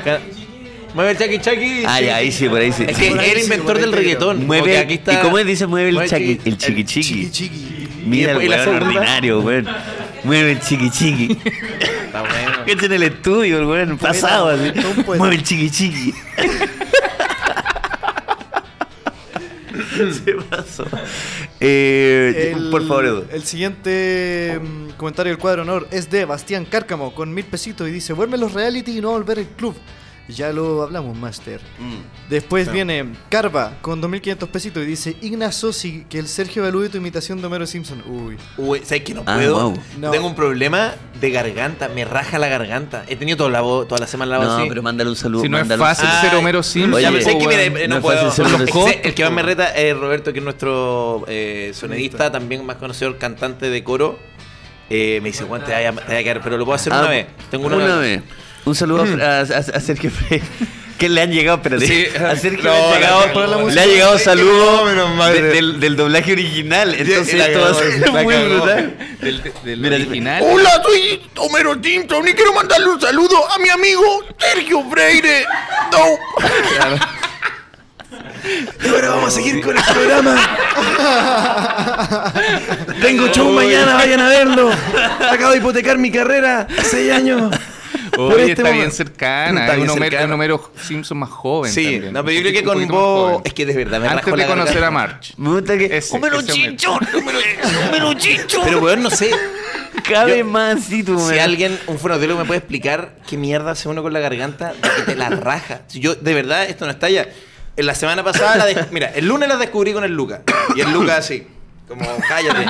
Speaker 1: Ca- Mueve el Chucky Chucky.
Speaker 2: Ah, ya, ahí sí, por ahí sí.
Speaker 1: Es que
Speaker 4: Por ahí
Speaker 1: es el
Speaker 4: sí,
Speaker 1: inventor
Speaker 4: por ahí
Speaker 1: del
Speaker 4: te creo.
Speaker 1: reggaetón.
Speaker 2: mueve,
Speaker 1: porque aquí está-
Speaker 2: ¿Y cómo dice mueve el,
Speaker 1: mueve el
Speaker 2: chiqui,
Speaker 1: chiqui-
Speaker 2: el chiqui chiqui?
Speaker 4: Chiqui, chiqui.
Speaker 2: Mira el
Speaker 1: ¿Y la
Speaker 2: weón
Speaker 1: segunda?
Speaker 2: ordinario, weón. Mueve el chiqui chiqui.
Speaker 1: Está bueno.
Speaker 2: Que es en el estudio, el weón, pasado así.
Speaker 4: todo un poeta.
Speaker 2: Mueve el chiqui chiqui. Se pasó. Eh,
Speaker 4: El-
Speaker 2: por favor, Edu.
Speaker 4: El siguiente mm, comentario del cuadro de honor es de Bastián Cárcamo con mil pesitos y dice, vuelve los reality y no volver el club. Ya lo hablamos, Master.
Speaker 2: Mm.
Speaker 4: Después viene Carva con 2.500 pesitos y dice, Ignacio, si que el Sergio evalúe tu imitación de Homero Simpson. Uy.
Speaker 1: Uy, ¿sabes que no
Speaker 2: Ah,
Speaker 1: puedo?
Speaker 2: wow.
Speaker 4: No.
Speaker 1: Tengo un problema de garganta, me raja la garganta. He tenido toda la voz, toda la semana la voz
Speaker 2: No,
Speaker 1: así.
Speaker 2: pero mándale un saludo.
Speaker 3: Si no es
Speaker 2: mándale un
Speaker 3: fácil
Speaker 2: saludo.
Speaker 1: Ay,
Speaker 3: ser Homero Simpson. pues,
Speaker 1: Ya,
Speaker 2: Oye,
Speaker 1: pero ¿sabes que me- eh,
Speaker 2: no
Speaker 1: no
Speaker 2: es
Speaker 1: puedo.
Speaker 2: fácil ser
Speaker 1: Es
Speaker 2: Homero
Speaker 1: que
Speaker 2: Simpson.
Speaker 1: sé- el que más me reta es Roberto, que es nuestro eh, sonidista, también más conocido cantante de coro. Eh, me dice, Juan, te vaya, a quedar, pero lo puedo hacer
Speaker 2: Ah,
Speaker 1: una vez. Tengo una,
Speaker 2: vez. Un saludo a, a- a Sergio Freire. Que le han llegado, espérate.
Speaker 3: Sí.
Speaker 2: a Sergio
Speaker 1: No,
Speaker 2: le, han
Speaker 1: la
Speaker 2: llegado,
Speaker 1: cagó.
Speaker 2: le
Speaker 1: Ponle la
Speaker 2: ha llegado
Speaker 1: música.
Speaker 2: saludo
Speaker 5: No, menos mal.
Speaker 2: de- del, del doblaje original. Entonces
Speaker 1: la
Speaker 2: esto va a
Speaker 1: cagó,
Speaker 2: ser
Speaker 1: la
Speaker 2: muy
Speaker 1: cagó.
Speaker 2: brutal.
Speaker 3: Del, del
Speaker 2: Mira,
Speaker 3: original.
Speaker 5: Hola, soy Homero Simpson y quiero mandarle un saludo a mi amigo Sergio Freire. No.
Speaker 1: Y ahora vamos a seguir con el programa. Tengo show mañana, vayan a verlo. Acabo de hipotecar mi carrera, seis años.
Speaker 3: Oye,
Speaker 1: este
Speaker 3: está
Speaker 1: momento.
Speaker 3: bien cercana. eh,
Speaker 1: Está
Speaker 3: es
Speaker 1: bien
Speaker 3: un Homero,
Speaker 1: cercana.
Speaker 3: un Homero Simpson más joven.
Speaker 1: Sí,
Speaker 3: también,
Speaker 1: no,
Speaker 3: un
Speaker 1: pero yo creo que
Speaker 3: poquito- un
Speaker 1: con
Speaker 3: poquito más
Speaker 1: vos.
Speaker 3: joven.
Speaker 1: Es que de verdad me
Speaker 3: Antes
Speaker 1: rajó
Speaker 3: de
Speaker 1: la
Speaker 3: conocer
Speaker 1: garganta.
Speaker 3: a March.
Speaker 2: Me gusta que.
Speaker 3: Ese,
Speaker 2: Homero
Speaker 3: ese
Speaker 2: Chinchón, Homero, Homero Chinchón.
Speaker 1: Pero weón, no sé.
Speaker 2: cada vez
Speaker 1: yo-
Speaker 2: más sí, tú,
Speaker 1: Si
Speaker 2: weón.
Speaker 1: alguien, un fonoaudiólogo me puede explicar qué mierda hace uno con la garganta de que te la raja. Si yo, de verdad, esto no está ya. En la semana pasada, la des- mira, el lunes la descubrí con el Luca. Y el Luca así, como cállate.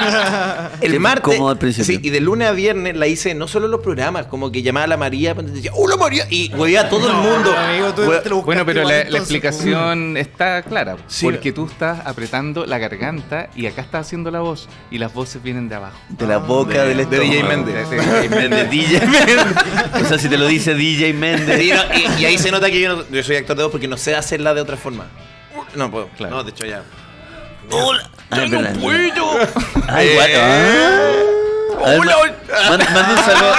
Speaker 2: Qué
Speaker 1: El martes.
Speaker 2: incómodo al principio.
Speaker 1: sí, y de lunes a viernes la hice no solo en los programas, como que llamaba a la María, pues, decía, ¡Hola María! Y huevía a todo el mundo.
Speaker 4: Amigo, tú
Speaker 1: Hue-
Speaker 4: te lo buscaste
Speaker 3: Bueno, pero
Speaker 4: igual,
Speaker 3: la, la
Speaker 4: entonces,
Speaker 3: explicación está clara.
Speaker 1: pues. Sí.
Speaker 3: porque tú estás apretando la garganta y acá estás haciendo la voz. Y las voces vienen de abajo.
Speaker 2: De la boca del
Speaker 5: de
Speaker 2: estómago.
Speaker 5: DJ Méndez.
Speaker 3: De- de-
Speaker 2: De DJ Méndez. O sea, si te lo dice DJ Méndez.
Speaker 1: Sí, no, y, y ahí se nota que yo, no- yo soy actor de voz porque no sé hacerla de otra forma. No puedo.
Speaker 3: Claro.
Speaker 1: No, de hecho ya.
Speaker 2: Hola. Ah, es verdad.
Speaker 5: puedo.
Speaker 2: Ay, guay. Ah.
Speaker 5: Hola.
Speaker 2: Además, man- Manda un saludo.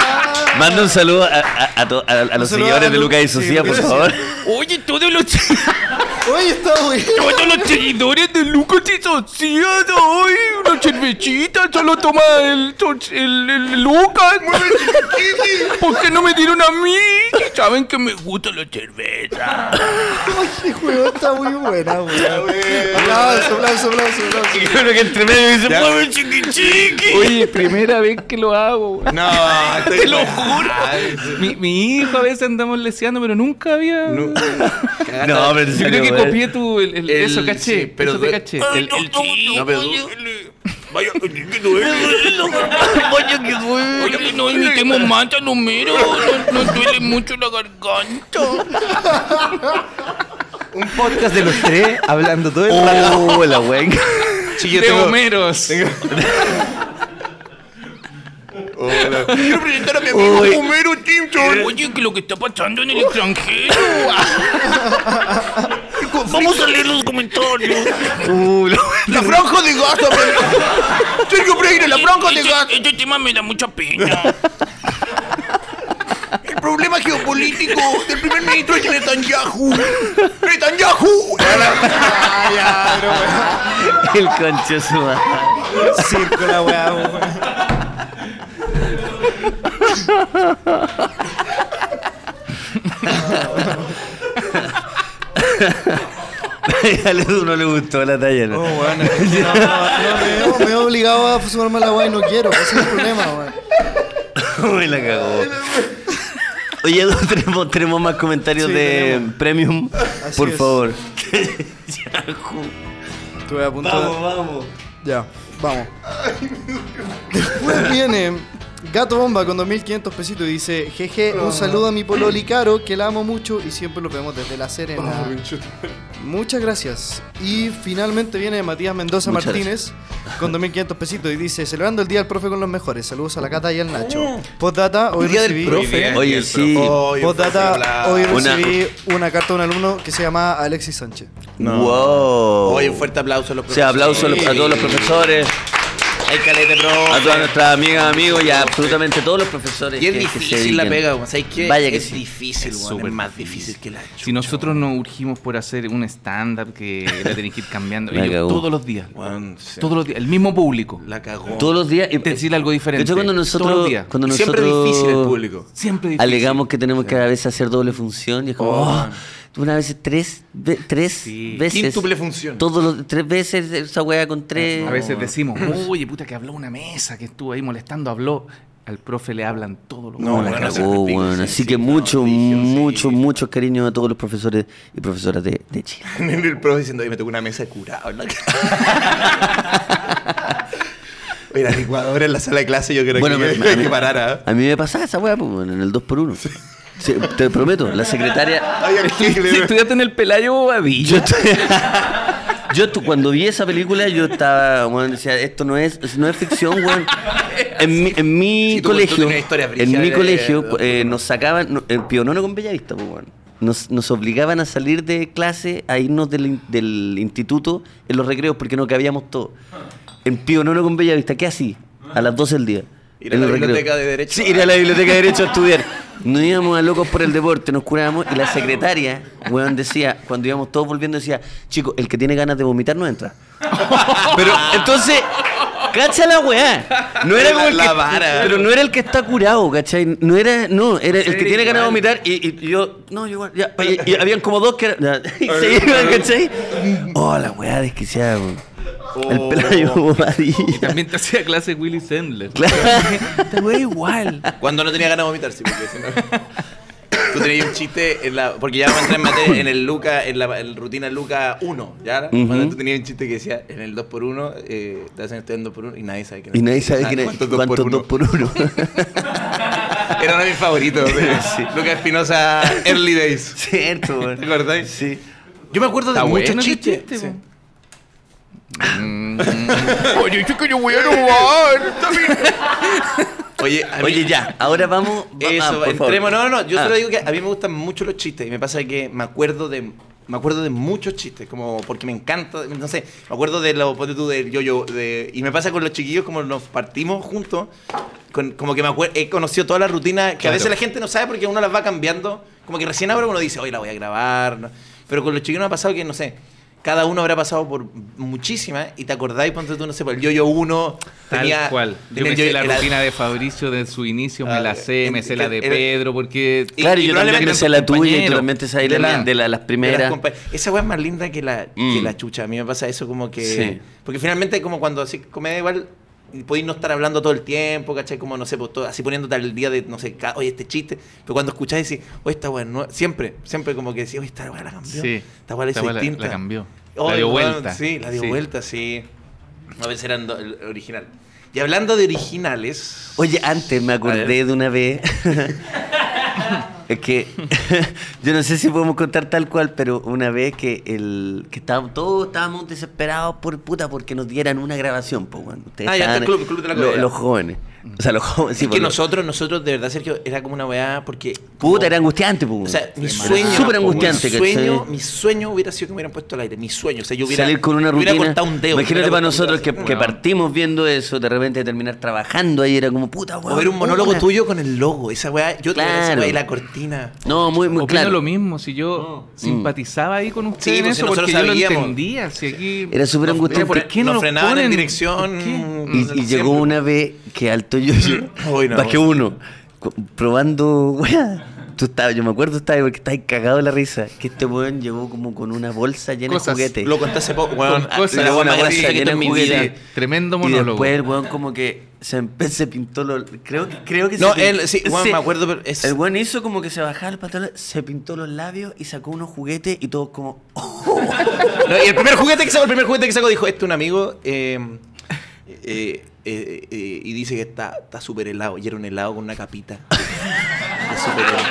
Speaker 2: Manda un saludo a, a- a to- a- a los
Speaker 4: saludo
Speaker 2: seguidores
Speaker 4: a
Speaker 2: de
Speaker 4: Lu-
Speaker 2: Lucas y
Speaker 4: sí,
Speaker 2: Socia, por
Speaker 4: Lucas y
Speaker 2: favor.
Speaker 3: Oye, todos los,
Speaker 4: Oye, está güey.
Speaker 3: todos los seguidores de Lucas y Socias hoy, una cervechita, solo toma el, el, el Lucas. ¿Por qué no me dieron a mí? Saben que me gusta la cerveza.
Speaker 4: Oye, güey, está muy buena, güey. Aplauso, aplauso, aplauso, aplauso.
Speaker 2: Y creo que entre medio dice,
Speaker 5: Ya.
Speaker 2: "Mueve el chiqui chiqui".
Speaker 3: Oye, primera vez que lo hago. güey.
Speaker 5: No, estoy-
Speaker 3: Te lo juro. Mi, mi hijo a veces andamos leseando, pero nunca había.
Speaker 2: No, pero sí,
Speaker 3: Yo creo que
Speaker 2: weón.
Speaker 3: copié tu. El, el-
Speaker 1: El-
Speaker 3: eso caché.
Speaker 1: sí, pero
Speaker 3: eso te
Speaker 1: du-
Speaker 3: caché.
Speaker 2: Ay,
Speaker 3: El-
Speaker 2: no,
Speaker 3: el-
Speaker 2: no,
Speaker 1: No, pero tú-
Speaker 5: Vaya, que duele.
Speaker 2: Coño, que duele.
Speaker 6: Oye, no imitemos más a Homero, no, no duele mucho la garganta.
Speaker 1: Un podcast de los tres hablando todo
Speaker 2: Oh, la weón.
Speaker 1: Sí, yo
Speaker 3: de
Speaker 1: tengo-
Speaker 3: Homeros.
Speaker 5: Quiero presentar a mi amigo
Speaker 2: Uy.
Speaker 5: Homero Simpson.
Speaker 6: Oye, que lo que está pasando en el extranjero. Vamos a leer los comentarios.
Speaker 5: La Franco de Gaza, pero- Sergio Freire, la Franco de
Speaker 6: Este-
Speaker 5: Gaza.
Speaker 6: Este tema me da mucha pena.
Speaker 5: El problema geopolítico del primer ministro es Netanyahu. Netanyahu.
Speaker 2: El concha su madre.
Speaker 4: Circo la weá, weón.
Speaker 2: A Ledu no le gustó la talla, ¿no?
Speaker 4: Oh, weón, es que no, no, no, me, me he obligado a sumarme a la weá y no quiero. Ese es el problema, weón. Oh.
Speaker 2: Uy, la cagó. Oye, Edu, tenemos, tenemos más comentarios
Speaker 4: Sí,
Speaker 2: de
Speaker 4: tenemos.
Speaker 2: Premium.
Speaker 4: Así
Speaker 2: por
Speaker 4: es.
Speaker 2: favor.
Speaker 4: Estuve a punto de-
Speaker 2: vamos, vamos.
Speaker 4: Ya, vamos. Después viene Gato Bomba con 2.500 pesitos y dice, jeje, un saludo a mi pololi Caro, que la amo mucho y siempre lo vemos desde la Serena. Muchas gracias. Y finalmente viene Matías Mendoza
Speaker 2: Muchas
Speaker 4: Martínez con 2.500 pesitos y dice, celebrando el Día del Profe con los mejores. Saludos a la Cata y al Nacho. Postdata, hoy
Speaker 1: Día del
Speaker 4: recibí...
Speaker 1: Profe.
Speaker 3: Bien, y
Speaker 2: Oye,
Speaker 3: el
Speaker 2: sí.
Speaker 1: Oye,
Speaker 4: Postdata, hoy
Speaker 2: Una-
Speaker 4: recibí una... carta de un alumno que se llama Alexis Sánchez.
Speaker 2: Wow.
Speaker 1: Oye, un fuerte aplauso a los
Speaker 2: O sea, aplauso a, los- a todos los profesores,
Speaker 1: Hay caleta,
Speaker 2: a todas
Speaker 1: bro.
Speaker 2: nuestras amigas, amigos y a absolutamente todos los profesores.
Speaker 1: Y es
Speaker 2: que- que se
Speaker 1: difícil la
Speaker 2: dedican.
Speaker 1: pega, weón. ¿Sabes qué?
Speaker 2: Vaya que
Speaker 1: es
Speaker 2: sí.
Speaker 1: difícil,
Speaker 3: Es
Speaker 1: weón. Es
Speaker 3: súper
Speaker 1: más
Speaker 3: difícil.
Speaker 1: difícil que la chucha.
Speaker 3: Si nosotros nos urgimos por hacer un stand-up que la tenés que ir cambiando,
Speaker 2: La
Speaker 3: ellos
Speaker 2: cagó.
Speaker 3: todos los días,
Speaker 1: Weón, sí.
Speaker 3: todos los días, el mismo público.
Speaker 1: La cagó.
Speaker 2: Todos los días. y-
Speaker 3: Te decir algo
Speaker 2: De
Speaker 3: diferente.
Speaker 2: hecho, cuando
Speaker 3: Todos los
Speaker 2: nosotros,
Speaker 3: días.
Speaker 2: cuando nosotros
Speaker 1: Siempre difícil el público.
Speaker 3: Siempre difícil.
Speaker 2: alegamos que tenemos que a veces hacer doble función y es como,
Speaker 1: Oh,
Speaker 2: oh,
Speaker 1: man.
Speaker 2: una vez tres, ve- tres
Speaker 3: Sí.
Speaker 2: veces.
Speaker 1: Quíntuple función.
Speaker 2: Todos los, tres veces esa weá con tres.
Speaker 3: A veces decimos, oye, puta, que habló una mesa, que estuvo ahí molestando, habló. Al profe le hablan todos los
Speaker 1: No,
Speaker 2: No, la
Speaker 1: bueno, se
Speaker 2: cagó,
Speaker 1: repite,
Speaker 2: weón.
Speaker 1: sí,
Speaker 2: Así
Speaker 1: sí,
Speaker 2: que
Speaker 1: no,
Speaker 2: mucho,
Speaker 1: dije, sí.
Speaker 2: mucho, mucho cariño a todos los profesores y profesoras de, de Chile.
Speaker 1: el profe diciendo, oye, me tocó una mesa de curado. ¿no? Mira, licuadora en la sala de clase, yo creo que,
Speaker 2: me-
Speaker 1: hay
Speaker 2: mí-
Speaker 1: que parar. ¿ah?
Speaker 2: A mí me pasaba esa weá, pues, weón, en el 2x1. te prometo, la secretaria.
Speaker 1: Ay, al Hitler.
Speaker 3: Si estudiaste en el Pelayo
Speaker 2: Yo,
Speaker 3: Bobadilla.
Speaker 2: estu- yo estu- cuando vi esa película, yo estaba, weón, decía, esto no es, es- no es ficción, weón. En mi, en mi
Speaker 1: Sí, tú- tú
Speaker 2: colegio,
Speaker 1: tenías historias
Speaker 2: en
Speaker 1: brígidas
Speaker 2: mi
Speaker 1: de-
Speaker 2: colegio,
Speaker 1: de-
Speaker 2: eh, nos sacaban, no, el pionono con Bellavista, pues, weón. Nos, nos obligaban a salir de clase, a irnos del, in- del instituto en los recreos porque no cabíamos todo. En pionono con Bellavista, ¿qué así? A las 12 del día.
Speaker 1: Ir a
Speaker 2: en
Speaker 1: la
Speaker 2: el recreo.
Speaker 1: biblioteca de Derecho.
Speaker 2: Sí, ir a la biblioteca de derecho a estudiar. Nos íbamos a locos por el deporte, nos curábamos y la secretaria, weón, decía, cuando íbamos todos volviendo, decía, chicos, el que tiene ganas de vomitar no entra. Pero entonces, cacha la weá. No era
Speaker 1: La-
Speaker 2: como el
Speaker 1: la
Speaker 2: que-
Speaker 1: vara.
Speaker 2: Pero no era el que está curado, ¿cachai? No era, no, era el
Speaker 3: Era
Speaker 2: que tiene ganas de
Speaker 3: igual.
Speaker 2: vomitar y, y yo, no, yo igual, ya, y, y habían como dos que eran, y se iban, ¿cachai? Oh, la weá desquiciada, weón.
Speaker 1: "Oh".
Speaker 2: El pelayo bobadilla.
Speaker 3: También te hacía clase Willy Sendler.
Speaker 2: Claro.
Speaker 3: Te voy igual.
Speaker 1: Cuando no tenía ganas de vomitar, sí, porque si no. Tú tenías un chiste en la. Porque ya vamos a entrar en materia en el Luca, en la en rutina Luca 1, ¿ya?
Speaker 2: Ujú.
Speaker 1: Cuando tú tenías un chiste que decía en el 2x1, eh, te hacen este en 2x1 y nadie sabe quién es. Ah,
Speaker 2: Y nadie sabe quién es.
Speaker 1: ¿Cuántos
Speaker 2: ¿Cuántos
Speaker 1: 2x1?
Speaker 2: dos por uno?
Speaker 1: Era uno de mis favoritos. de- Luca Espinosa, Early Days.
Speaker 2: Cierto,
Speaker 1: ¿Te
Speaker 2: weón.
Speaker 1: acordáis?
Speaker 2: Sí.
Speaker 1: Yo me acuerdo de
Speaker 3: Está
Speaker 1: muchos
Speaker 3: bueno ese
Speaker 1: chistes.
Speaker 3: chiste,
Speaker 1: Sí.
Speaker 3: po.
Speaker 1: Mm.
Speaker 5: Oye, yo que yo voy a robar.
Speaker 1: Oye, a mí-
Speaker 2: Oye, ya, ahora vamos. va- ah,
Speaker 1: Eso,
Speaker 2: por favor.
Speaker 1: entremos. No, no, no. Yo
Speaker 2: Ah,
Speaker 1: solo digo que a mí me gustan mucho los chistes. Y me pasa que me acuerdo de. Me acuerdo de muchos chistes, como porque me encanta, no sé, me acuerdo de lo ponte tú del yo-yo, de- y me pasa con los chiquillos como nos partimos juntos, con- como que me acuer- he conocido toda la rutina, que a
Speaker 3: Claro.
Speaker 1: veces la gente no sabe porque uno las va cambiando, como que recién ahora uno dice, hoy la voy a grabar, ¿no? pero con los chiquillos me ha pasado que, no sé, cada uno habrá pasado por muchísimas, y te acordáis, ponte tú, no sé, por el yo-yo uno,
Speaker 3: Tal
Speaker 1: tenía-
Speaker 3: cual. Yo
Speaker 1: tenía
Speaker 3: me
Speaker 1: el
Speaker 3: sé
Speaker 1: yo-yo-
Speaker 3: la
Speaker 1: era-
Speaker 3: rutina de Fabricio de su inicio, me
Speaker 1: Ah,
Speaker 3: la sé, me
Speaker 1: en-
Speaker 3: sé la de
Speaker 1: era-
Speaker 3: Pedro, porque.
Speaker 1: Y-
Speaker 2: Claro,
Speaker 1: y
Speaker 2: yo también
Speaker 1: probablemente
Speaker 2: me sé la tuya y tú
Speaker 3: compañero.
Speaker 2: también te sabes la
Speaker 3: De
Speaker 2: mía,
Speaker 3: la-
Speaker 2: de la- las
Speaker 1: de las
Speaker 2: primeras.
Speaker 1: compa- Esa weá es más linda que la, que
Speaker 2: Mm.
Speaker 1: la chucha. A mí me pasa eso como que.
Speaker 2: Sí.
Speaker 1: Porque finalmente, como cuando así comedia igual. Podéis no estar hablando todo el tiempo, ¿cachai? Como, no sé, pues, todo- así poniéndote al día de, no sé, ca- oye, este chiste. Pero cuando escucháis decís, oye, esta weá, no- siempre, siempre como que decís, oye, esta weá la cambió.
Speaker 3: Sí.
Speaker 1: Esta weá la hizo
Speaker 3: Esta weá la-
Speaker 1: distinta.
Speaker 3: la cambió.
Speaker 1: Oh,
Speaker 3: La dio
Speaker 1: weón,
Speaker 3: vuelta.
Speaker 1: Sí, la dio
Speaker 3: Sí.
Speaker 1: vuelta, sí. A veces eran do- el original. Y hablando de originales.
Speaker 2: Oye, antes me acordé de una vez. es que yo no sé si podemos contar tal cual, pero una vez que el que estábamos todos estábamos desesperados por puta porque nos dieran una grabación, pues bueno, ustedes
Speaker 1: Ah, ya,
Speaker 2: estaban-
Speaker 1: este club, club de la
Speaker 2: lo-
Speaker 1: comedia.
Speaker 2: los jóvenes. O sea, los jóvenes. sí,
Speaker 1: es que
Speaker 2: por lo-
Speaker 1: nosotros, nosotros, de verdad, Sergio, era como una weá porque.
Speaker 2: Puta,
Speaker 1: como-
Speaker 2: era angustiante, pues.
Speaker 1: O sea, mi
Speaker 3: Sí,
Speaker 1: sueño.
Speaker 2: Súper angustiante,
Speaker 1: mi sueño,
Speaker 2: ¿cachai?
Speaker 1: mi sueño hubiera sido que me hubieran puesto al aire. Mi sueño. O sea, yo hubiera.
Speaker 2: Salir con una
Speaker 1: me Hubiera
Speaker 2: rutina.
Speaker 1: cortado un dedo.
Speaker 2: Imagínate
Speaker 1: me
Speaker 2: para
Speaker 1: hubiera cortado
Speaker 2: nosotros que,
Speaker 1: así,
Speaker 2: que
Speaker 1: weón.
Speaker 2: partimos viendo eso, de repente terminar trabajando ahí era como puta, weón.
Speaker 1: O ver un monólogo
Speaker 2: puta.
Speaker 1: tuyo con el logo. Esa weá, yo te esa
Speaker 2: Claro.
Speaker 1: weá y la cortina.
Speaker 2: No, muy, muy
Speaker 3: Opino
Speaker 2: claro.
Speaker 3: lo mismo, si yo simpatizaba ahí con ustedes
Speaker 1: Sí,
Speaker 3: en
Speaker 1: pues, si
Speaker 3: eso, porque
Speaker 1: nosotros
Speaker 3: yo lo
Speaker 1: sabíamos.
Speaker 3: entendía. Si aquí...
Speaker 2: Era súper
Speaker 1: Mira,
Speaker 2: angustiante.
Speaker 1: por-
Speaker 3: ¿por qué no
Speaker 1: nos
Speaker 3: nos
Speaker 1: frenaban en
Speaker 3: ponen?
Speaker 1: dirección.
Speaker 3: ¿Por qué?
Speaker 2: Y, y llegó
Speaker 1: siempre.
Speaker 2: una vez que alto yo, yo
Speaker 1: Uy, no.
Speaker 2: bajé uno, co- probando, weá. Tú estabas, yo me acuerdo, estabas porque estabas cagado de la risa. Que este weón llegó como con una bolsa llena
Speaker 3: Cosas.
Speaker 2: de juguetes. Ah,
Speaker 1: Lo contaste poco. Weón,
Speaker 3: Con cosas.
Speaker 1: la weá
Speaker 2: Una
Speaker 1: más
Speaker 2: bolsa
Speaker 1: triste que
Speaker 2: llena
Speaker 1: tengo en mi
Speaker 2: de
Speaker 1: vida.
Speaker 2: juguetes.
Speaker 3: Tremendo
Speaker 2: y
Speaker 3: monólogo.
Speaker 2: después el weón como que se, empe- se pintó los... Creo que, creo que
Speaker 1: No,
Speaker 2: se pin-
Speaker 1: él, sí, weón,
Speaker 2: se-
Speaker 1: me acuerdo, pero es-
Speaker 2: El weón hizo como que se bajaba el pantalón, se pintó los labios y sacó unos juguetes y todos como...
Speaker 1: No, y el primer juguete que sacó, el primer juguete que sacó, dijo, este un amigo. eh, eh, eh, eh, y dice que está está súper helado. Y era un helado con una capita. Está súper helado.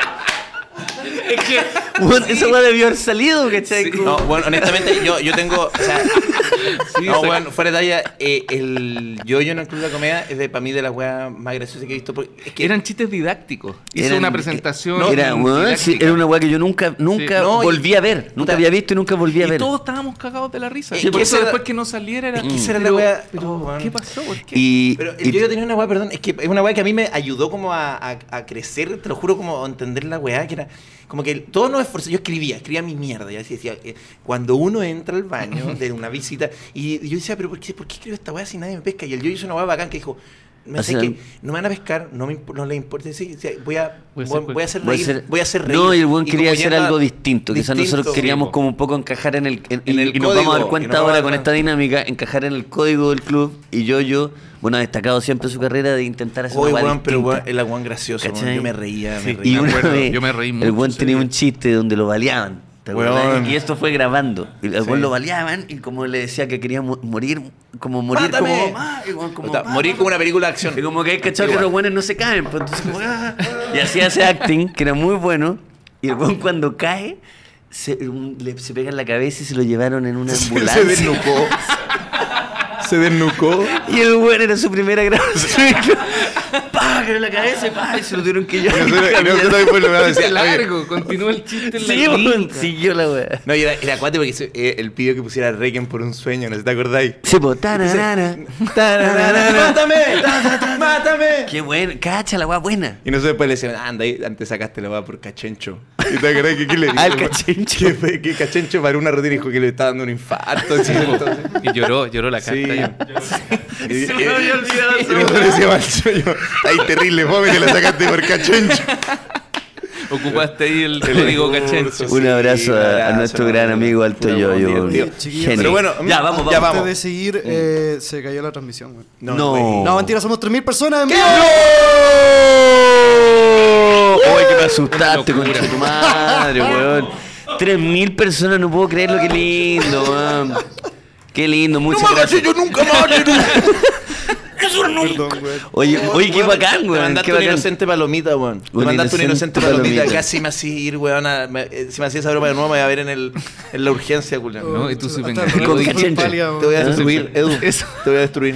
Speaker 2: Weón, esa weá debió haber salido, ¿cachai? Como-
Speaker 1: No, bueno, honestamente, yo, yo tengo. O sea, no, bueno, fuera de talla, eh, el yo-yo en el Club de la Comedia es de, para mí de las weas más graciosas que he visto. porque es que-
Speaker 3: Eran chistes didácticos. Hizo
Speaker 2: Eran-
Speaker 1: eh,
Speaker 2: eh,
Speaker 3: una presentación.
Speaker 2: no, era, weón, sí,
Speaker 3: didáctica.
Speaker 2: era una weá que yo nunca, nunca
Speaker 3: Sí.
Speaker 1: No, y-
Speaker 2: volví a ver. Nunca
Speaker 1: puta.
Speaker 2: había visto y nunca volví a
Speaker 3: Y
Speaker 2: ver.
Speaker 3: todos estábamos cagados de la risa.
Speaker 1: Es
Speaker 3: Y por
Speaker 1: que
Speaker 3: eso
Speaker 1: esa-
Speaker 3: después que no saliera era.
Speaker 1: es que esa era la
Speaker 3: pero-
Speaker 1: wea-
Speaker 3: pero,
Speaker 1: oh, weón.
Speaker 3: ¿Qué pasó? ¿Por qué?
Speaker 2: Y,
Speaker 1: Pero el
Speaker 2: y-
Speaker 1: yo-yo tenía una weá, perdón, es que es una weá que a mí me ayudó como a, a- a crecer, te lo juro, como a entender la weá, que era como que todo no esforzaba. Yo escribía, escribía mi mierda, y así decía, eh, cuando uno entra al baño de una visita, y yo decía, pero ¿por qué, por qué escribo esta weá si nadie me pesca? Y el yo hizo una weá bacán que dijo, me
Speaker 2: Así
Speaker 1: sé que
Speaker 2: la-
Speaker 1: no me van a pescar, no, me imp- no le importa, sí, sí, voy, a, voy,
Speaker 3: Voy a hacer
Speaker 1: voy a hacer
Speaker 2: voy a
Speaker 1: reír,
Speaker 2: hacer-
Speaker 1: voy a hacer reír.
Speaker 2: No, y el weón
Speaker 1: Y
Speaker 2: quería
Speaker 1: como
Speaker 2: hacer
Speaker 1: yendo a-
Speaker 2: algo distinto. Quizás nosotros
Speaker 1: distinto.
Speaker 2: queríamos
Speaker 3: po.
Speaker 2: como un poco encajar en el. en-
Speaker 1: En el
Speaker 2: y nos vamos a dar
Speaker 1: código, y
Speaker 2: cuenta
Speaker 1: nos vamos a
Speaker 2: ahora
Speaker 1: dar
Speaker 2: con
Speaker 1: cuenta.
Speaker 2: esta dinámica, encajar en el código del club. Y yo, yo, bueno, ha destacado siempre su carrera de intentar hacer
Speaker 1: Oye,
Speaker 2: una weá
Speaker 1: weón, pero
Speaker 2: distinta.
Speaker 1: weón, el weón gracioso, weón,
Speaker 2: ¿Cachai?
Speaker 1: yo me reía, me
Speaker 2: Y
Speaker 1: reía.
Speaker 2: una
Speaker 3: acuerdo,
Speaker 2: vez,
Speaker 3: yo me reí
Speaker 2: el
Speaker 3: mucho
Speaker 2: buen
Speaker 3: ese
Speaker 2: tenía
Speaker 3: día.
Speaker 2: un chiste donde lo baleaban. ¿te acuerdas?
Speaker 1: Weón.
Speaker 2: Y esto fue grabando. Y el buen
Speaker 1: Sí.
Speaker 2: lo baleaban y como le decía que quería mo- morir, como morir
Speaker 1: ¡Mátame!
Speaker 2: como... "Ah", y weón como,
Speaker 1: O sea, morir como una película de acción.
Speaker 2: Y como que hay cachado que los buenos no se caen. pues, entonces, como, ah. y hacía ese acting, que era muy bueno. Y el buen cuando cae, se, un- le- se pega en la cabeza y se lo llevaron en una ambulancia.
Speaker 5: Se desnucó.
Speaker 2: y el buen era su primera grabación. ¡Pah! Cayó en la cabeza y ¡pah! Y se lo tuvieron que
Speaker 5: Y
Speaker 2: llevar.
Speaker 5: nosotros- y nosotros después lo vemos
Speaker 3: Qué
Speaker 5: así, oye,
Speaker 3: largo, continúa el chiste en la
Speaker 2: Sí, weón,
Speaker 3: clínica.
Speaker 2: siguió la wea.
Speaker 1: No, y era, era cuate porque se- eh, el pidió que pusiera Requiem por un sueño, ¿no te acordáis?
Speaker 2: Se botana, nana. Ah,
Speaker 1: ¡Ah, ¡Mátame! ¡Mátame!
Speaker 2: Qué bueno, cacha la weá buena.
Speaker 1: Y nosotros después le decían, anda, ahí, antes sacaste la va por cachencho.
Speaker 5: ¿Y te acordás que qué le dijo?
Speaker 2: Al cachincho.
Speaker 5: Que, fue- que cachencho para una rutina dijo que le estaba dando un infarto. ¿sí? Entonces,
Speaker 3: Y lloró, lloró la carta.
Speaker 5: sí.
Speaker 3: ya.
Speaker 5: Y- y-
Speaker 2: me había olvidado
Speaker 5: y
Speaker 2: esa
Speaker 5: nosotros decíamos al sueño, ay, terrible, fome, te la sacaste por cachencho.
Speaker 3: Ocupaste ahí el código cachencho.
Speaker 1: Sí,
Speaker 2: Un abrazo
Speaker 1: un
Speaker 2: a, a
Speaker 1: abrazo,
Speaker 2: nuestro
Speaker 1: hermano.
Speaker 2: gran amigo Alto
Speaker 1: Pura
Speaker 2: Yoyo.
Speaker 1: buena
Speaker 2: weón.
Speaker 1: idea,
Speaker 4: tío.
Speaker 2: Genio.
Speaker 1: Pero bueno,
Speaker 2: ya vamos, vamos.
Speaker 1: ya
Speaker 4: Antes
Speaker 1: vamos.
Speaker 4: de seguir, eh, se cayó la transmisión, güey.
Speaker 2: No,
Speaker 1: güey.
Speaker 4: No, mentira, somos 3.000 personas en
Speaker 1: ¿Qué?
Speaker 4: vivo.
Speaker 2: Oye, que me asustaste,
Speaker 3: Una locura.
Speaker 2: concha de tu madre, weón. 3.000 personas, no puedo creerlo, qué lindo, weón. Qué lindo, muchas gracias.
Speaker 5: yo nunca más.
Speaker 4: Perdón, güey.
Speaker 2: Oye, oye, qué
Speaker 1: Weón,
Speaker 2: bacán,
Speaker 1: Te
Speaker 2: weón.
Speaker 1: mandaste
Speaker 2: Qué
Speaker 1: una
Speaker 2: bacán.
Speaker 1: inocente palomita, weón. Te
Speaker 2: Un
Speaker 1: mandaste una inocente
Speaker 2: inocente
Speaker 1: palomita.
Speaker 2: palomita.
Speaker 1: Casi me hacía ir, weón. a- me- eh, Si me hacía esa broma de nuevo, me iba a ver en, el, en la urgencia, culián.
Speaker 3: No, y tú sí,
Speaker 4: Hasta
Speaker 3: venga.
Speaker 4: el
Speaker 3: Con
Speaker 4: Rodolfo
Speaker 2: Cachencho.
Speaker 4: Palia,
Speaker 1: Te voy
Speaker 4: güey.
Speaker 1: a destruir, Edu. Te voy a destruir.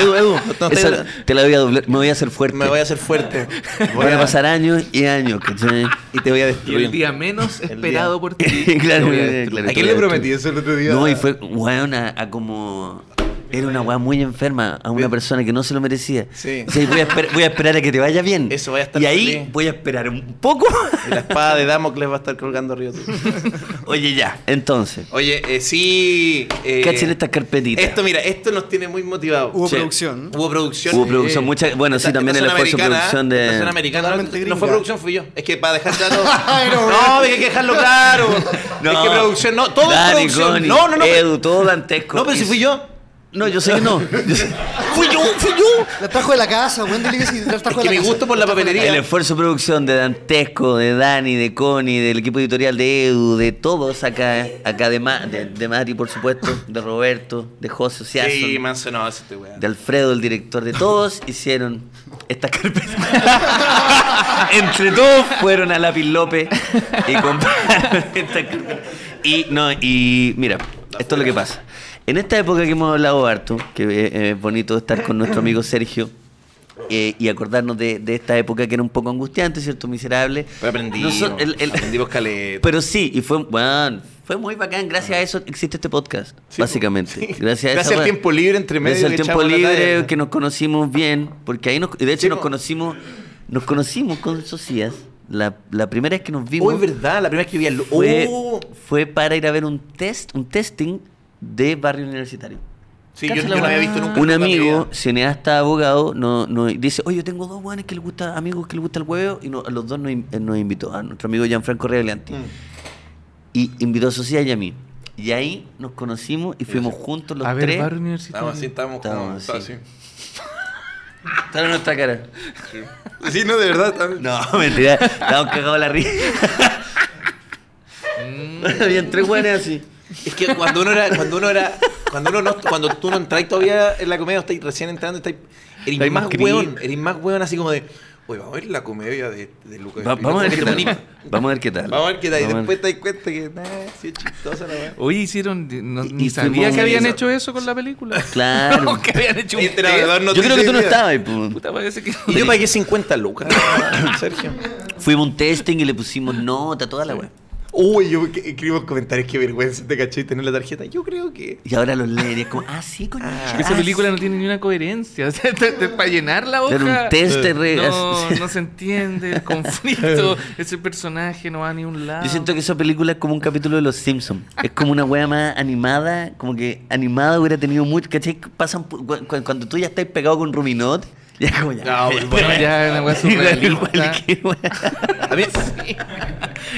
Speaker 1: Edu, Edu. no te-
Speaker 2: Ah, Esa- te la voy a doblar, me voy a hacer fuerte.
Speaker 1: me voy a hacer fuerte. Voy
Speaker 2: Van a pasar años y años, ¿cachai?
Speaker 1: Y te voy a
Speaker 3: Y
Speaker 1: destruir.
Speaker 3: el día menos
Speaker 1: El
Speaker 3: esperado
Speaker 1: día.
Speaker 3: por ti.
Speaker 2: Claro,
Speaker 3: te voy a
Speaker 2: claro,
Speaker 3: destruir.
Speaker 2: claro.
Speaker 5: ¿A quién le prometí eso el otro día?
Speaker 2: No, y fue, weón, a, a como. Era una weá muy enferma a una persona que no se lo merecía.
Speaker 1: Sí.
Speaker 2: O sea, voy, a esper- voy a esperar a que te vaya bien.
Speaker 1: Eso, voy a estar
Speaker 2: Y ahí
Speaker 1: feliz.
Speaker 2: voy a esperar un poco.
Speaker 1: Y la espada de Damocles va a estar colgando arriba tuyo.
Speaker 2: Oye, ya, entonces.
Speaker 1: Oye, eh, sí. eh,
Speaker 2: Cachen estas carpetitas.
Speaker 1: Esto, mira, esto nos tiene muy motivados.
Speaker 4: Hubo
Speaker 2: Sí.
Speaker 4: producción.
Speaker 1: Hubo producción.
Speaker 2: Hubo producción, mucha- bueno, sí, también el esfuerzo de producción de-
Speaker 1: Esta zona americana, no,
Speaker 4: Totalmente
Speaker 1: no
Speaker 4: gringa.
Speaker 1: fue producción, fui yo. Es que para dejar claro.
Speaker 4: Ay, no,
Speaker 1: no, hay que dejarlo claro.
Speaker 2: No.
Speaker 1: Es que producción, no. Todo es
Speaker 2: Dani,
Speaker 1: producción.
Speaker 2: Connie,
Speaker 1: no, no, no. pero-
Speaker 2: Edu, todo dantesco.
Speaker 1: no, pero si fui yo.
Speaker 2: No, yo sé que no. Yo sé-
Speaker 1: Fui yo, fui yo.
Speaker 4: La trajo de la casa, güey. Dile que sí, la trajo
Speaker 1: Es que
Speaker 4: de la
Speaker 1: mi
Speaker 4: casa.
Speaker 1: gusto por la
Speaker 2: El
Speaker 1: papelería.
Speaker 2: esfuerzo de producción de Dantesco, de Dani, de Connie, del equipo editorial de Edu, de todos acá, acá de, Ma- de, de Mati, por supuesto, de Roberto, de José Siazo,
Speaker 1: Sí, manso, no, ese te weón.
Speaker 2: de Alfredo, el director de todos, hicieron estas carpetas. Entre todos fueron a Lápiz López y compraron estas carpetas. Y, no, y mira, esto es lo que pasa. En esta época que hemos hablado harto, que eh, es bonito estar con nuestro amigo Sergio eh, y acordarnos de, de esta época que era un poco angustiante, ¿cierto? Miserable.
Speaker 1: Pero aprendimos.
Speaker 2: Noso- el- el-
Speaker 1: Aprendimos caleta.
Speaker 2: Pero sí, y fue, bueno, fue muy bacán. Gracias a eso existe este podcast, básicamente. Gracias a
Speaker 1: Ah. Gracias
Speaker 2: esa
Speaker 1: al
Speaker 2: weá.
Speaker 1: tiempo libre entre medio.
Speaker 2: Gracias al
Speaker 1: que
Speaker 2: tiempo
Speaker 1: echamos la
Speaker 2: libre
Speaker 1: talla.
Speaker 2: que nos conocimos bien, porque ahí nos, y de hecho
Speaker 1: Sí,
Speaker 2: nos
Speaker 1: po.
Speaker 2: conocimos, nos conocimos con Socias. La, la primera vez que nos
Speaker 1: Oh,
Speaker 2: vimos
Speaker 1: es verdad, la primera vez que vi al.
Speaker 2: fue,
Speaker 1: Oh.
Speaker 2: fue para ir a ver un test, un testing de barrio universitario.
Speaker 1: Sí, yo, yo
Speaker 2: Cacha la
Speaker 1: no
Speaker 2: weá.
Speaker 1: había visto nunca.
Speaker 2: Un
Speaker 1: en mi
Speaker 2: amigo,
Speaker 1: vida.
Speaker 2: cineasta, abogado, no, no, dice, oye, yo tengo dos guanes que les gusta, amigos que les gusta el huevo, y no- a los dos nos, in- eh, nos invitó, a nuestro amigo Gianfranco Reglianti.
Speaker 1: Mm.
Speaker 2: Y invitó a Socias y a mí. Y ahí nos conocimos y fuimos juntos los
Speaker 3: a ver,
Speaker 2: tres.
Speaker 3: barrio universitario.
Speaker 1: Estábamos así, estábamos como.
Speaker 2: Estábamos
Speaker 1: estaba
Speaker 2: así.
Speaker 1: así.
Speaker 2: Está en nuestra cara.
Speaker 1: Sí, no, de verdad. estábamos-
Speaker 2: No, mentira. Estábamos cagados la risa.
Speaker 1: Mm.
Speaker 2: Habían tres hueones así.
Speaker 1: Es que cuando uno era, cuando uno era, cuando uno no, cuando tú no entráis todavía en la comedia, o estáis recién entrando, estáis, eres
Speaker 3: Estáis
Speaker 1: más
Speaker 3: más cri-
Speaker 1: hueón, eres más hueón así como de, oye, vamos a ver la comedia de, de Lucas.
Speaker 2: Va-
Speaker 1: Espino,
Speaker 2: vamos a ver qué
Speaker 1: porque te
Speaker 2: tal.
Speaker 1: ponís-
Speaker 2: Vamos a ver qué tal.
Speaker 1: Vamos a ver qué tal. Y
Speaker 2: Vamos a ver.
Speaker 1: después te das cuenta que, nah, sí es chistosa la weá.
Speaker 3: Hoy hicieron, no-
Speaker 2: Y-
Speaker 3: ni
Speaker 2: y
Speaker 3: sabía
Speaker 2: fuimos-
Speaker 3: que habían hecho eso con la película.
Speaker 2: Claro.
Speaker 3: que habían hecho un
Speaker 1: Oye,
Speaker 3: test.
Speaker 1: Eduardo,
Speaker 2: Yo creo que tú no
Speaker 1: dice idea.
Speaker 2: estabas pues. ahí, po.
Speaker 3: Puta, parece que...
Speaker 1: Y yo pagué 50 lucas, Sergio.
Speaker 2: Fuimos a un testing y le pusimos nota, toda la wea.
Speaker 1: Uy, yo que- escribo en comentarios que vergüenza te caché y tener la tarjeta. Yo creo que.
Speaker 2: Y ahora los lees y es como, ah, sí, coño.
Speaker 3: Que esa película no tiene ni una coherencia. O sea, te- te- para llenar la hoja.
Speaker 2: Era un test de re-
Speaker 3: No, no se entiende el conflicto. Ese personaje no va a ni un lado.
Speaker 2: Yo siento que esa película es como un capítulo de Los Simpsons. Es como una wea más animada, como que animada hubiera tenido mucho. ¿Cachai? Pasan, pu- cu- cu- cuando tú ya estás pegado con Ruminot, ya es como ya.
Speaker 1: No,
Speaker 3: Bueno, ya una weá surrealista.
Speaker 2: Igual que wea.
Speaker 1: A mí,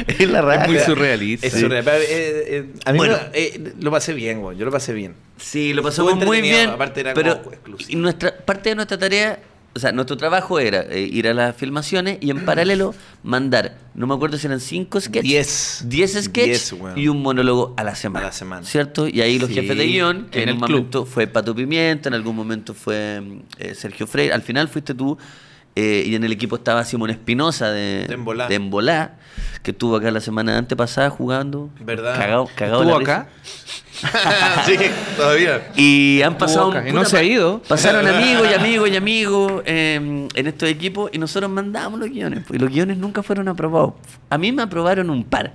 Speaker 2: Es la raja.
Speaker 3: Es muy surrealista.
Speaker 1: es surreal, pero, eh, eh, a mí
Speaker 2: Bueno.
Speaker 1: me- eh, lo pasé bien, güey. Yo lo pasé bien.
Speaker 2: Sí, lo
Speaker 1: Estuvo
Speaker 2: pasamos muy
Speaker 1: entretenido,
Speaker 2: bien.
Speaker 1: aparte era
Speaker 2: pero
Speaker 1: como exclusivo.
Speaker 2: y nuestra, parte de nuestra tarea, o sea, nuestro trabajo era eh, ir a las filmaciones y en paralelo mandar, no me acuerdo si eran cinco sketches.
Speaker 1: Diez.
Speaker 2: 10 sketches
Speaker 1: Diez, weón.
Speaker 2: y un monólogo a la semana.
Speaker 1: A la semana.
Speaker 2: ¿Cierto? Y ahí los
Speaker 3: Sí,
Speaker 2: jefes de guión, que en,
Speaker 3: en
Speaker 2: un
Speaker 3: el club.
Speaker 2: momento fue Pato Pimienta, en algún momento fue mm, eh, Sergio Freire, al final fuiste tú. eh, y en el equipo estaba Simón Espinosa de,
Speaker 1: De Embolá.
Speaker 2: Embolá, que estuvo acá la semana antepasada jugando.
Speaker 1: ¿Verdad?
Speaker 2: Cagado, cagado
Speaker 3: Estuvo
Speaker 2: la risa.
Speaker 3: acá.
Speaker 1: sí, todavía.
Speaker 2: Y han pasado.
Speaker 3: acá, y
Speaker 2: puta,
Speaker 3: no se ha ido.
Speaker 2: Pasaron amigos y amigos y amigos eh, en estos equipos y nosotros mandábamos los guiones. pues, Y los guiones nunca fueron aprobados. A mí me aprobaron un par.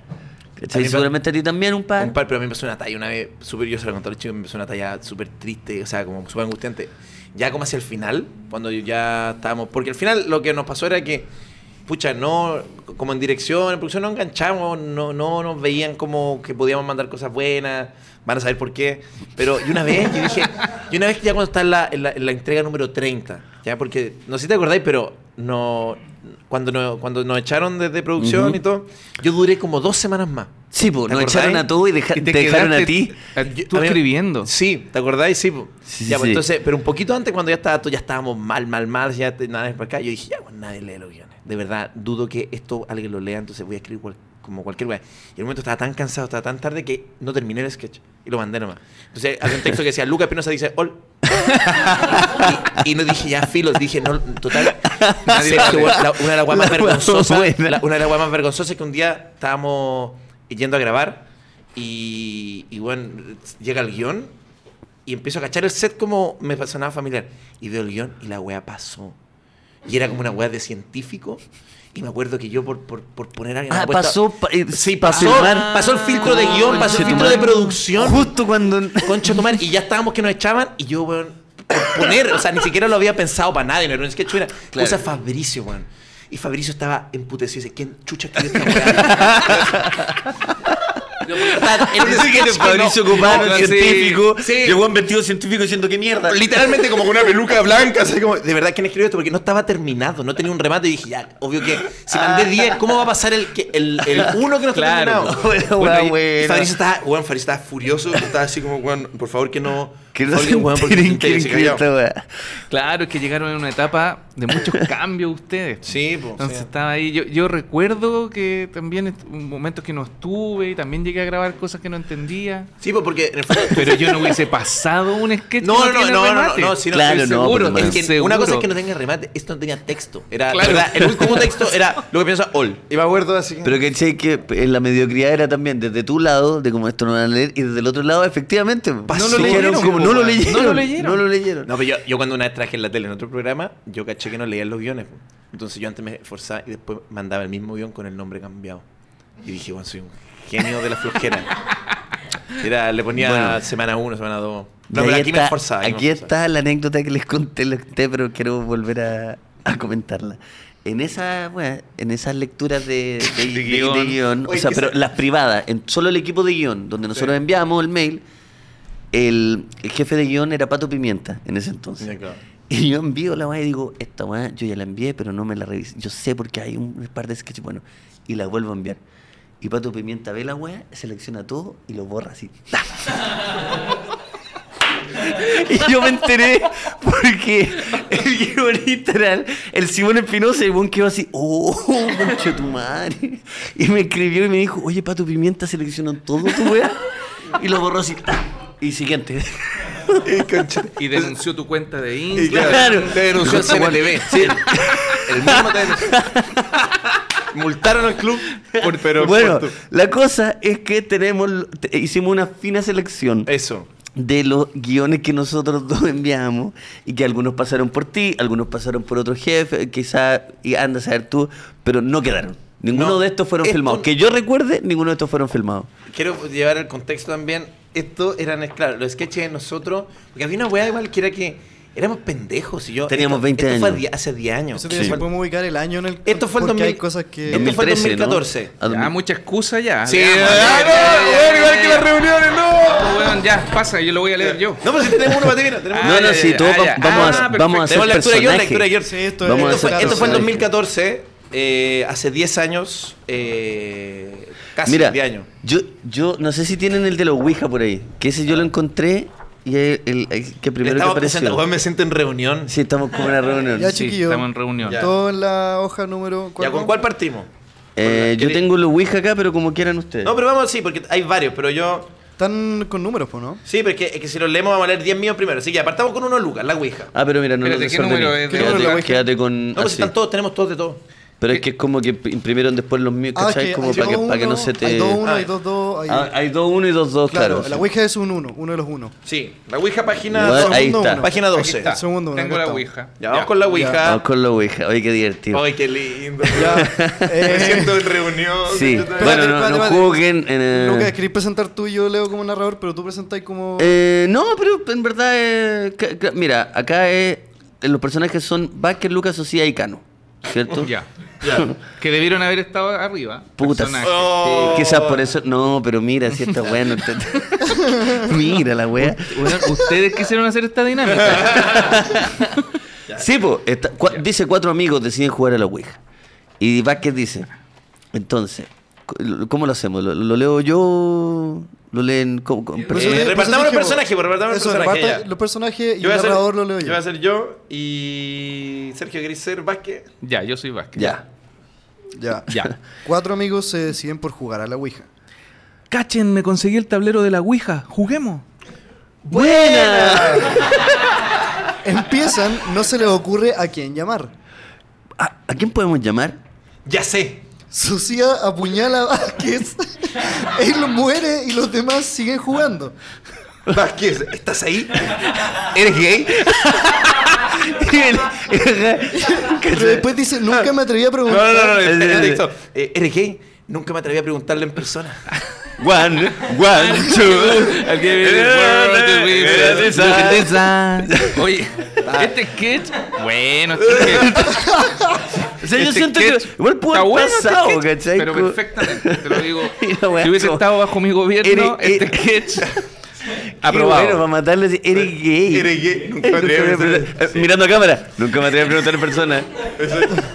Speaker 2: ¿cachai?
Speaker 1: A mí pa-
Speaker 2: Seguramente a ti también un par.
Speaker 1: Un par, pero a mí me pasó una talla una vez, súper, yo se la conté a los chicos, me pasó una talla súper triste, o sea, como súper angustiante. Ya como hacia el final, cuando yo ya estábamos, porque al final lo que nos pasó era que, pucha, no, como en dirección, en producción no enganchamos, no, no nos veían como que podíamos mandar cosas buenas, van a saber por qué. Pero y una vez, yo dije, y una vez que ya cuando está en la, en la, en la entrega número 30, ya porque, no sé si te acordáis, pero no, cuando, no, cuando nos echaron desde producción
Speaker 2: Ujú.
Speaker 1: y todo, yo duré como dos semanas más.
Speaker 2: Sí, pues
Speaker 1: ¿Te
Speaker 2: nos
Speaker 1: acordás?
Speaker 2: echaron a todos y, deja-
Speaker 3: Y
Speaker 2: te, dejaron a
Speaker 3: quedaste-
Speaker 2: ti.
Speaker 1: Yo-
Speaker 3: Tú
Speaker 1: a mí-
Speaker 3: escribiendo.
Speaker 1: Sí, ¿te acordáis? Sí. po.
Speaker 2: Sí,
Speaker 1: ya, pues,
Speaker 2: sí.
Speaker 1: entonces, pero un poquito antes, cuando ya estaba, todo- ya estábamos mal, mal, mal, ya te- nada es para acá, yo dije, ya, pues nadie lee los guiones. De verdad, dudo que esto alguien lo lea, entonces voy a escribir cual- como cualquier weá. Y en un momento estaba tan cansado, estaba tan tarde que no terminé el sketch y lo mandé nomás. Entonces, había un texto que decía, Lucas Pinoza dice, ol. y, y no dije, ya, filos, dije, no, total. Sergio, la- una de las weas más
Speaker 2: La wea
Speaker 1: vergonzosas,
Speaker 2: buena.
Speaker 1: la- una de las weas más vergonzosas es que un día estábamos yendo a grabar y, y bueno, llega el guión y empiezo a cachar el set como me sonaba familiar. Y veo el guión y la wea pasó. Y era como una wea de científico. Y me acuerdo que yo por, por, por poner alguien
Speaker 2: Ah, pasó. pa- eh,
Speaker 1: Sí,
Speaker 2: pa
Speaker 1: pasó,
Speaker 2: firmar.
Speaker 1: pasó el filtro de guión, pasó el
Speaker 2: Conche tu
Speaker 1: filtro de
Speaker 2: madre.
Speaker 1: producción.
Speaker 2: Justo cuando.
Speaker 1: Concha tu madre, Y ya estábamos que nos echaban y yo, weón, por poner, o sea, ni siquiera lo había pensado para nadie, no era un sketch, era
Speaker 2: Claro.
Speaker 1: cosa Fabricio, weón. Y Fabricio estaba emputecido y dice, ¿quién chucha escribió esta weá? Yo, porque estaba en un sketch que no-
Speaker 2: Cubano,
Speaker 1: no, sí, sí.
Speaker 2: un vestido científico diciendo que mierda.
Speaker 1: Literalmente como con una peluca blanca, así como, de verdad, ¿quién escribió esto? Porque no estaba terminado, no tenía un remate y dije, ya, obvio que si mandé 10, ¿cómo va a pasar el, que- el, el uno que no está
Speaker 3: Claro.
Speaker 1: terminado?
Speaker 2: Bueno,
Speaker 1: Bueno,
Speaker 2: bueno,
Speaker 1: y- y
Speaker 2: bueno.
Speaker 1: Fabricio estaba, weón, Fabricio estaba furioso, estaba así como, weón, por favor que no,
Speaker 2: Que no
Speaker 1: Oye,
Speaker 2: se
Speaker 1: weón, porque
Speaker 2: enteren
Speaker 1: te
Speaker 2: quién
Speaker 1: se
Speaker 2: escribió
Speaker 1: cayó.
Speaker 2: esta weá.
Speaker 3: Claro, es que llegaron en una etapa de muchos cambios ustedes.
Speaker 1: Sí, pues.
Speaker 3: Entonces estaba ahí. Yo, yo recuerdo que también est- momentos que no estuve y también llegué a grabar cosas que no entendía.
Speaker 1: Sí, pues porque en el fondo-
Speaker 3: Pero yo no hubiese pasado un sketch.
Speaker 1: No,
Speaker 3: que
Speaker 1: no, no,
Speaker 3: tiene
Speaker 1: no, no,
Speaker 3: remate.
Speaker 1: no, si no
Speaker 2: Claro,
Speaker 1: estoy
Speaker 2: no,
Speaker 1: seguro.
Speaker 2: pues,
Speaker 1: es que
Speaker 3: hermano.
Speaker 1: una cosa es
Speaker 3: Seguro.
Speaker 1: que no tenga remate, esto no tenía texto. Era,
Speaker 3: Claro.
Speaker 1: ¿verdad? el último texto era lo que piensa All. Y me acuerdo así.
Speaker 2: Pero que che, que en la mediocridad era también desde tu lado, de como esto no van a leer, y desde el otro lado, efectivamente.
Speaker 1: Pasó.
Speaker 2: dijeron
Speaker 1: leyeron,
Speaker 2: como,
Speaker 1: po,
Speaker 2: no lo
Speaker 1: weón.
Speaker 2: leyeron.
Speaker 3: No lo leyeron.
Speaker 2: No lo leyeron.
Speaker 1: No, pero yo, yo cuando una vez traje en la tele en otro programa, yo caché que no leían los guiones. po. Entonces yo antes me esforzaba y después mandaba el mismo guión con el nombre cambiado. Y dije, bueno, soy un genio de la flojera. Era, le ponía
Speaker 2: Bueno.
Speaker 1: semana 1, semana 2.
Speaker 2: Y
Speaker 1: No,
Speaker 2: ahí
Speaker 1: pero aquí me
Speaker 2: está-
Speaker 1: esforzaba. me
Speaker 2: aquí
Speaker 1: esforzaba.
Speaker 2: está la anécdota que les conté, les conté, pero quiero volver a, a comentarla. En esa, weá, en esas lecturas de, de- de- de guión,
Speaker 3: guión.
Speaker 2: o sea, pero las privadas, en solo el equipo de guión, donde nosotros enviamos el mail, el, el jefe de guión era Pato Pimienta en ese entonces.
Speaker 1: Ya, claro.
Speaker 2: Y yo envío la weá y digo, esta weá yo ya la envié, pero no me la revisé. Yo sé porque hay un par de sketches buenos. Y la vuelvo a enviar. Y Pato Pimienta ve la weá, selecciona todo y lo borra así. ¡Ta! Y yo me enteré porque el guionista era el- el Simón Espinosa y el weón quedó así, oh, concha tu madre. Y me escribió y me dijo, oye, Pato Pimienta seleccionó todo tu weá. Y lo borró así. ¡ta! Y siguiente.
Speaker 3: Y denunció tu cuenta de
Speaker 1: Y
Speaker 3: Instagram.
Speaker 1: claro,
Speaker 2: Claro. "Este
Speaker 1: Te denunció el CNTV. Sí. El mismo te denunció. Multaron al club. por- pero
Speaker 2: bueno,
Speaker 1: por tu-
Speaker 2: la cosa es que tenemos, te- hicimos una fina selección
Speaker 1: Eso.
Speaker 2: de los guiones que nosotros dos enviamos y que algunos pasaron por ti, algunos pasaron por otro jefe, quizás, y anda a saber tú, pero no quedaron. Ninguno
Speaker 1: No,
Speaker 2: de estos fueron
Speaker 1: esto-
Speaker 2: filmados. Que yo recuerde, ninguno de estos fueron filmados.
Speaker 1: Quiero llevar el contexto también. Esto eran, claro, los sketches de nosotros. Porque había una weá igual que era que éramos pendejos. Y yo,
Speaker 2: Teníamos
Speaker 1: esto-
Speaker 2: 20
Speaker 1: esto fue
Speaker 2: años.
Speaker 1: di- hace 10 años.
Speaker 4: Eso te iba a
Speaker 1: Sí.
Speaker 4: decir, podemos ubicar el año en el
Speaker 1: Esto fue el 2000.
Speaker 4: porque hay cosas que...
Speaker 1: Esto fue el
Speaker 2: 2013, ¿no?
Speaker 1: 2014.
Speaker 2: A dos mil-
Speaker 3: Ya, mucha excusa ya.
Speaker 1: Sí,
Speaker 3: Leamos,
Speaker 1: ah,
Speaker 3: ya,
Speaker 1: no,
Speaker 3: ya, ya,
Speaker 1: weón,
Speaker 3: ya,
Speaker 1: igual
Speaker 3: ya,
Speaker 1: que
Speaker 3: ya.
Speaker 1: las reuniones, no.
Speaker 3: Oh, weón, ya, pasa, yo lo voy a leer yo.
Speaker 1: No, pero si tenemos uno para ti, mira, tenemos
Speaker 3: Ah,
Speaker 1: uno.
Speaker 2: no, no,
Speaker 3: ya,
Speaker 2: sí,
Speaker 3: ya,
Speaker 2: todos
Speaker 3: ya,
Speaker 2: va-
Speaker 3: ya.
Speaker 2: vamos, a,
Speaker 3: Ah,
Speaker 2: vamos a
Speaker 3: perfecto.
Speaker 2: hacer
Speaker 1: Tenemos lectura de guión,
Speaker 2: personajes.
Speaker 1: lectura de guión.
Speaker 4: Sí, esto,
Speaker 2: Vamos a
Speaker 1: Esto
Speaker 2: hacer
Speaker 1: fue, esto fue en
Speaker 2: personajes.
Speaker 1: 2014, eh, hace 10 años, eh, casi
Speaker 2: Mira,
Speaker 1: 10 años.
Speaker 2: yo, yo no sé si tienen el de los Ouija por ahí, que ese yo lo encontré y el, el- el que primero que
Speaker 1: Estamos presentando,
Speaker 2: apareció.
Speaker 1: weón, me siento en reunión.
Speaker 2: Sí, estamos como en una reunión.
Speaker 4: Ya,
Speaker 3: Sí,
Speaker 4: chiquillo.
Speaker 3: estamos en reunión.
Speaker 1: Ya.
Speaker 4: Todo en la hoja número...
Speaker 1: ¿Ya con cuál partimos?
Speaker 2: Eh, yo tengo los Ouija acá, pero como quieran ustedes.
Speaker 1: No, pero vamos, sí, porque hay varios, pero yo...
Speaker 4: Están con números, po, ¿no?
Speaker 1: Sí, porque es que si los leemos vamos a leer 10 míos primero. Así que apartamos con uno, Lucas, la Ouija.
Speaker 2: Ah, pero mira, no
Speaker 3: Espérate,
Speaker 2: lo
Speaker 3: ¿qué número
Speaker 2: desordené.
Speaker 3: es de-
Speaker 4: ¿Qué número es la
Speaker 2: quédate,
Speaker 4: Ouija?
Speaker 2: quédate con.
Speaker 1: No, pues
Speaker 2: así.
Speaker 1: están todos, tenemos todos de todo.
Speaker 2: Pero es que es como que imprimieron después los míos,
Speaker 4: Ah, es
Speaker 2: ¿cachai?
Speaker 4: que
Speaker 2: como
Speaker 4: hay
Speaker 2: para que,
Speaker 4: dos
Speaker 2: para que no
Speaker 4: uno,
Speaker 2: se te.
Speaker 4: Hay dos uno,
Speaker 1: Ah.
Speaker 4: hay dos dos, hay...
Speaker 2: Ah, hay dos uno y dos dos,
Speaker 4: claro,
Speaker 2: claro.
Speaker 4: la
Speaker 2: sí.
Speaker 4: Ouija es un uno, uno de los uno.
Speaker 1: Sí, la Ouija página
Speaker 2: Igual,
Speaker 1: 12.
Speaker 2: ahí
Speaker 4: segundo
Speaker 2: está.
Speaker 4: uno.
Speaker 1: Página
Speaker 3: Aquí
Speaker 1: 12.
Speaker 3: está.
Speaker 1: Ya,
Speaker 4: segundo, uno,
Speaker 3: Tengo
Speaker 4: acá
Speaker 3: la
Speaker 4: está.
Speaker 3: Ouija.
Speaker 1: vamos con la Ouija.
Speaker 2: Vamos con la Ouija. Oye, qué divertido.
Speaker 1: Ay, qué lindo.
Speaker 4: Ya, eh.
Speaker 1: Me siento en reunión.
Speaker 2: sí.
Speaker 4: espérate,
Speaker 2: bueno, no,
Speaker 4: espérate,
Speaker 2: no
Speaker 4: espérate.
Speaker 2: juzguen. eh,
Speaker 4: Lucas, queréis presentar tú y yo leo como narrador, pero tú presentáis como...
Speaker 2: eh, no, pero en verdad. eh, ca- ca- mira, acá es- eh, los personajes son Vázquez, Lucas, Socia y Cano. ¿Cierto?
Speaker 3: Ya. Que debieron haber estado arriba.
Speaker 2: Putas.
Speaker 3: personajes.
Speaker 1: Oh.
Speaker 2: Sí, Eh, quizás por eso. No, pero mira, si está bueno. mira la wea.
Speaker 3: Bueno, ustedes quisieron hacer esta dinámica.
Speaker 2: Sí, po, está- cua- dice cuatro amigos deciden jugar a la Ouija. Y Vázquez dice, entonces, c- ¿cómo lo hacemos? ¿Lo, lo leo yo? ¿Lo leen? ¿Cómo- cómo?
Speaker 4: Por eso
Speaker 1: Eh,
Speaker 4: te- por
Speaker 1: repartamos los
Speaker 4: eso dije,
Speaker 1: personajes, pues, repartamos los
Speaker 4: eso,
Speaker 1: personajes,
Speaker 4: reparta
Speaker 1: ya.
Speaker 4: Los personajes y
Speaker 1: Yo voy
Speaker 4: el
Speaker 1: a ser-
Speaker 4: narrador lo leo
Speaker 1: Yo
Speaker 4: yo.
Speaker 1: voy a ser yo y Sergio Griser Vázquez.
Speaker 3: ya, yo soy Vázquez.
Speaker 2: ya.
Speaker 4: Ya.
Speaker 3: Ya.
Speaker 4: Cuatro amigos se deciden por jugar a la Ouija.
Speaker 3: Cachen, me conseguí el tablero de la Ouija. Juguemos.
Speaker 2: ¡Buena!
Speaker 4: Empiezan, no se les ocurre a quién llamar.
Speaker 2: ¿A, a quién podemos llamar?
Speaker 1: Ya sé.
Speaker 4: Sucia apuñala a Vázquez, él muere y los demás siguen jugando.
Speaker 1: Vázquez, ¿estás ahí? ¿Eres gay?
Speaker 4: Pero después dice, nunca me atreví a
Speaker 1: No, no,
Speaker 4: preguntar.
Speaker 1: no, no, el-
Speaker 2: Eh,
Speaker 1: el
Speaker 2: eh,
Speaker 1: texto. Eh, ¿Eres gay? Nunca me atreví a preguntarle en persona.
Speaker 2: One, one, two.
Speaker 3: I'll give you the
Speaker 2: Eh,
Speaker 3: world to be friends. Look at this eye. Oye, este sketch. Bueno, este sketch.
Speaker 2: O sea, yo
Speaker 3: este
Speaker 2: siento que
Speaker 3: sketch
Speaker 2: igual pudo
Speaker 3: está
Speaker 2: haber
Speaker 3: bueno este
Speaker 2: pasado,
Speaker 3: sketch,
Speaker 2: ¿cachai?
Speaker 3: Pero
Speaker 2: Como-
Speaker 3: perfectamente, te lo digo.
Speaker 2: Y la wea
Speaker 3: si hubiese
Speaker 2: como-
Speaker 3: estado bajo mi gobierno,
Speaker 2: Eres-
Speaker 3: este sketch.
Speaker 2: bueno,
Speaker 3: Aprobado.
Speaker 2: para matarle así, eres gay.
Speaker 1: Eres gay. Nunca me atreví a
Speaker 2: Nunca
Speaker 1: pensar
Speaker 2: me atreví a preguntar- Mirando a cámara. Nunca me atreví a preguntar en persona.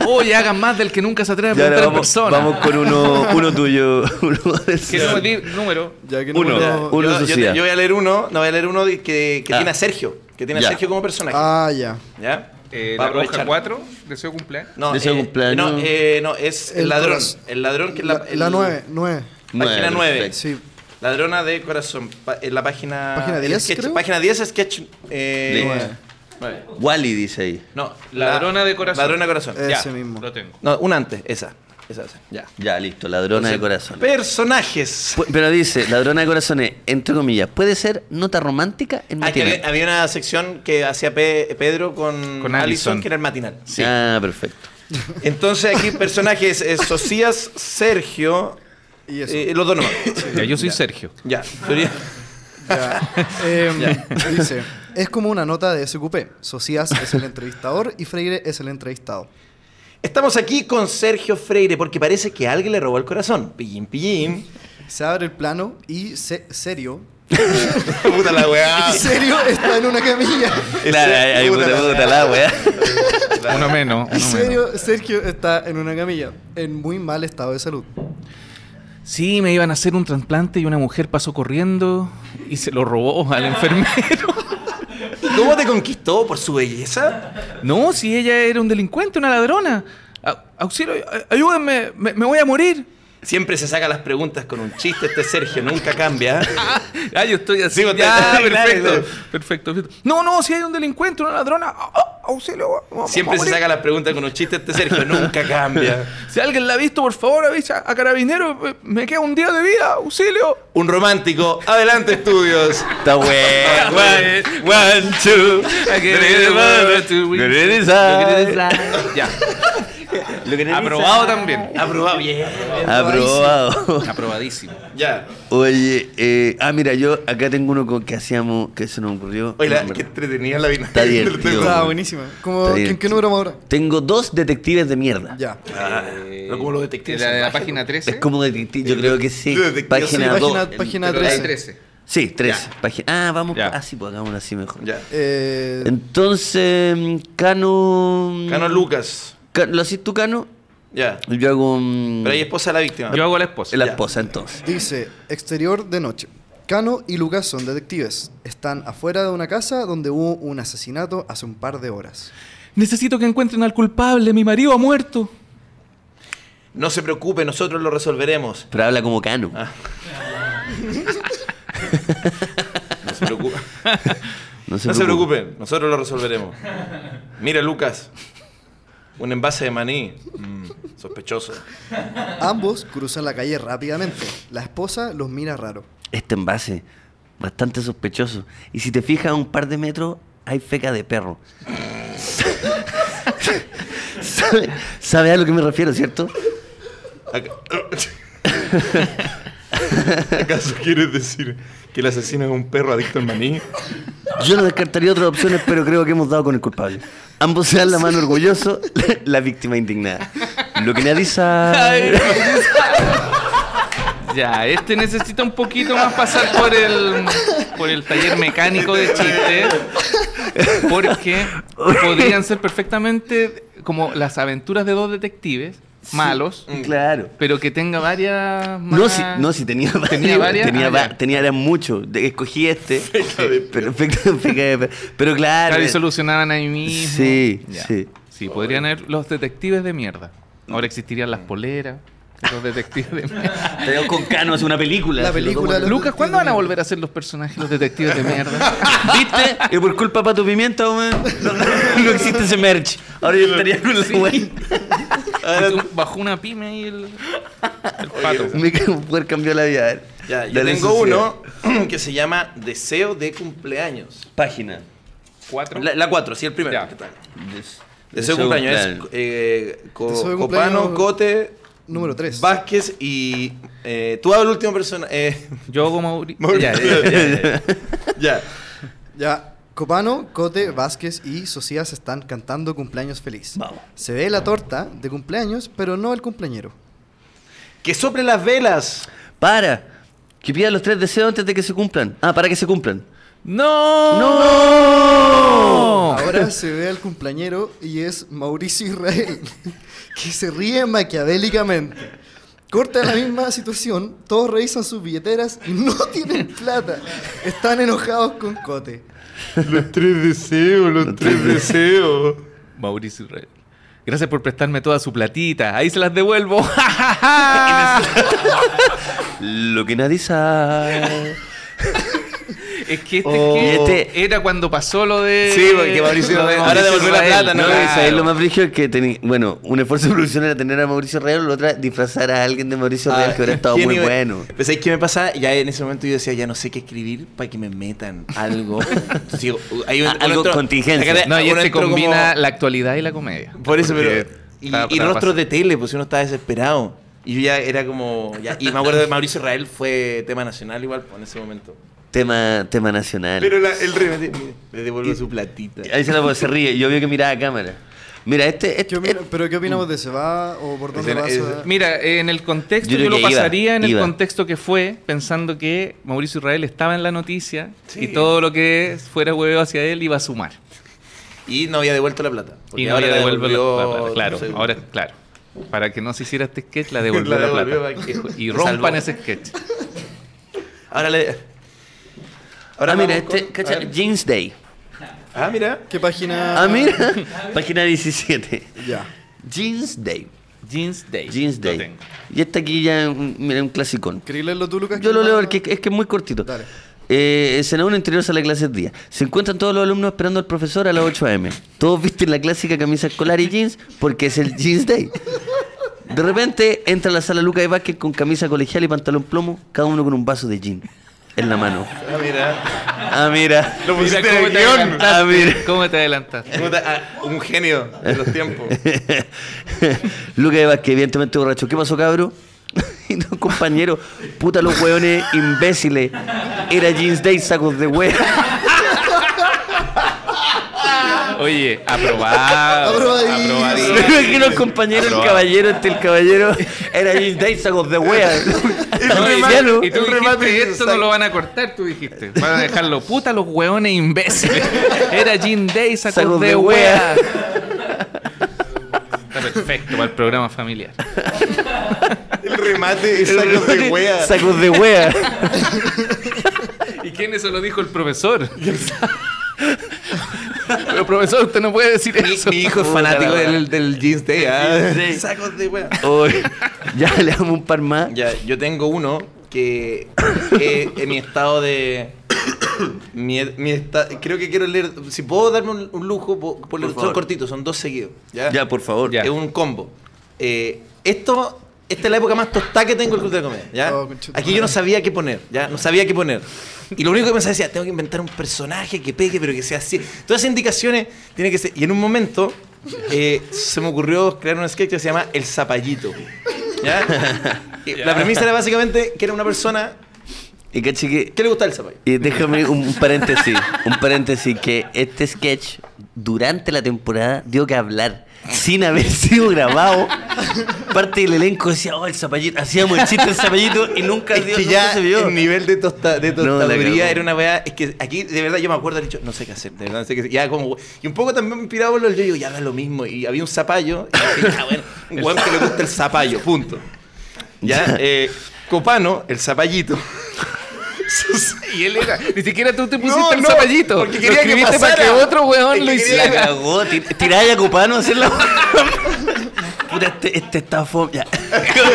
Speaker 3: Oye, hagan más del que nunca se atreve a
Speaker 2: Y ahora
Speaker 3: preguntar en
Speaker 2: vamos,
Speaker 3: persona.
Speaker 2: vamos con uno, uno tuyo. Uno del-
Speaker 3: ¿Qué número- di- número?
Speaker 4: Ya que
Speaker 2: Uno.
Speaker 4: no-
Speaker 2: Uno
Speaker 1: yo, yo-
Speaker 2: suicida.
Speaker 1: yo voy a leer uno, no voy a leer uno de- que, que
Speaker 2: Ah.
Speaker 1: tiene a Sergio, que tiene a
Speaker 2: Ya.
Speaker 1: Sergio como personaje.
Speaker 4: Ah, ya.
Speaker 1: ¿Ya?
Speaker 3: Eh,
Speaker 1: Va a
Speaker 3: la roja
Speaker 1: aprovechar.
Speaker 3: 4, deseo cumpleaños.
Speaker 1: No,
Speaker 2: Deseo cumpleaños.
Speaker 1: no, eh, no, es el,
Speaker 4: El
Speaker 1: ladrón.
Speaker 4: corazón.
Speaker 1: El ladrón que es la.
Speaker 4: La, la
Speaker 1: el-
Speaker 4: nueve, nueve.
Speaker 1: Página
Speaker 2: Nueve,
Speaker 1: 9.
Speaker 2: perfecto.
Speaker 4: Sí.
Speaker 1: Ladrona de corazón. pa- en la página.
Speaker 4: Página
Speaker 1: el
Speaker 4: 10,
Speaker 1: sketch-
Speaker 4: creo.
Speaker 1: Página 10, sketch. eh,
Speaker 2: Nueve.
Speaker 1: nueve.
Speaker 2: Wally dice ahí.
Speaker 1: No,
Speaker 3: Ladrona de corazón.
Speaker 1: Ladrona de corazón.
Speaker 4: Ese mismo.
Speaker 3: Lo tengo.
Speaker 1: No, una antes, esa. Esa, esa. Ya.
Speaker 2: Ya, listo, ladrona de corazón.
Speaker 1: Personajes.
Speaker 2: Pu- Pero dice, ladrona de corazones, entre comillas, ¿puede ser nota romántica en
Speaker 1: Ah, que
Speaker 2: matinal?
Speaker 1: había, había una sección que hacía Pe- Pedro con,
Speaker 3: Con
Speaker 1: Alison,
Speaker 3: Alison.
Speaker 1: que era el matinal.
Speaker 3: Sí.
Speaker 2: Ah, perfecto.
Speaker 1: Entonces aquí personajes es Socias, Sergio
Speaker 4: Y eso.
Speaker 1: eh, los dos nomás.
Speaker 3: Ya, yo soy Sergio.
Speaker 1: Ya. Sería-
Speaker 4: Ya. Em, Dice, es como una nota de SQP. Socias es el entrevistador y Freire es el entrevistado.
Speaker 1: Estamos aquí con Sergio Freire porque parece que alguien le robó el corazón. Pillín, pillín.
Speaker 4: Se abre el plano y se- serio.
Speaker 1: Puta la weá.
Speaker 4: Serio está en una camilla.
Speaker 2: Claro, ahí- ahí puta, puta la weá.
Speaker 3: Uno menos.
Speaker 4: Y
Speaker 3: uno menos.
Speaker 4: serio, Sergio está en una camilla, en muy mal estado de salud.
Speaker 3: Sí, me iban a hacer un trasplante y una mujer pasó corriendo y se lo robó al enfermero.
Speaker 1: ¿Cómo te conquistó por su belleza?
Speaker 3: No, si ella era un delincuente, una ladrona. A- auxilio, ay- ayúdenme, me, me voy a morir.
Speaker 1: Siempre se saca las preguntas con un chiste este Sergio, nunca cambia.
Speaker 3: Ah, yo estoy así.
Speaker 1: Sí, vos
Speaker 3: ya,
Speaker 1: estás-
Speaker 3: perfecto,
Speaker 1: claro.
Speaker 3: perfecto, perfecto. No, no, si hay un delincuente, una ladrona, ah, ah, auxilio. vamos a
Speaker 1: Siempre se
Speaker 3: morir.
Speaker 1: saca las preguntas con un chiste este Sergio, nunca cambia.
Speaker 3: Si alguien la ha visto, por favor, avisa a carabinero. eh, Me queda un día de vida, auxilio.
Speaker 1: Un romántico, adelante estudios.
Speaker 2: Está
Speaker 3: Ah,
Speaker 2: weá. One, one, two.
Speaker 3: Ya, aprobado
Speaker 1: Ah,
Speaker 2: Aprobado
Speaker 3: también.
Speaker 1: Aprobado bien.
Speaker 2: Ah, Aprobado.
Speaker 3: Aprobadísimo.
Speaker 1: Ya.
Speaker 2: Oye, eh, ah, mira, yo acá tengo uno con- que hacíamos, que se nos ocurrió.
Speaker 1: Oye, la-
Speaker 2: No,
Speaker 1: qué
Speaker 2: me-
Speaker 1: entretenida la vida.
Speaker 2: Está bien, tío.
Speaker 4: Está buenísima. Como,
Speaker 2: Está bien.
Speaker 4: ¿en qué número vamos ahora?
Speaker 2: Tengo dos detectives de mierda.
Speaker 4: Ya.
Speaker 1: Ah, no como los detectives
Speaker 3: Eh, La de la
Speaker 1: salvajes,
Speaker 3: página
Speaker 2: Es
Speaker 3: 13.
Speaker 2: como detective, yo creo que sí.
Speaker 1: Detective,
Speaker 2: Página
Speaker 4: sí,
Speaker 2: 2.
Speaker 4: página- página
Speaker 3: La de
Speaker 4: 13.
Speaker 3: 13.
Speaker 2: Sí, 13. Ah, vamos.
Speaker 3: Ya.
Speaker 2: Así, pues hagámoslo así mejor.
Speaker 1: Ya.
Speaker 4: Eh,
Speaker 2: Entonces, Cano.
Speaker 1: Cano
Speaker 3: Mm.
Speaker 1: Lucas.
Speaker 2: Ca- ¿Lo haces tú, Cano?
Speaker 1: Ya.
Speaker 2: Y Yo hago un.
Speaker 1: Pero ahí esposa de la víctima.
Speaker 3: Yo hago la esposa.
Speaker 2: la
Speaker 1: ya.
Speaker 2: esposa, entonces.
Speaker 4: dice, exterior de noche. Cano y Lucas son detectives. Están afuera de una casa donde hubo un asesinato hace un par de horas.
Speaker 3: Necesito que encuentren al culpable. Mi marido ha muerto.
Speaker 1: No se preocupe, nosotros lo resolveremos.
Speaker 2: Pero habla como Cano.
Speaker 1: Ah. No se preocupe.
Speaker 2: No se
Speaker 1: No se
Speaker 2: preocupe.
Speaker 1: preocupen, nosotros lo resolveremos. Mira, Lucas. Un envase de maní. Mm, sospechoso.
Speaker 4: Ambos cruzan la calle rápidamente. La esposa los mira raro.
Speaker 2: Este envase, bastante sospechoso. Y si te fijas a un par de metros, hay feca de perro. ¿Sabe, sabe a lo que me refiero, cierto?
Speaker 1: Acá- ¿Acaso quieres decir que el asesino es un perro adicto al maní?
Speaker 2: Yo no descartaría otras opciones, pero creo que hemos dado con el culpable. Ambos se dan la mano orgulloso, la, la víctima indignada. Lo que nadie sabe.
Speaker 3: Ya, este necesita un poquito más pasar por el, por el taller mecánico de chistes. Porque podrían ser perfectamente como las aventuras de dos detectives malos,
Speaker 2: Claro.
Speaker 3: pero que tenga varias.
Speaker 2: Mm. No
Speaker 3: más-
Speaker 2: si, no, si Mm. tenía varios,
Speaker 3: ¿Tenía varias?
Speaker 2: Tenía,
Speaker 3: Ah,
Speaker 2: va-
Speaker 3: ya.
Speaker 2: tenía era mucho. De- Escogí este. Perfecto. feca de perro. Pero claro.
Speaker 3: Claro, y
Speaker 2: eh,
Speaker 3: solucionaban ahí mismo.
Speaker 2: Sí, sí.
Speaker 3: Sí, podrían haber los detectives de mierda. Ahora existirían las poleras, los detectives de mierda.
Speaker 2: Tenemos con Cano hace una película.
Speaker 4: La
Speaker 2: se lo
Speaker 4: película de los
Speaker 3: Lucas, ¿cuándo van a
Speaker 4: detectives.
Speaker 3: volver a ser los personajes, los detectives de mierda?
Speaker 2: tomo. ¿Viste? Y por culpa de Pato Pimienta, weón, no, no- no existe ese merch. Ahora yo estaría con la weón.
Speaker 3: Porque Bajó una pyme ahí el, el pato.
Speaker 2: Me cago, poder cambió la vida. a ver.
Speaker 1: Ya, yo
Speaker 2: Dale
Speaker 1: tengo
Speaker 2: suciedad.
Speaker 1: uno que se llama Deseo de cumpleaños.
Speaker 2: Página.
Speaker 3: Cuatro.
Speaker 1: La 4, sí, el primero.
Speaker 3: Ya.
Speaker 1: ¿Qué tal?
Speaker 2: Des-
Speaker 1: Deseo de cumpleaños es
Speaker 2: cumpleaños.
Speaker 1: eh, Co-
Speaker 4: Deseo de cumpleaños-
Speaker 1: Copano, Cote,
Speaker 4: Número 3.
Speaker 1: Vázquez y. eh, tú hablas el último persona. eh,
Speaker 3: Yo hago Mauri.
Speaker 1: Mauricio.
Speaker 3: Ya, ya, ya.
Speaker 1: ya.
Speaker 4: Ya. Copano, Cote, Vázquez y Socias están cantando cumpleaños feliz.
Speaker 2: Vamos.
Speaker 4: Se ve la torta de cumpleaños, pero no el cumpleañero.
Speaker 1: Que sople las velas.
Speaker 2: Para. Que pida los tres deseos antes de que se cumplan. Ah, para que se cumplan.
Speaker 3: ¡No!
Speaker 2: ¡No!
Speaker 4: Ahora se ve al cumpleañero y es Mauricio Israel, que se ríe maquiavélicamente. Corta la misma situación, todos revisan sus billeteras y no tienen plata. Están enojados con Cote.
Speaker 3: Los tres deseos, los tres deseos. Mauricio Israel. Gracias por prestarme toda su platita. Ahí se las devuelvo.
Speaker 2: Lo que nadie sabe.
Speaker 3: es que este,
Speaker 1: Oh.
Speaker 3: que este era cuando pasó lo de.
Speaker 1: Sí, porque Mauricio
Speaker 3: lo de
Speaker 1: Israel- ahora devolvió la
Speaker 3: Israel,
Speaker 1: plata,
Speaker 2: No,
Speaker 1: ¿no?
Speaker 2: y
Speaker 1: Claro.
Speaker 2: ¿sabes lo más brillo es que tenía. Bueno, un esfuerzo de producción era tener a Mauricio Real, la otra disfrazar a alguien de Mauricio Real que hubiera estado
Speaker 1: Ah, ¿Quién
Speaker 2: muy
Speaker 1: iba-
Speaker 2: bueno.
Speaker 1: Pues, ¿sabes qué me pasa? Ya en ese momento yo decía, ya no sé qué escribir para que me metan algo. Entonces, digo, hay
Speaker 2: Ah, algo contingencia.
Speaker 1: acá-
Speaker 3: No, y
Speaker 1: uno
Speaker 3: este
Speaker 1: entró como-
Speaker 3: combina la actualidad y la comedia.
Speaker 1: Por eso,
Speaker 3: Porque
Speaker 1: pero. Y,
Speaker 3: está-
Speaker 1: y
Speaker 3: está
Speaker 1: rostros
Speaker 3: pasando.
Speaker 1: de tele, pues uno estaba desesperado. Y yo ya era como. ya- y me acuerdo de Mauricio Israel fue tema nacional igual pues, en ese momento.
Speaker 2: Tema, tema nacional.
Speaker 1: Pero la- el rey me dice, "Mire, le devuelvo su platita.
Speaker 2: Ahí se, la, se ríe. Yo veo que miraba a cámara. Mira, este. este-
Speaker 4: ¿Qué opina-
Speaker 2: este-
Speaker 4: ¿Pero qué opinamos de se va o por dónde
Speaker 1: Ese-
Speaker 4: va? se
Speaker 1: ese-
Speaker 4: va?
Speaker 3: Mira, eh, en el contexto,
Speaker 2: Yo
Speaker 3: yo,
Speaker 2: creo
Speaker 3: lo
Speaker 2: que iba,
Speaker 3: pasaría en
Speaker 2: iba.
Speaker 3: el contexto que fue, pensando que Mauricio Israel estaba en la noticia
Speaker 1: Sí.
Speaker 3: y todo lo que fuera hueveo hacia él iba a sumar.
Speaker 1: Y no había devuelto la plata. porque
Speaker 3: y no le
Speaker 1: la
Speaker 3: devuelve la,
Speaker 1: devolvió,
Speaker 3: la plata. Claro,
Speaker 1: no sé,
Speaker 3: ahora, claro. Para que no se hiciera este sketch, la devolvió
Speaker 1: La
Speaker 3: la,
Speaker 1: devolvió
Speaker 3: plata.
Speaker 1: para que-
Speaker 3: Y
Speaker 1: se
Speaker 3: rompan
Speaker 1: salvó.
Speaker 3: ese sketch.
Speaker 1: Ahora le.
Speaker 2: ah,
Speaker 1: vamos
Speaker 2: mira, este.
Speaker 1: con-
Speaker 2: cacha,
Speaker 1: a ver.
Speaker 2: Jeans Day.
Speaker 1: Ah, mira.
Speaker 4: ¿Qué página?
Speaker 2: Ah, mira. Página 17.
Speaker 4: Ya.
Speaker 2: Jeans Day.
Speaker 3: Jeans Day.
Speaker 2: Jeans
Speaker 3: Lo
Speaker 2: Day.
Speaker 3: tengo.
Speaker 2: Y esta aquí ya, un- mira, un clasicón.
Speaker 4: ¿Queréis leerlo tú, Lucas?
Speaker 2: Yo lo leo porque es que es muy cortito.
Speaker 4: Dale.
Speaker 2: Eh, el Senado interior sale a clases día. Se encuentran todos los alumnos esperando al profesor a las 8 a.m. Todos visten la clásica camisa escolar y jeans porque es el Jeans Day. De repente entra a la sala Lucas de Vázquez con camisa colegial y pantalón plomo, cada uno con un vaso de gin en la mano.
Speaker 1: Ah, mira.
Speaker 2: Ah, mira.
Speaker 1: Lo pusiste
Speaker 3: Mira,
Speaker 1: en
Speaker 3: ¿cómo
Speaker 1: el
Speaker 3: te
Speaker 1: guión.
Speaker 3: adelantaste?
Speaker 2: Ah, mira.
Speaker 3: ¿Cómo te adelantaste?
Speaker 1: Puta, ah, un genio de los tiempos.
Speaker 2: Lucas de Vázquez, evidentemente borracho. ¿Qué pasó, cabro? y los compañeros, puta los hueones imbéciles. Era Jeans Day, sacos de hueá.
Speaker 3: Oye, aprobado.
Speaker 4: Ah, Aprobadísimo.
Speaker 3: aprobadísimo.
Speaker 2: Me imagino el compañero, el caballero, este el caballero, era Jim Day, sacos de wea.
Speaker 3: No, y,
Speaker 2: Cristiano.
Speaker 3: y tú
Speaker 1: el remate
Speaker 3: dijiste,
Speaker 1: que
Speaker 3: esto
Speaker 1: saca.
Speaker 3: no lo van a cortar, tú dijiste. Van a dejarlo puta los hueones imbéciles. Era Jean Day, sacos,
Speaker 2: Sacos
Speaker 3: de,
Speaker 2: de
Speaker 3: wea. Está perfecto para el programa familiar.
Speaker 1: El remate es sacos de wea.
Speaker 2: Sacos de wea.
Speaker 3: ¿Y quién eso lo dijo el profesor? Pero profesor, usted no puede decir
Speaker 1: Mi,
Speaker 3: eso.
Speaker 1: mi hijo es
Speaker 2: Puta
Speaker 1: fanático
Speaker 2: la
Speaker 1: del, del Jeans Day. ah.
Speaker 2: Jeans Day.
Speaker 1: Sacos de wea.
Speaker 2: Oy, ya le damos un par más.
Speaker 1: Ya, yo tengo uno que que en mi estado de. Mi, mi esta- creo que quiero leer. Si puedo darme un, un lujo, puedo- puedo leer- son
Speaker 2: favor.
Speaker 1: cortitos, son dos seguidos. ¿ya?
Speaker 2: Ya, por favor.
Speaker 3: Ya.
Speaker 1: Es un combo. Eh, esto. Esta es la época más tostada que tengo el Club de la Comedia. ¿ya?
Speaker 4: Oh, conchetumare.
Speaker 1: Aquí yo no sabía qué poner, ¿ya? No sabía qué poner. Y lo único que pensaba decía, tengo que inventar un personaje que pegue, pero que sea así. Todas esas indicaciones tienen que ser. Y en un momento eh, se me ocurrió crear un sketch que se llama El Zapallito. ¿Ya? Y La premisa era básicamente que era una persona
Speaker 2: Y caché que.
Speaker 1: que le gustaba el zapallo.
Speaker 2: y déjame un, un paréntesis, un paréntesis, que este sketch durante la temporada dio que hablar, sin haber sido grabado. Parte del elenco decía, oh, el zapallito, hacíamos el chiste del zapallito y nunca,
Speaker 1: Es
Speaker 2: dio-
Speaker 1: que
Speaker 2: nunca
Speaker 1: ya
Speaker 2: se vio.
Speaker 1: el nivel de, tosta, de
Speaker 2: No, la
Speaker 1: tostaduría
Speaker 2: cagó.
Speaker 1: era una weá. Es que aquí, de verdad, yo me acuerdo, he dicho, no sé qué hacer, de verdad, no sé qué hacer. Ya como, y un poco también inspirado por lo yo digo, ya da lo mismo. Y había un zapallo, y dije, ya, bueno, un weón que le gusta el zapallo, punto. Ya, eh, Copano, el zapallito.
Speaker 3: Y él era. Ni siquiera tú te pusiste
Speaker 1: No,
Speaker 3: el
Speaker 1: no,
Speaker 3: zapallito.
Speaker 1: porque
Speaker 3: Lo
Speaker 1: quería que
Speaker 3: escribiste para que
Speaker 1: pasara.
Speaker 3: otro
Speaker 1: Es
Speaker 3: hueón
Speaker 1: que
Speaker 3: lo
Speaker 1: quería
Speaker 2: La
Speaker 1: que-
Speaker 3: hiciera.
Speaker 2: cagó, tir- tiráis a Copano a hacer la Puta, este, este está fome. Ya.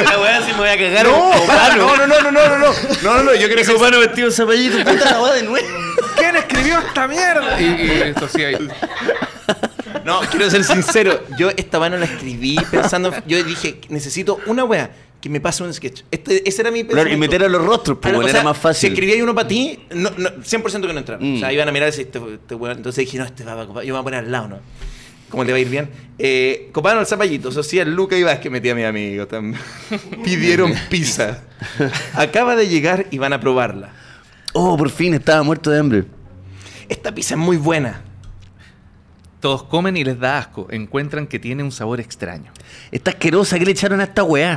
Speaker 2: La weá si me voy a cagar. Copano.
Speaker 1: no, no, no, no, no, no, no, no, no, no, yo creo que
Speaker 2: Copano vestido de zapallito, puta la weá de nuevo.
Speaker 1: ¿Quién escribió esta mierda?
Speaker 3: Y, y esto sí ahí.
Speaker 1: No, quiero ser sincero. Yo esta weá no la escribí pensando. Yo dije, necesito una weá que me pase un sketch. Este, ese era mi
Speaker 2: Claro, y meter a los rostros,
Speaker 1: Ah,
Speaker 2: pues,
Speaker 1: no,
Speaker 2: bueno,
Speaker 1: o
Speaker 2: era
Speaker 1: sea,
Speaker 2: más fácil.
Speaker 1: Si escribía uno para ti, no, no, 100% que no entraba.
Speaker 2: Mm.
Speaker 1: O sea, iban a mirar si este, este weón- Entonces dije, no, este va a Copano. Yo me voy a poner al lado, ¿no? ¿Cómo le va a ir bien? Eh, Copano el zapallito. Eso sí, el Luca Ibas que metía a mi amigo también. Pidieron pizza. Acaba de llegar y van a probarla.
Speaker 2: Oh, por fin, estaba muerto de hambre.
Speaker 1: Esta pizza es muy buena.
Speaker 3: Todos comen y les da asco. Encuentran que tiene un sabor extraño.
Speaker 2: Está asquerosa, ¿qué le echaron a esta weá?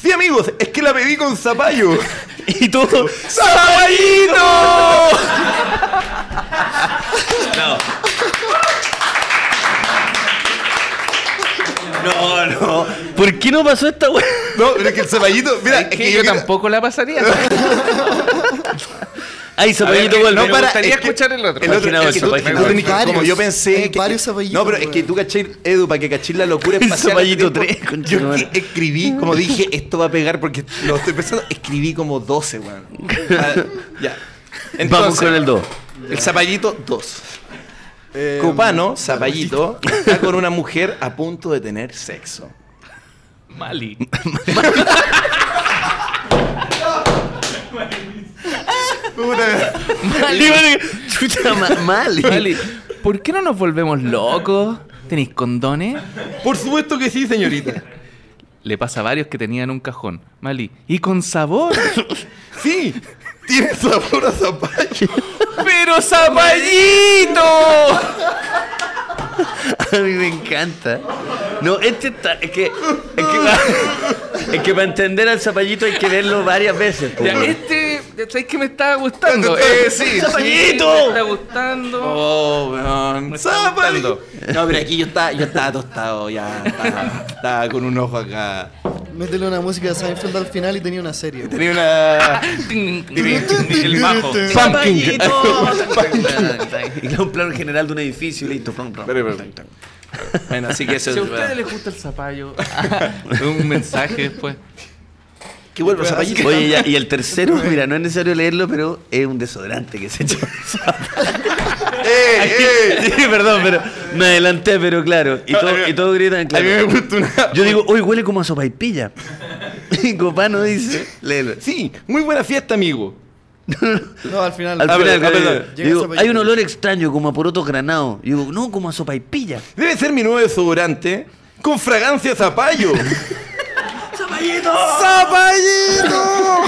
Speaker 1: Sí, amigos, es que la pedí con zapallo.
Speaker 2: Y todo.
Speaker 1: ¡Zapallito! No. No, no.
Speaker 2: ¿Por qué no pasó esta weá?
Speaker 5: No, pero es que el zapallito. Mira, es
Speaker 3: que, yo
Speaker 5: mira,
Speaker 3: tampoco la pasaría.
Speaker 2: Ay,
Speaker 3: A
Speaker 2: zapallito
Speaker 3: ver, eh,
Speaker 2: vuelve.
Speaker 3: no, para- gustaría
Speaker 1: que
Speaker 3: escuchar el otro.
Speaker 1: El otro
Speaker 2: Imaginaba
Speaker 1: es que
Speaker 2: eso,
Speaker 1: tú- es que tú
Speaker 2: imaginaba
Speaker 1: tenés que-
Speaker 4: eso.
Speaker 1: como yo pensé.
Speaker 4: Hay
Speaker 1: que-
Speaker 4: varios zapallitos,
Speaker 1: No, pero es que
Speaker 4: weón.
Speaker 1: tú caché, Edu, para que cachis la locura
Speaker 2: El
Speaker 1: espacial.
Speaker 2: zapallito
Speaker 1: de este
Speaker 2: tres,
Speaker 1: tiempo,
Speaker 2: concha
Speaker 1: Yo
Speaker 2: de madre.
Speaker 1: es que escribí, como dije, esto va a pegar porque lo estoy pensando. Escribí como 12, weón. Ah, ya.
Speaker 2: Vamos
Speaker 1: Entonces,
Speaker 2: con el 2.
Speaker 1: El zapallito 2.
Speaker 4: Eh,
Speaker 1: Copano, zapallito, está con una mujer a punto de tener sexo.
Speaker 3: Mali.
Speaker 2: Chucha, ma- mal.
Speaker 3: Mali. ¿Por qué no nos volvemos locos? ¿Tenéis condones?
Speaker 1: Por supuesto que sí, señorita.
Speaker 3: Le pasa a varios que tenían un cajón. Mali. Y con sabor.
Speaker 1: Sí.
Speaker 5: tiene sabor a zapallo.
Speaker 3: ¡Pero zapallito!
Speaker 2: A mí me encanta. No, este está. Es que. Es que, pa- es que para entender al zapallito hay que verlo varias veces. po,
Speaker 3: Ya,
Speaker 2: weón.
Speaker 3: este, ¿sabéis que me está gustando? Eh, sí,
Speaker 2: ¡Zapallito!
Speaker 3: sí, me está gustando.
Speaker 1: Oh, weón.
Speaker 3: está
Speaker 1: Zapallito.
Speaker 3: gustando.
Speaker 1: No, pero aquí yo estaba, yo estaba tostado ya. Estaba, estaba con un ojo acá.
Speaker 4: Métele una música de Seinfeld al final y tenía una serie. weón.
Speaker 1: Tenía una.
Speaker 3: El bajo.
Speaker 2: Pumpkin. Y luego un plano general de un edificio y listo. plum, plum.
Speaker 1: Bueno, así que eso
Speaker 3: Si a
Speaker 1: es.
Speaker 3: ustedes les gusta el zapallo, un mensaje después.
Speaker 1: Que vuelva zapallito.
Speaker 2: Oye, ya, y el tercero, mira, no es necesario leerlo, pero es un desodorante que se echa.
Speaker 5: ¡Eh, eh!
Speaker 2: Sí, perdón, pero me adelanté, pero claro. Y todos y todos gritan,
Speaker 5: A mí me
Speaker 2: claro.
Speaker 5: gusta una.
Speaker 2: Yo digo, hoy huele como a sopaipilla. Y Copano dice, léelo.
Speaker 5: Sí, muy buena fiesta, amigo.
Speaker 4: No, al final. eh,
Speaker 2: Al
Speaker 5: Ah, perdón, ah,
Speaker 2: final, claro,
Speaker 5: perdón.
Speaker 2: yo
Speaker 4: Llega
Speaker 2: digo,
Speaker 4: zapallito.
Speaker 2: hay un olor extraño como a poroto granado. Y digo, no, como a sopaipilla.
Speaker 5: Debe ser mi nuevo desodorante con fragancia zapallo.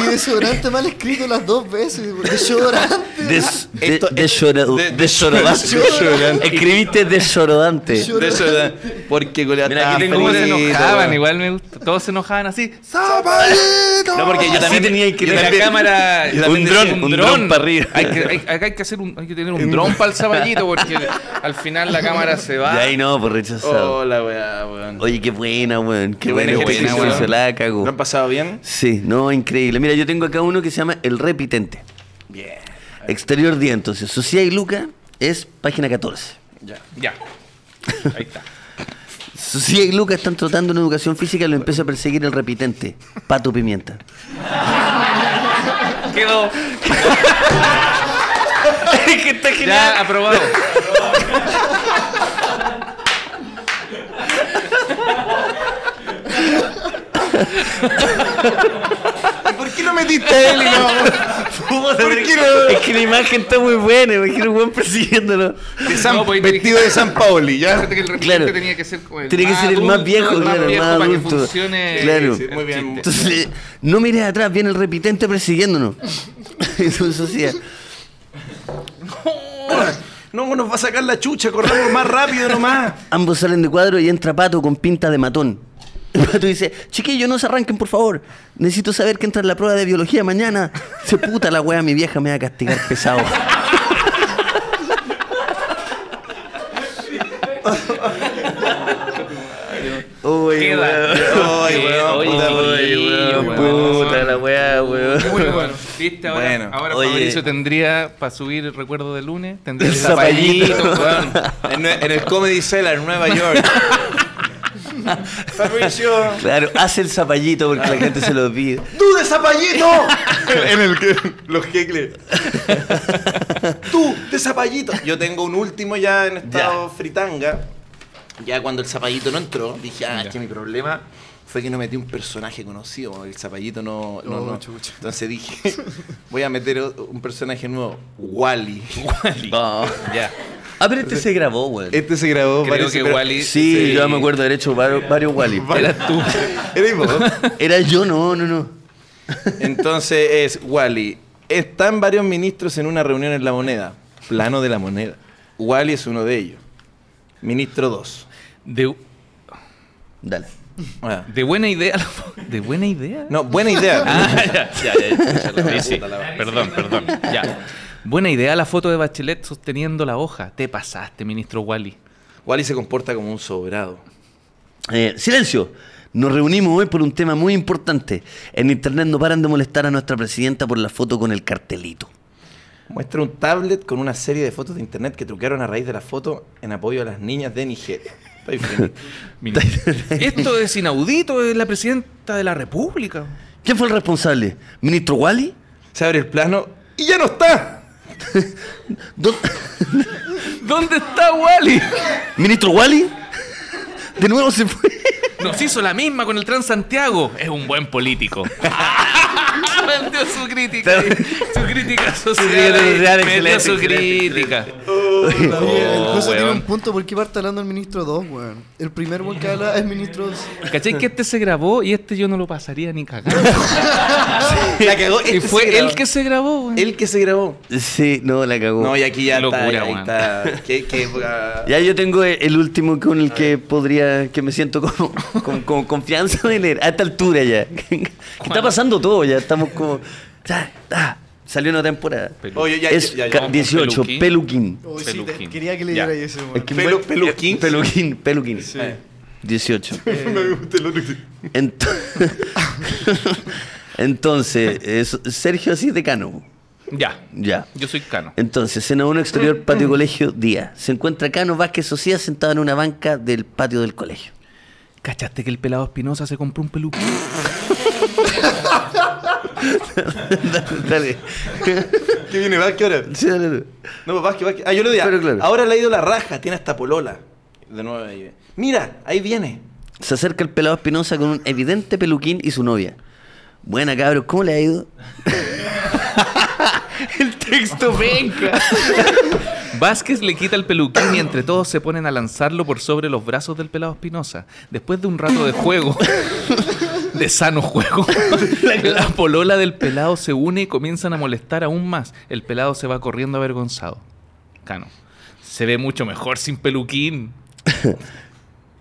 Speaker 4: Y desodorante mal escrito las dos veces. weón. Desodorante.
Speaker 2: Des, de,
Speaker 1: Esto-
Speaker 2: desoro-
Speaker 1: de-
Speaker 2: desorodante.
Speaker 1: Desorodante.
Speaker 2: Escribiste desorodante.
Speaker 1: De eso era- Porque con la
Speaker 2: Mira, aquí
Speaker 1: estaba
Speaker 2: tengo
Speaker 3: Todos se
Speaker 1: feliz,
Speaker 3: enojaban,
Speaker 1: weón.
Speaker 3: igual me gusta. Todos se enojaban así.
Speaker 1: No, porque yo
Speaker 2: Así
Speaker 1: también
Speaker 2: tenía que
Speaker 1: yo
Speaker 2: ir a
Speaker 3: la
Speaker 1: también-
Speaker 3: cámara.
Speaker 1: yo también
Speaker 2: Un
Speaker 1: decía,
Speaker 2: dron, un dron para arriba.
Speaker 3: Hay que, hay- acá hay que hacer un, hay que tener un dron para el zapallito porque al final la cámara se
Speaker 2: Y
Speaker 3: va.
Speaker 2: ahí no, por rechazado.
Speaker 1: Hola, weá, weón.
Speaker 2: Oye, qué buena, weón. Oh. Qué,
Speaker 1: Qué
Speaker 2: buena,
Speaker 1: buena
Speaker 2: buena,
Speaker 1: buena,
Speaker 2: Se
Speaker 1: weón.
Speaker 2: la cago.
Speaker 1: ¿Lo han pasado bien?
Speaker 2: Sí, no, increíble. Mira, yo tengo acá uno que se llama El Repitente.
Speaker 1: Bien.
Speaker 2: Exterior día, entonces. Sociedad y Luca es página 14.
Speaker 1: Ya.
Speaker 3: Ya. Ahí está.
Speaker 2: Sociedad y Luca están tratando una educación física y lo empieza a perseguir el repitente, Pato Pimienta.
Speaker 3: Quedó. Ya aprobado.
Speaker 5: ¿Por qué lo metiste a él y no?
Speaker 2: ¿Por qué no? Es que la imagen está muy buena, me imagino un weón persiguiéndolo.
Speaker 5: De San-
Speaker 3: No, pues,
Speaker 5: vestido de San Paoli, ya.
Speaker 3: Acuérdate que el repente
Speaker 2: Claro.
Speaker 3: tenía que ser como el
Speaker 2: Tiene que
Speaker 3: pues, más
Speaker 2: ser el más
Speaker 3: adulto,
Speaker 2: viejo,
Speaker 3: el más
Speaker 2: claro, el
Speaker 3: viejo
Speaker 2: más
Speaker 3: para que
Speaker 2: adulto.
Speaker 3: funcione.
Speaker 2: Claro.
Speaker 3: el
Speaker 5: Muy bien.
Speaker 3: chiste.
Speaker 2: Entonces, le- no mires atrás, viene el repitente persiguiéndonos. Entonces, sociedad.
Speaker 1: No, nos va a sacar la chucha, corramos más rápido nomás.
Speaker 2: Ambos salen de cuadro y entra Pato con pinta de matón. El Pato dice, chiquillo, no se arranquen, por favor. Necesito saber que entra en la prueba de biología mañana. Se puta la wea, mi vieja me va a castigar pesado. Uy,
Speaker 3: Queda.
Speaker 1: Ay,
Speaker 3: Qué
Speaker 1: weón,
Speaker 3: oye,
Speaker 1: puta,
Speaker 3: oye,
Speaker 1: weón,
Speaker 3: weón.
Speaker 2: Puta la wea, weón.
Speaker 3: Muy bueno. ¿Viste? Ahora,
Speaker 1: Bueno,
Speaker 3: ahora
Speaker 2: oye.
Speaker 3: Fabricio tendría, para subir el recuerdo de lunes, tendría
Speaker 2: El
Speaker 3: el zapallito,
Speaker 2: zapallito.
Speaker 3: weón.
Speaker 1: En, en el Comedy Cellar en Nueva York. Fabricio.
Speaker 2: Claro, hace el zapallito porque
Speaker 3: Ah.
Speaker 2: la gente se lo pide.
Speaker 1: ¡Tú de zapallito!
Speaker 5: en el que los heckles.
Speaker 1: ¡Tú de zapallito! Yo tengo un último ya en estado fritanga. Ya cuando el zapallito no entró, dije, ah, es que mi problema fue que no metí un personaje conocido. El zapallito no. no,
Speaker 4: Oh,
Speaker 1: no.
Speaker 4: chucha.
Speaker 1: Entonces dije, voy a meter o- un personaje nuevo, Wally.
Speaker 2: No.
Speaker 3: Ya.
Speaker 2: Ah, pero este se grabó, weón.
Speaker 3: Eh,
Speaker 5: Este se grabó,
Speaker 3: Creo
Speaker 5: parece,
Speaker 3: que
Speaker 5: pero-
Speaker 3: Wally.
Speaker 2: Sí, yo me acuerdo de hecho varios, varios Wally.
Speaker 3: Era tú.
Speaker 5: Eres vos.
Speaker 2: Era yo, no, no, no.
Speaker 1: Entonces es Wally. Están varios ministros en una reunión en La Moneda. Plano de La Moneda. Wally es uno de ellos. Ministro 2.
Speaker 3: De,
Speaker 2: Dale.
Speaker 1: Ah.
Speaker 3: de buena idea. la- ¿De buena idea?
Speaker 1: No, buena idea.
Speaker 3: Ah, ya, ya, ya, ya, ya, sí, sí. Perdón, perdón. Ya. Buena idea la foto de Bachelet sosteniendo la hoja. Te pasaste, ministro Wally.
Speaker 1: Wally se comporta como un sobrado.
Speaker 2: Eh, silencio. Nos reunimos hoy por un tema muy importante. En internet no paran de molestar a nuestra presidenta por la foto con el cartelito.
Speaker 1: Muestra un tablet con una serie de fotos de internet que trucaron a raíz de la foto en apoyo a las niñas de Nigeria. Estoy feliz.
Speaker 3: Ministro. Esto es inaudito, es la presidenta de la República.
Speaker 2: ¿Quién fue el responsable? ¿Ministro Wally?
Speaker 1: Se abre el plano y ya no está.
Speaker 2: ¿Dó-
Speaker 3: ¿Dónde está Wally?
Speaker 2: ¿Ministro Wally? De nuevo se fue.
Speaker 3: Nos hizo la misma con el Transantiago. Es un buen político. Vendió su crítica. su crítica social.
Speaker 2: crítica social,
Speaker 3: ahí. Vendió
Speaker 2: excelente,
Speaker 3: su
Speaker 2: excelente,
Speaker 3: crítica.
Speaker 4: Oye, el
Speaker 3: Oh,
Speaker 4: coso tiene
Speaker 3: weón.
Speaker 4: un punto porque parte hablando el ministro 2, weón. El primer weón que habla es ministro 2.
Speaker 3: ¿Cachai que este se grabó y este yo no lo pasaría ni cagando?
Speaker 1: La cagó.
Speaker 3: Y
Speaker 1: Este se
Speaker 3: fue
Speaker 1: grabó.
Speaker 3: él que se grabó, weón.
Speaker 1: Él que se grabó.
Speaker 2: Sí, no, la cagó.
Speaker 1: No, y aquí ya
Speaker 3: Qué locura,
Speaker 1: está. Ahí
Speaker 3: weón.
Speaker 1: está. Qué- qué época-
Speaker 2: Ya yo tengo e- el último con el que podría, que me siento como, con, con confianza de leer, a esta altura ya. Que está pasando todo ya, estamos como... ya, ah, salió una temporada.
Speaker 3: Pelu-
Speaker 1: Oye, ya,
Speaker 2: es
Speaker 1: ya, ya,
Speaker 2: ca-
Speaker 1: vamos.
Speaker 2: 18,
Speaker 3: Peluquín.
Speaker 2: Peluquín.
Speaker 4: Uy, Oh, sí, te-
Speaker 3: Peluquín.
Speaker 4: quería que le
Speaker 1: Ya.
Speaker 4: diera eso, weón.
Speaker 2: Es que
Speaker 1: Pelu-
Speaker 2: fue-
Speaker 1: Peluquín.
Speaker 2: Peluquín, Peluquín. 18. Ento- Entonces, es- Sergio así de Cano.
Speaker 3: Ya.
Speaker 2: Ya.
Speaker 3: Yo soy cano.
Speaker 2: Entonces, en uno exterior, patio colegio, día. Se encuentra Cano Vázquez Socía sentado en una banca del patio del colegio.
Speaker 3: ¿Cachaste que el pelado Espinosa se compró un peluquín?
Speaker 2: Dale.
Speaker 1: ¿Qué viene? ¿Va? ¿Qué hora?
Speaker 2: Sí, dale, dale.
Speaker 1: No, vas que vas que. Ah, yo lo digo.
Speaker 2: Pero claro.
Speaker 1: Ahora le ha ido la raja, tiene hasta polola. De nuevo ahí. Mira, ahí viene.
Speaker 2: Se acerca el pelado Espinosa con un evidente peluquín y su novia. Buena, cabros, ¿cómo le ha ido?
Speaker 3: El texto venga. Vázquez le quita el peluquín y entre todos se ponen a lanzarlo por sobre los brazos del pelado Espinosa. Después de un rato de juego, de sano juego, la polola del pelado se une y comienzan a molestar aún más. El pelado se va corriendo avergonzado. Cano, se ve mucho mejor sin peluquín.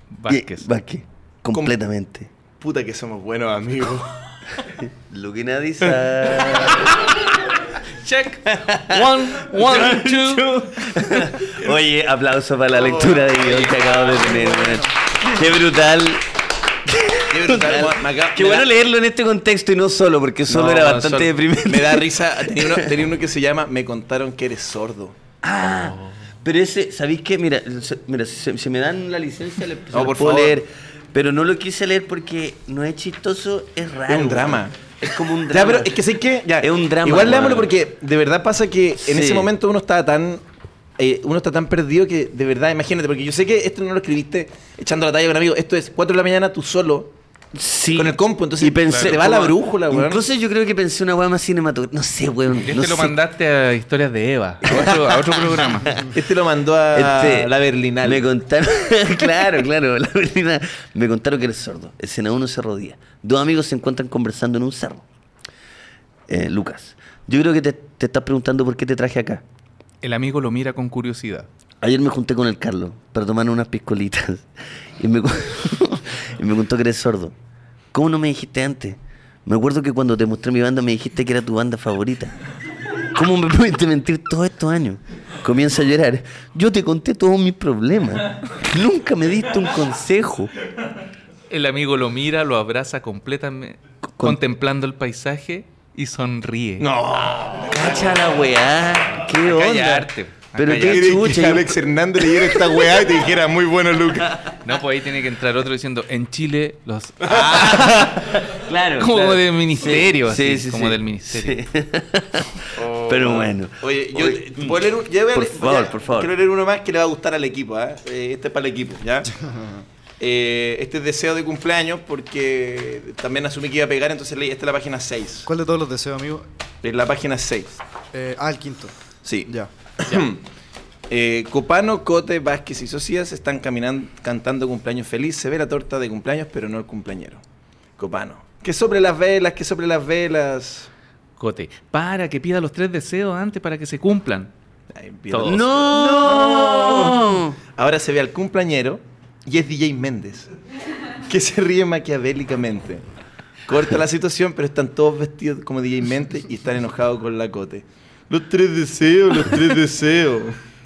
Speaker 3: Vázquez.
Speaker 2: Bien, Vázquez. Completamente.
Speaker 1: Puta que somos buenos amigos.
Speaker 2: Lo que nadie sabe.
Speaker 3: Check. One, one, two.
Speaker 2: Oye, aplauso para la lectura de guión que acabo de tener.
Speaker 1: Oh.
Speaker 2: weón. Qué brutal.
Speaker 1: Qué brutal, weón. Me acaba-
Speaker 2: Qué
Speaker 1: me
Speaker 2: bueno
Speaker 1: da-
Speaker 2: leerlo en este contexto y no solo, porque solo
Speaker 1: No,
Speaker 2: era
Speaker 1: weón,
Speaker 2: bastante
Speaker 1: solo-
Speaker 2: deprimente.
Speaker 1: Me da risa. Tenía uno, tenía uno que se llama Me contaron que eres sordo.
Speaker 2: Pero ese, ¿sabéis qué? Mira, se- mira si se, si me dan la licencia, le, se
Speaker 1: No,
Speaker 2: lo
Speaker 1: por
Speaker 2: puedo
Speaker 1: favor.
Speaker 2: leer. Pero no lo quise leer porque no es chistoso, es raro.
Speaker 1: un drama.
Speaker 2: weón. Es como un drama.
Speaker 1: Ya, pero es que sé que. Ya,
Speaker 2: Es un drama,
Speaker 1: Igual leámoslo
Speaker 2: weón.
Speaker 1: porque de verdad pasa que en
Speaker 2: Sí.
Speaker 1: ese momento uno está tan. eh, uno está tan perdido que de verdad, imagínate, porque yo sé que esto no lo escribiste echando la talla con amigos. Esto es 4 de la mañana tú solo
Speaker 2: Sí.
Speaker 1: con el compo. Entonces
Speaker 2: Y pensé-
Speaker 1: te va la
Speaker 2: como-
Speaker 1: brújula, weón.
Speaker 2: Incluso yo creo que pensé una weá más cinematográfica. No sé, weón.
Speaker 3: Este
Speaker 2: no
Speaker 3: lo
Speaker 2: sé.
Speaker 3: mandaste a Historias de Eva, a otro, a otro programa.
Speaker 1: Este lo mandó a
Speaker 2: Este,
Speaker 1: la Berlinal.
Speaker 2: Me contaron, claro, claro, la Berlinale. Me contaron que eres sordo. Escena 1, Cerro Día. Dos amigos se encuentran conversando en un cerro. Eh, Lucas, yo creo que te, te estás preguntando por qué te traje acá.
Speaker 3: El amigo lo mira con curiosidad.
Speaker 2: Ayer me junté con el Carlos para tomar unas piscolitas y me, cu- y me contó que eres sordo. ¿Cómo no me dijiste antes? Me acuerdo que cuando te mostré mi banda me dijiste que era tu banda favorita. ¿Cómo me pudiste mentir todos estos años? Comienza a llorar. Yo te conté todos mis problemas. Nunca me diste un consejo.
Speaker 3: El amigo lo mira, lo abraza completamente,
Speaker 2: Con-
Speaker 3: contemplando el paisaje y sonríe.
Speaker 2: Cacha la weá. ¿Qué
Speaker 3: a
Speaker 2: onda?
Speaker 3: callarte. a
Speaker 2: Pero
Speaker 3: callarte.
Speaker 2: qué chucha. yo-
Speaker 5: Hernández leyera esta weá y te dijera, muy bueno, Lucas.
Speaker 3: No, pues ahí tiene que entrar otro diciendo, en Chile los...
Speaker 2: Claro.
Speaker 3: Ah. Como
Speaker 2: claro.
Speaker 3: del ministerio,
Speaker 2: Sí,
Speaker 3: así,
Speaker 2: sí,
Speaker 3: como
Speaker 2: sí.
Speaker 3: del ministerio. Oh.
Speaker 2: Sí. Pero bueno.
Speaker 1: Oye, yo ¿puedo leer un- ya voy a
Speaker 2: Por
Speaker 1: leer-
Speaker 2: favor,
Speaker 1: ya,
Speaker 2: por favor.
Speaker 1: Quiero leer uno más que le va a gustar al equipo, ¿ah? Eh, Este es para el equipo, ¿ya? Eh, este es deseo de cumpleaños porque también asumí que iba a pegar, entonces leí, esta es la página 6.
Speaker 4: ¿Cuál de todos los deseos, amigo?
Speaker 1: Es la página 6.
Speaker 4: Eh, ah, el quinto.
Speaker 1: Sí.
Speaker 4: Ya.
Speaker 1: Eh, Copano, Cote, Vázquez y Socias están caminando, cantando cumpleaños feliz. Se ve la torta de cumpleaños, pero no el cumpleañero. Copano. Que sobre las velas, que sobre las velas.
Speaker 3: Cote, para que pida los tres deseos antes para que se cumplan.
Speaker 1: Ay, pido-
Speaker 3: Todos.
Speaker 2: ¡No!
Speaker 1: Ahora se ve al cumpleañero y es DJ Méndez, que se ríe maquiavélicamente. Corta la situación, pero están todos vestidos como DJ Méndez y están enojados con la cote.
Speaker 7: Los tres deseos, los tres deseos.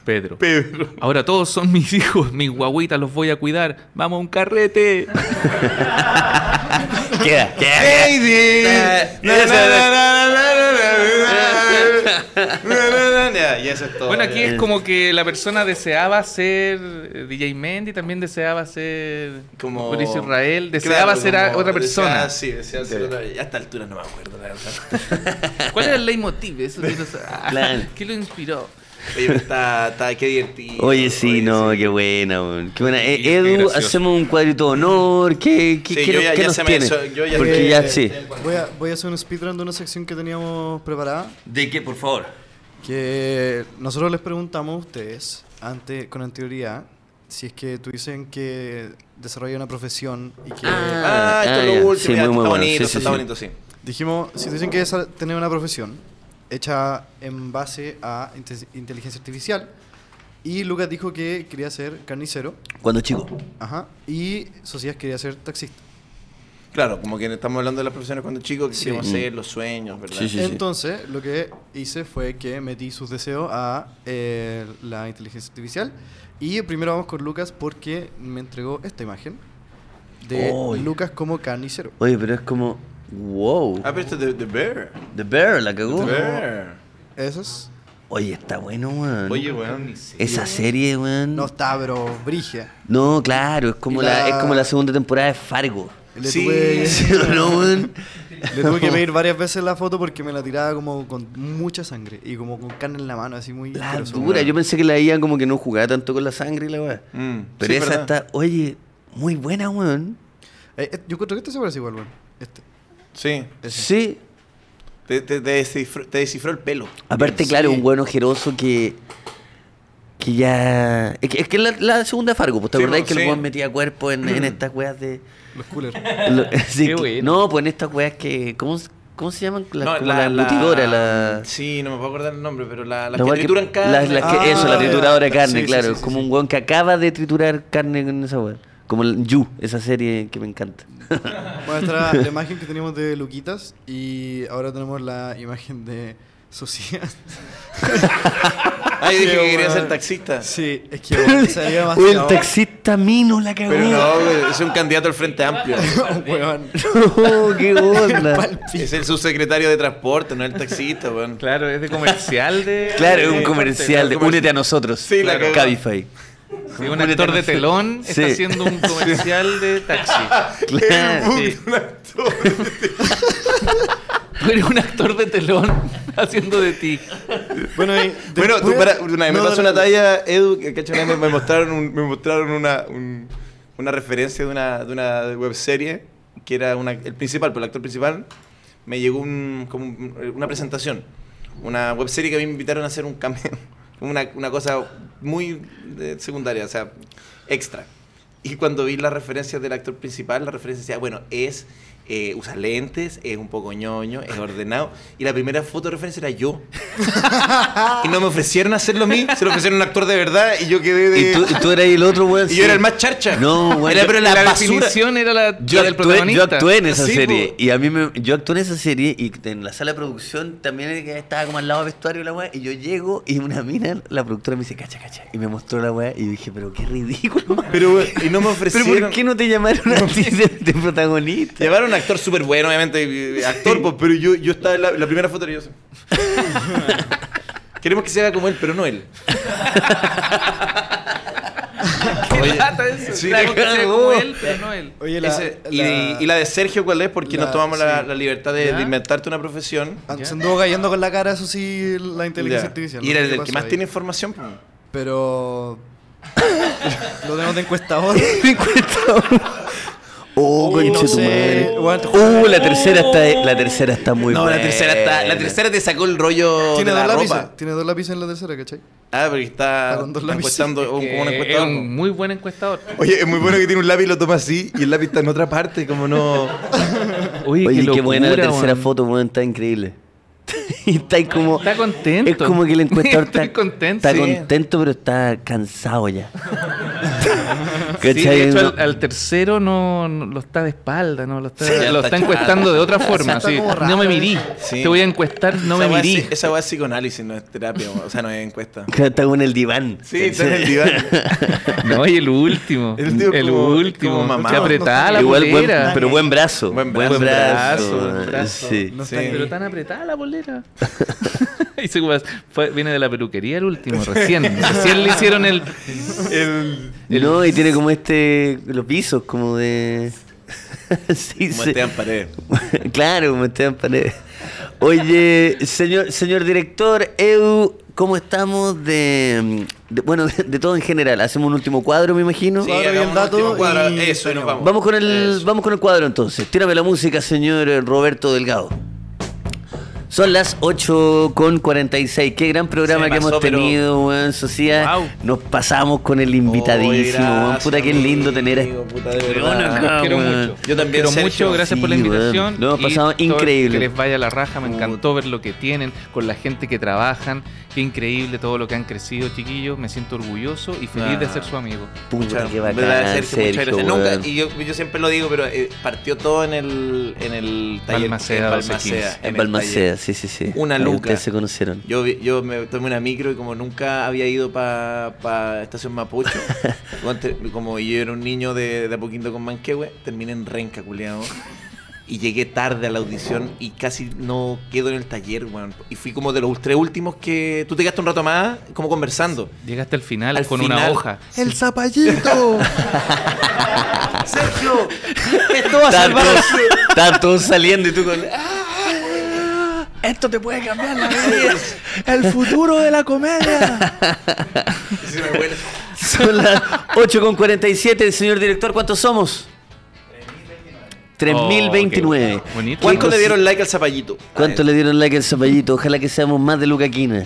Speaker 3: Pedro.
Speaker 7: Pedro.
Speaker 3: Ahora todos son mis hijos, mis guaguitas, los voy a cuidar. Vamos a un carrete.
Speaker 2: Queda, queda.
Speaker 1: Y eso es todo.
Speaker 3: Bueno, aquí es como que la persona deseaba ser eh, DJ Mendy, también deseaba ser
Speaker 1: Como-
Speaker 3: Boris Israel, deseaba
Speaker 1: Claro,
Speaker 3: ser a-
Speaker 1: como
Speaker 3: otra persona.
Speaker 1: deseaba- sí, deseaba ser otra. A esta altura no me acuerdo, la verdad.
Speaker 3: ¿Cuál era el leitmotiv? Eso quiero saber.
Speaker 2: Claro.
Speaker 3: ¿Qué lo inspiró?
Speaker 1: Oye, pero está, está, qué divertido.
Speaker 2: Oye, sí, no,
Speaker 1: sí.
Speaker 2: qué buena, weón. Qué buena. Eh,
Speaker 3: Sí, qué
Speaker 2: Edu,
Speaker 3: gracioso.
Speaker 2: hacemos un cuadrito de honor. ¿Qué, qué,
Speaker 1: Sí,
Speaker 2: qué
Speaker 1: yo
Speaker 2: nos-
Speaker 1: ya-
Speaker 2: qué
Speaker 1: ya
Speaker 2: nos
Speaker 1: se me
Speaker 2: tiene?
Speaker 1: hizo- yo ya-
Speaker 2: Porque
Speaker 1: Eh,
Speaker 2: ya sí.
Speaker 4: Voy a, voy a hacer un speedrun de una sección que teníamos preparada.
Speaker 2: ¿De qué, por favor?
Speaker 4: Que nosotros les preguntamos a ustedes, ante, con anterioridad, si es que tuviesen que desarrollar una profesión y que.
Speaker 1: Ah, esto es
Speaker 2: Ah, ya.
Speaker 1: lo último.
Speaker 2: Sí,
Speaker 1: ya, esto está
Speaker 2: muy, muy bueno.
Speaker 1: bonito,
Speaker 2: Sí,
Speaker 1: esto
Speaker 2: sí,
Speaker 1: está
Speaker 2: sí.
Speaker 1: bonito, sí.
Speaker 4: Dijimos, si tuviesen que desa- tener una profesión hecha en base a inte- inteligencia artificial, y Lucas dijo que quería ser carnicero,
Speaker 2: Cuando chico.
Speaker 4: ajá, y Socias quería ser taxista.
Speaker 1: Claro, como que estamos hablando de las profesiones cuando chicos, que
Speaker 4: Sí.
Speaker 1: queremos hacer los sueños, ¿verdad?
Speaker 2: Sí, sí.
Speaker 4: Entonces, lo que hice fue que metí sus deseos a eh, la inteligencia artificial. Y primero vamos con Lucas porque me entregó esta imagen de
Speaker 2: Oy.
Speaker 4: Lucas como carnicero.
Speaker 2: Oye, pero es como. Wow.
Speaker 1: Ah, pero esto es de, de Bear.
Speaker 2: The Bear la cagó.
Speaker 1: De Bear.
Speaker 4: ¿Eso es?
Speaker 2: Oye, está bueno, weón.
Speaker 1: Oye, weón.
Speaker 2: Esa serie, weón.
Speaker 4: No
Speaker 2: No,
Speaker 4: está, pero brigia.
Speaker 2: claro, es como
Speaker 4: Y
Speaker 2: la...
Speaker 4: la-
Speaker 2: es como la segunda temporada de Fargo.
Speaker 4: Le,
Speaker 1: Sí.
Speaker 4: tuve,
Speaker 2: ¿Sí o no, weón?
Speaker 4: le tuve que pedir varias veces la foto porque me la tiraba como con mucha sangre y como con carne en la mano, así muy...
Speaker 2: La
Speaker 4: asqueroso.
Speaker 2: dura, yo pensé que la IA como que no jugaba tanto con la sangre y la weá.
Speaker 1: Mm,
Speaker 2: Pero
Speaker 1: sí,
Speaker 2: esa
Speaker 1: ¿verdad?
Speaker 2: está, oye, muy buena, weón.
Speaker 4: Eh, eh, yo creo que este se parece igual, bueno. Este.
Speaker 1: Sí.
Speaker 2: Sí.
Speaker 1: Te, te- te descifró, te descifró el pelo.
Speaker 2: Aparte,
Speaker 4: Sí.
Speaker 2: claro, un buen ojeroso que. Que ya. Es que es que la, la segunda Fargo, pues te
Speaker 1: Sí,
Speaker 2: acordás
Speaker 1: po,
Speaker 2: que
Speaker 1: sí.
Speaker 2: el weón metía cuerpo en, en estas weas de.
Speaker 4: Los coolers.
Speaker 2: lo- sí, que-
Speaker 3: bueno.
Speaker 2: No, pues en estas weas que. ¿Cómo, se- cómo se llaman? La,
Speaker 1: No,
Speaker 2: como la, embutidora, la.
Speaker 1: Sí, no me puedo acordar el nombre, pero la, las
Speaker 2: la
Speaker 1: que
Speaker 2: wea que-
Speaker 1: trituran carne.
Speaker 2: las- las que-
Speaker 4: Ah,
Speaker 2: eso, la
Speaker 4: ya.
Speaker 2: trituradora de carne,
Speaker 4: Sí, sí,
Speaker 2: claro.
Speaker 4: sí,
Speaker 2: es
Speaker 4: sí,
Speaker 2: como
Speaker 4: sí.
Speaker 2: un weón que acaba de triturar carne con esa wea. Como el You, esa serie que me encanta.
Speaker 4: Bueno, esta era la imagen que teníamos de Luquitas y ahora tenemos la imagen de Socias.
Speaker 1: Ah, yo dije
Speaker 4: Sí,
Speaker 1: que quería
Speaker 4: weón.
Speaker 1: ser taxista.
Speaker 4: Sí, es que bueno, se veía
Speaker 2: Uy, el
Speaker 4: demasiado.
Speaker 2: taxista Mino la cagó.
Speaker 1: Pero no, güey, es un candidato al Frente Amplio.
Speaker 4: Weón.
Speaker 2: No, Oh, qué onda.
Speaker 1: Es el subsecretario de transporte, no el taxista, weón.
Speaker 3: Claro, es de comercial de.
Speaker 2: Claro, es un
Speaker 3: de-
Speaker 2: comercial de Únete a nosotros.
Speaker 1: Eh, Sí, la cagó.
Speaker 2: Cabify.
Speaker 3: Sí, un actor de telón
Speaker 2: Sí. Ah,
Speaker 3: está haciendo un comercial de taxi.
Speaker 2: Claro.
Speaker 3: Sí. Tú eres un actor de telón haciendo de ti.
Speaker 4: Bueno, y
Speaker 1: Bueno, tú,
Speaker 4: después-
Speaker 1: para, una vez me
Speaker 4: No,
Speaker 1: pasó
Speaker 4: no,
Speaker 1: una
Speaker 4: no.
Speaker 1: talla, Edu, que cacho, una vez me mostraron, un- me mostraron una, un- una referencia de una, de una webserie, que era una, el principal, pero el actor principal, me llegó un, como un- una presentación, una webserie que a mí me invitaron a hacer un cambio, una, una cosa muy eh, secundaria, o sea, extra. Y cuando vi las referencias del actor principal, la referencia decía, bueno, es, eh, usa lentes, es un poco ñoño, es ordenado. Y la primera foto de referencia era yo. y no me ofrecieron hacerlo a mí, se lo ofrecieron a un actor de verdad y yo quedé de...
Speaker 2: Y tú, y tú eras el otro, weón.
Speaker 1: Y
Speaker 2: sí.
Speaker 1: yo era el más charcha.
Speaker 2: No, bueno,
Speaker 1: Era, pero la,
Speaker 3: la
Speaker 1: basura.
Speaker 3: definición era la,
Speaker 2: Yo
Speaker 3: la
Speaker 2: actué,
Speaker 3: del protagonista.
Speaker 2: yo actué en esa
Speaker 1: Sí,
Speaker 2: serie.
Speaker 1: po.
Speaker 2: Y a mí me, yo actué en esa serie y en la sala de producción también era que estaba como al lado de vestuario la weá. Y yo llego y una mina, la productora me dice, cacha, cacha. Y me mostró la weá y yo dije, pero qué ridículo.
Speaker 1: Pero, güey, y no me
Speaker 2: Pero
Speaker 1: ofrecieron...
Speaker 2: ¿por qué no te llamaron a ti de, de protagonista?
Speaker 1: Llevaron un actor súper bueno, obviamente, eh, actor, pues, pero yo, yo estaba en la, la primera foto era yo. así. Queremos que se haga como él, pero no él.
Speaker 3: Qué lata eso.
Speaker 1: Sí,
Speaker 3: Claro,
Speaker 1: la
Speaker 3: que sea
Speaker 1: cagó.
Speaker 3: como él, pero no él.
Speaker 4: Oye, la,
Speaker 1: Ese- y,
Speaker 4: la-
Speaker 1: y la de Sergio, ¿cuál es? Porque
Speaker 4: la-
Speaker 1: nos tomamos la,
Speaker 4: sí.
Speaker 1: la libertad de,
Speaker 3: ¿Ya?
Speaker 1: de inventarte una profesión.
Speaker 4: an- Ah, Se anduvo cayendo con la cara, eso sí, la inteligencia
Speaker 1: Ya.
Speaker 4: artificial.
Speaker 1: y
Speaker 4: no
Speaker 1: era
Speaker 4: sé
Speaker 1: el
Speaker 4: qué
Speaker 1: del que
Speaker 4: pasó
Speaker 1: más
Speaker 4: ahí.
Speaker 1: tiene información. pues.
Speaker 4: Pero... lo tenemos de encuestador.
Speaker 2: Oh,
Speaker 4: Y
Speaker 2: conche
Speaker 4: no
Speaker 2: tu
Speaker 4: sé,
Speaker 2: madre.
Speaker 4: weón, te juro-
Speaker 2: Uh, la tercera está, la tercera está muy
Speaker 1: no,
Speaker 2: buena.
Speaker 1: la tercera está, la tercera te sacó el rollo de
Speaker 4: tiene
Speaker 1: la
Speaker 4: dos
Speaker 1: ropa.
Speaker 4: lápices. Tiene dos lápices en la tercera, ¿cachai?
Speaker 1: Ah, porque está
Speaker 4: Está con dos
Speaker 1: está
Speaker 4: lápices.
Speaker 1: encuestando como un
Speaker 3: Eh,
Speaker 1: encuestador.
Speaker 3: es un muy buen encuestador.
Speaker 1: Oye, es muy bueno que tiene un lápiz y lo toma así y el lápiz está en otra parte, como no.
Speaker 2: Oye,
Speaker 3: Oye,
Speaker 2: qué,
Speaker 3: locura,
Speaker 2: buena la tercera
Speaker 3: weón.
Speaker 2: foto, weón, está increíble. Y está ahí como.
Speaker 3: Está contento.
Speaker 2: Es como que el encuestador
Speaker 3: Estoy
Speaker 2: está
Speaker 3: contento.
Speaker 2: Está
Speaker 3: Sí.
Speaker 2: contento, pero está cansado ya.
Speaker 3: Sí,
Speaker 2: ¿Cachai?
Speaker 3: de hecho,
Speaker 2: No.
Speaker 3: al, al tercero no, no- lo está de espalda, no lo está,
Speaker 2: Sí,
Speaker 3: lo
Speaker 2: está
Speaker 3: está
Speaker 2: chocado.
Speaker 3: encuestando de otra forma.
Speaker 4: Está
Speaker 3: sí.
Speaker 4: como raro,
Speaker 3: No me
Speaker 4: ¿eh?
Speaker 3: mirí.
Speaker 1: Sí.
Speaker 3: Te voy a encuestar, no
Speaker 1: esa
Speaker 3: me
Speaker 1: weá es
Speaker 3: mirí.
Speaker 1: psi- Esa weá es psicoanálisis, no es terapia, o sea, no es encuesta.
Speaker 2: Que Está con el diván.
Speaker 1: Sí, está en el diván.
Speaker 3: No, y el último.
Speaker 1: El último
Speaker 3: El
Speaker 1: como-
Speaker 3: último.
Speaker 1: como mamá.
Speaker 3: Que apretada la
Speaker 2: Igual, buen-
Speaker 3: polera.
Speaker 2: pero buen brazo.
Speaker 1: Buen brazo.
Speaker 2: brazo,
Speaker 1: Buen brazo.
Speaker 2: sí.
Speaker 4: No
Speaker 1: Sí.
Speaker 4: está
Speaker 3: Pero
Speaker 4: ni-
Speaker 3: tan apretada la polera. y se fue- fue- viene de la peluquería el último, recién. Recién le hicieron el.
Speaker 2: No, y tiene como este. Los pisos, como de. sí,
Speaker 1: Como este
Speaker 2: se-
Speaker 1: Esteban Paredes.
Speaker 2: claro, como Esteban Paredes. Oye, señor, señor director, Edu, ¿cómo estamos de. de- bueno, de, de todo en general. Hacemos un último cuadro, me imagino.
Speaker 1: Sí,
Speaker 4: Cuadro
Speaker 1: hagamos
Speaker 4: bien
Speaker 1: un
Speaker 4: dato
Speaker 1: último cuadro.
Speaker 4: y
Speaker 1: Eso, y nos vamos. Oh,
Speaker 2: Vamos con el
Speaker 1: Eso.
Speaker 2: vamos con el cuadro entonces. Tírame la música, señor eh, Roberto Delgado. Son las 8 con 46. Qué gran programa
Speaker 1: Se
Speaker 2: que hemos
Speaker 1: pasó, pero-
Speaker 2: tenido, weón, Sociedad.
Speaker 1: Wow.
Speaker 2: Nos pasamos con el invitadísimo,
Speaker 1: Oye,
Speaker 2: weón. Puta, qué
Speaker 1: gracias,
Speaker 2: lindo tener a
Speaker 1: amigo, puta, de verdad.
Speaker 2: weón acá,
Speaker 3: Los quiero
Speaker 2: weón.
Speaker 3: mucho.
Speaker 1: Yo también,
Speaker 3: Quiero
Speaker 1: Sergio.
Speaker 3: mucho, gracias por la
Speaker 2: Sí,
Speaker 3: invitación.
Speaker 2: weón. Lo hemos
Speaker 3: Y
Speaker 2: pasado
Speaker 3: todo-
Speaker 2: increíble.
Speaker 3: Que les vaya la raja, me encantó ver lo que tienen, con la gente que trabajan. Qué increíble todo lo que han crecido, chiquillos. Me siento orgulloso y feliz de
Speaker 1: Ah.
Speaker 3: ser su amigo.
Speaker 2: este Puta,
Speaker 1: Muchas
Speaker 2: qué
Speaker 1: gracias,
Speaker 2: bacán,
Speaker 1: ¿verdad, Sergio? Muchas
Speaker 2: Sergio,
Speaker 1: gracias. Nunca,
Speaker 2: weón.
Speaker 1: y yo, yo siempre lo digo, pero eh, partió todo en el, en el taller.
Speaker 3: Balmaceda,
Speaker 1: en
Speaker 3: 1215.
Speaker 1: Balmaceda. el
Speaker 2: En Balmaceda,
Speaker 1: taller.
Speaker 2: sí, sí, sí.
Speaker 1: Una
Speaker 2: Ahí
Speaker 1: luca.
Speaker 2: Ustedes se conocieron.
Speaker 1: Yo, vi- yo me tomé una micro y como nunca había ido para Estación Mapocho, bueno, te- como yo era un niño de, de Apoquindo con Manquehue, terminé en Renca, culiao. Y llegué tarde a la audición y casi no quedo en el taller, weón. Y fui como de los tres últimos que... Tú te quedaste un rato más como conversando.
Speaker 3: Llegaste al final
Speaker 1: Al
Speaker 3: con una
Speaker 1: final.
Speaker 3: hoja.
Speaker 4: ¡El zapallito!
Speaker 1: ¡Sergio! ¡Esto va a
Speaker 2: Están
Speaker 1: salvar!
Speaker 2: todos- Están todos saliendo y tú con.
Speaker 6: Esto te puede cambiar la
Speaker 4: ¡El futuro de la comedia!
Speaker 1: Sí, me acuerdo.
Speaker 2: Son las 8.47, señor director, ¿cuántos somos? 3.029.
Speaker 3: Oh, qué bonito.
Speaker 1: ¿Cuánto
Speaker 2: ¿Cuánto
Speaker 1: le dieron like al zapallito?
Speaker 2: ¿Cuánto le dieron like al zapallito? Ojalá que seamos más de Luca Quina.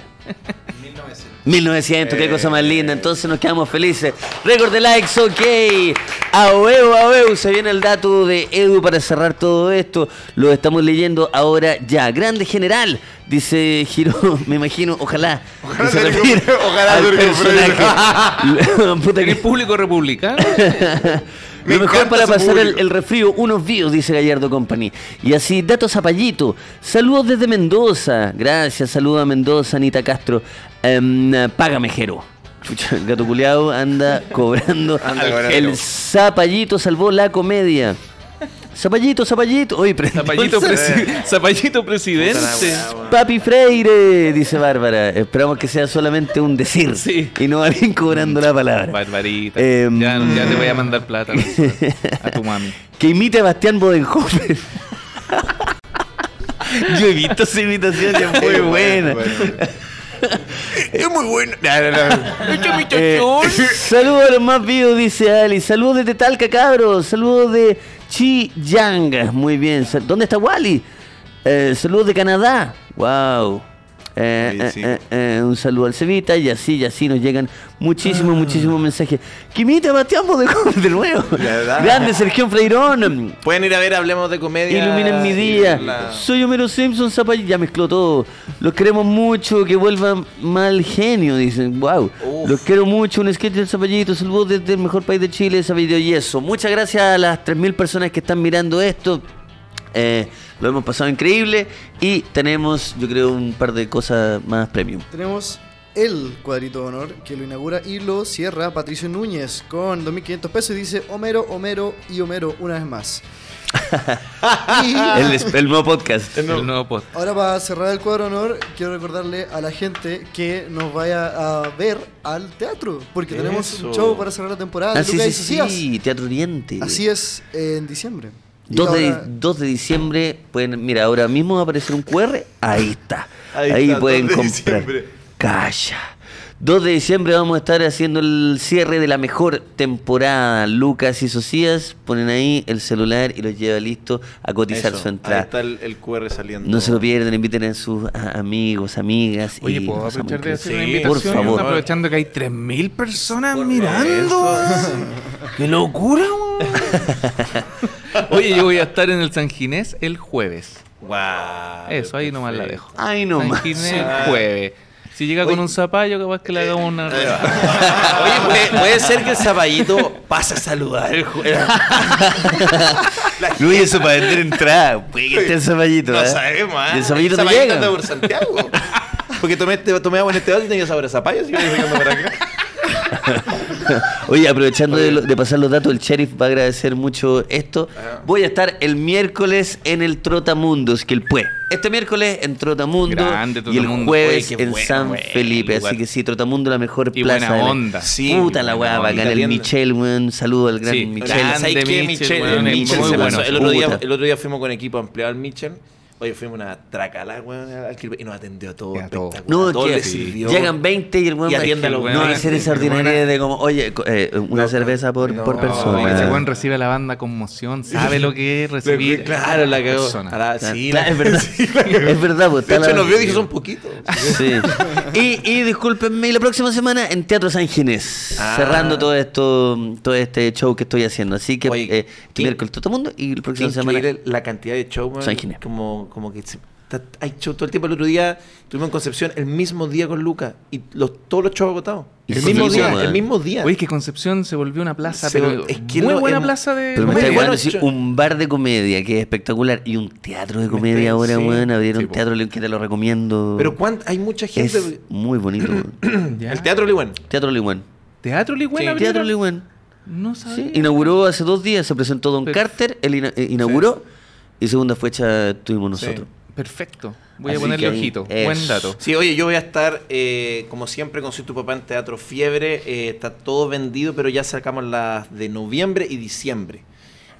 Speaker 2: 1900, qué cosa más linda.
Speaker 7: Eh.
Speaker 2: Entonces nos quedamos felices. Récord de likes, ok. Aueu, aueu. Se viene el dato de Edu para cerrar todo esto. Lo estamos leyendo ahora ya. Grande general, dice Giro. Me imagino, ojalá.
Speaker 7: Ojalá
Speaker 2: se
Speaker 7: se
Speaker 2: refiere
Speaker 7: recupere, ojalá
Speaker 2: al
Speaker 7: se recupere.
Speaker 2: personaje. Puta que-
Speaker 3: ¿Tenés público republicano?
Speaker 2: lo
Speaker 7: Me
Speaker 2: mejor
Speaker 7: encanta
Speaker 2: para
Speaker 7: ese
Speaker 2: pasar el,
Speaker 7: público.
Speaker 2: el refrío, unos víos, dice Gallardo Company. Y así, datos zapallito. Saludos desde Mendoza. Gracias, saludos a Mendoza, Anita Castro. Em, págame, Jero. Chucha, el gato culeado anda cobrando. el zapallito salvó la comedia. Zapallito, zapallito. Oye, prendió el
Speaker 3: Zapallito,
Speaker 2: zap-
Speaker 3: presi- Zapallito presidente.
Speaker 2: Papi Freire, dice Bárbara. Esperamos que sea solamente un decir
Speaker 3: Sí.
Speaker 2: y no alguien cobrando la palabra.
Speaker 3: Barbarita.
Speaker 2: Em,
Speaker 3: ya, ya te voy a mandar plata Marcela, a tu mami.
Speaker 2: Que imite a Bastián Bodenhofer. Yo he visto esa imitación, que es muy buena.
Speaker 5: Es muy bueno.
Speaker 6: ¡Echa mi
Speaker 2: Eh,
Speaker 6: chachón!
Speaker 2: saludos a los más vivos, dice Ali. Saludos desde Talca, cabros. Saludos de Chiyang. Muy bien. Sa- ¿Dónde está Wally? Eh, saludos de Canadá. Wow. Eh,
Speaker 7: Sí,
Speaker 2: eh,
Speaker 7: sí.
Speaker 2: eh, eh, un saludo al Cevita y así, y así nos llegan muchísimos, muchísimos mensajes. Que imite a Bastián Bodenhofer de nuevo.
Speaker 1: verdad.
Speaker 2: Grande Sergio Freirón.
Speaker 1: Pueden ir a ver Hablemos de Comedia.
Speaker 2: Iluminen mi
Speaker 1: y
Speaker 2: día.
Speaker 1: la-
Speaker 2: Soy Homero Simpson, Zapay. Ya mezcló todo. Los queremos mucho. Que vuelva mal genio, dicen. Wow.
Speaker 1: Uf.
Speaker 2: Los quiero mucho. Un sketch del Zapallito. Saludos desde el mejor país de Chile, Zapallito y eso. Muchas gracias a las 3.000 personas que están mirando esto. Eh, lo hemos pasado increíble. Y tenemos, yo creo, un par de cosas más premium.
Speaker 4: Tenemos el cuadrito de honor que lo inaugura y lo cierra Patricio Núñez con 2.500 pesos y dice Homero, Homero y Homero una vez más. y
Speaker 2: El, el nuevo podcast.
Speaker 3: El nuevo post.
Speaker 4: ahora para cerrar el cuadro de honor quiero recordarle a la gente que nos vaya a ver al teatro porque tenemos un
Speaker 1: Eso.
Speaker 4: show para cerrar la temporada. de
Speaker 2: Ah, sí, sí,
Speaker 4: Lucas y Socias.
Speaker 2: sí. Teatro Oriente.
Speaker 4: Así es, en diciembre. Y
Speaker 2: 2 de,
Speaker 4: ahora-
Speaker 2: 2 de diciembre, pueden, mira, ahora mismo va a aparecer un QR, ahí está. Ahí,
Speaker 7: Ahí está,
Speaker 2: pueden
Speaker 7: 2 de
Speaker 2: comprar.
Speaker 7: diciembre.
Speaker 2: Calla. 2 de diciembre vamos a estar haciendo el cierre de la mejor temporada. Lucas y Socias ponen ahí el celular y los lleva listo a cotizar
Speaker 1: Eso,
Speaker 2: su
Speaker 1: Ahí
Speaker 2: entrada.
Speaker 1: está el, el QR saliendo.
Speaker 2: No se lo pierdan, inviten a sus a- amigos, amigas.
Speaker 3: Oye,
Speaker 2: y
Speaker 3: ¿puedo
Speaker 2: nos vamos
Speaker 3: aprovechar de
Speaker 2: a
Speaker 3: hacer
Speaker 1: Sí,
Speaker 3: una
Speaker 1: por
Speaker 3: invitación?
Speaker 2: favor.
Speaker 3: Aprovechando que hay 3.000 personas
Speaker 1: Eso.
Speaker 3: mirando. ¡Qué locura, weón! Oye, yo voy a estar en el San Ginés el jueves.
Speaker 1: Guau,
Speaker 3: Eso, ahí nomás la
Speaker 1: Ah, perfecto.
Speaker 3: dejo.
Speaker 2: Ahí nomás.
Speaker 3: San Ginés el jueves. Si llega con
Speaker 1: Oye.
Speaker 3: un zapallo, capaz que le hagamos una rebaja.
Speaker 1: Oye, puede, puede ser que el zapallito pase a saludar el juego.
Speaker 2: Luis, eso para vender entrada. Puede que esté el zapallito.
Speaker 1: No
Speaker 2: ¿eh?
Speaker 1: sabemos, ¿ah?
Speaker 2: Y el zapallito te
Speaker 1: Zapallito
Speaker 2: llega.
Speaker 1: anda por Santiago. Porque tomé, este- tomé agua en este vaso y tenía sabor a zapallo. así que yo llegando para acá.
Speaker 2: Oye, aprovechando de, lo- de pasar los datos, el sheriff va a agradecer mucho esto. Voy a estar el miércoles en el Trotamundos, que el pue. Este miércoles en Trotamundo
Speaker 3: Grande
Speaker 2: y el
Speaker 3: Trotamundo.
Speaker 2: jueves
Speaker 1: Oye, qué
Speaker 2: en
Speaker 1: bueno,
Speaker 2: San
Speaker 1: bueno,
Speaker 2: Felipe.
Speaker 1: lugar.
Speaker 2: Así que sí, Trotamundo la mejor
Speaker 3: Y
Speaker 2: plaza.
Speaker 3: buena
Speaker 2: de la-
Speaker 3: onda.
Speaker 1: Sí,
Speaker 2: Puta la
Speaker 1: buena
Speaker 2: weá,
Speaker 1: onda.
Speaker 2: bacán. El
Speaker 1: Italiana.
Speaker 2: Michel, weón. Un saludo al gran
Speaker 3: Sí,
Speaker 2: Michel.
Speaker 3: grande.
Speaker 1: ¿Sabes qué,
Speaker 3: Michel,
Speaker 1: Michel?
Speaker 3: weón,
Speaker 1: El
Speaker 2: el
Speaker 1: Michel
Speaker 2: muy
Speaker 1: se
Speaker 2: bueno.
Speaker 1: pasó. El otro, día,
Speaker 2: Puta.
Speaker 1: el otro día fuimos con equipo ampliado al Michel. Oye, fuimos una tracalá, weón, al Quilpé, y nos atendió todo.
Speaker 3: Ya, todo.
Speaker 1: espectacular.
Speaker 2: No,
Speaker 1: todo
Speaker 2: que
Speaker 1: le sirvió.
Speaker 2: llegan 20 y el weón
Speaker 1: Y atiende a los
Speaker 2: No,
Speaker 1: weones,
Speaker 2: hacer esa
Speaker 3: el weón-
Speaker 2: ordinaria de como, oye, co- eh, una cerveza por, por persona.
Speaker 3: Oye, ese weón recibe a la banda conmoción, sabe lo que es recibir.
Speaker 1: Claro, la cagó.
Speaker 3: persona.
Speaker 1: A la-
Speaker 2: Claro,
Speaker 1: sí,
Speaker 2: claro,
Speaker 1: la-
Speaker 2: es verdad.
Speaker 1: sí, la cagó.
Speaker 2: Es verdad, pues.
Speaker 1: De
Speaker 2: está
Speaker 1: hecho,
Speaker 2: la-
Speaker 1: nos vio y dijo, son poquitos.
Speaker 2: Sí. Y, y discúlpenme, y la próxima semana en Teatro San Ginés,
Speaker 1: Ah.
Speaker 2: cerrando todo esto, todo este show que estoy haciendo. Así que
Speaker 1: Oye,
Speaker 2: eh, este
Speaker 1: y-
Speaker 2: miércoles todo el mundo y la próxima semana.
Speaker 1: Increíble la cantidad de show, man.
Speaker 2: San Ginés.
Speaker 1: Como, como que se- ta- hay show todo el tiempo. El otro día estuvimos en Concepción, el mismo día con Lucas, y los, todos los shows agotados.
Speaker 2: Y
Speaker 1: El mismo
Speaker 2: Concepción,
Speaker 1: día,
Speaker 2: man.
Speaker 1: el mismo día.
Speaker 3: Oye, que Concepción se volvió una plaza,
Speaker 1: Se-
Speaker 3: pero
Speaker 1: es que
Speaker 3: muy
Speaker 1: lo-
Speaker 3: buena
Speaker 1: em-
Speaker 3: plaza de
Speaker 2: Pero me
Speaker 1: Muy
Speaker 2: está
Speaker 3: comedia.
Speaker 1: bueno,
Speaker 2: llegando así,
Speaker 1: yo-
Speaker 2: un bar de comedia que es espectacular y un teatro de comedia
Speaker 1: está-
Speaker 2: ahora,
Speaker 1: sí,
Speaker 2: weón. Abrieron
Speaker 3: sí, po.
Speaker 2: teatro León, que te lo recomiendo.
Speaker 1: Pero cuán- hay mucha
Speaker 2: es
Speaker 1: gente.
Speaker 2: muy bonito, weón.
Speaker 3: Ya.
Speaker 1: El Teatro Ligüen.
Speaker 2: Teatro Ligüen.
Speaker 3: Teatro Ligüena. abrieron?
Speaker 2: Teatro Ligüen.
Speaker 3: No
Speaker 1: Ah,
Speaker 2: Sí,
Speaker 3: sabía.
Speaker 2: inauguró hace dos días, se presentó Don
Speaker 3: Perf-
Speaker 2: Carter, él ina- eh, inauguró y segunda fecha tuvimos nosotros.
Speaker 3: Perfecto. Voy
Speaker 2: Así
Speaker 3: a ponerle
Speaker 2: que ahí,
Speaker 3: ojito.
Speaker 2: eso.
Speaker 3: Buen dato.
Speaker 1: Sí, oye, yo voy a estar, eh, como siempre, con Soy tu papá en Teatro Fiebre. Eh, está todo vendido, pero ya sacamos las de noviembre y diciembre.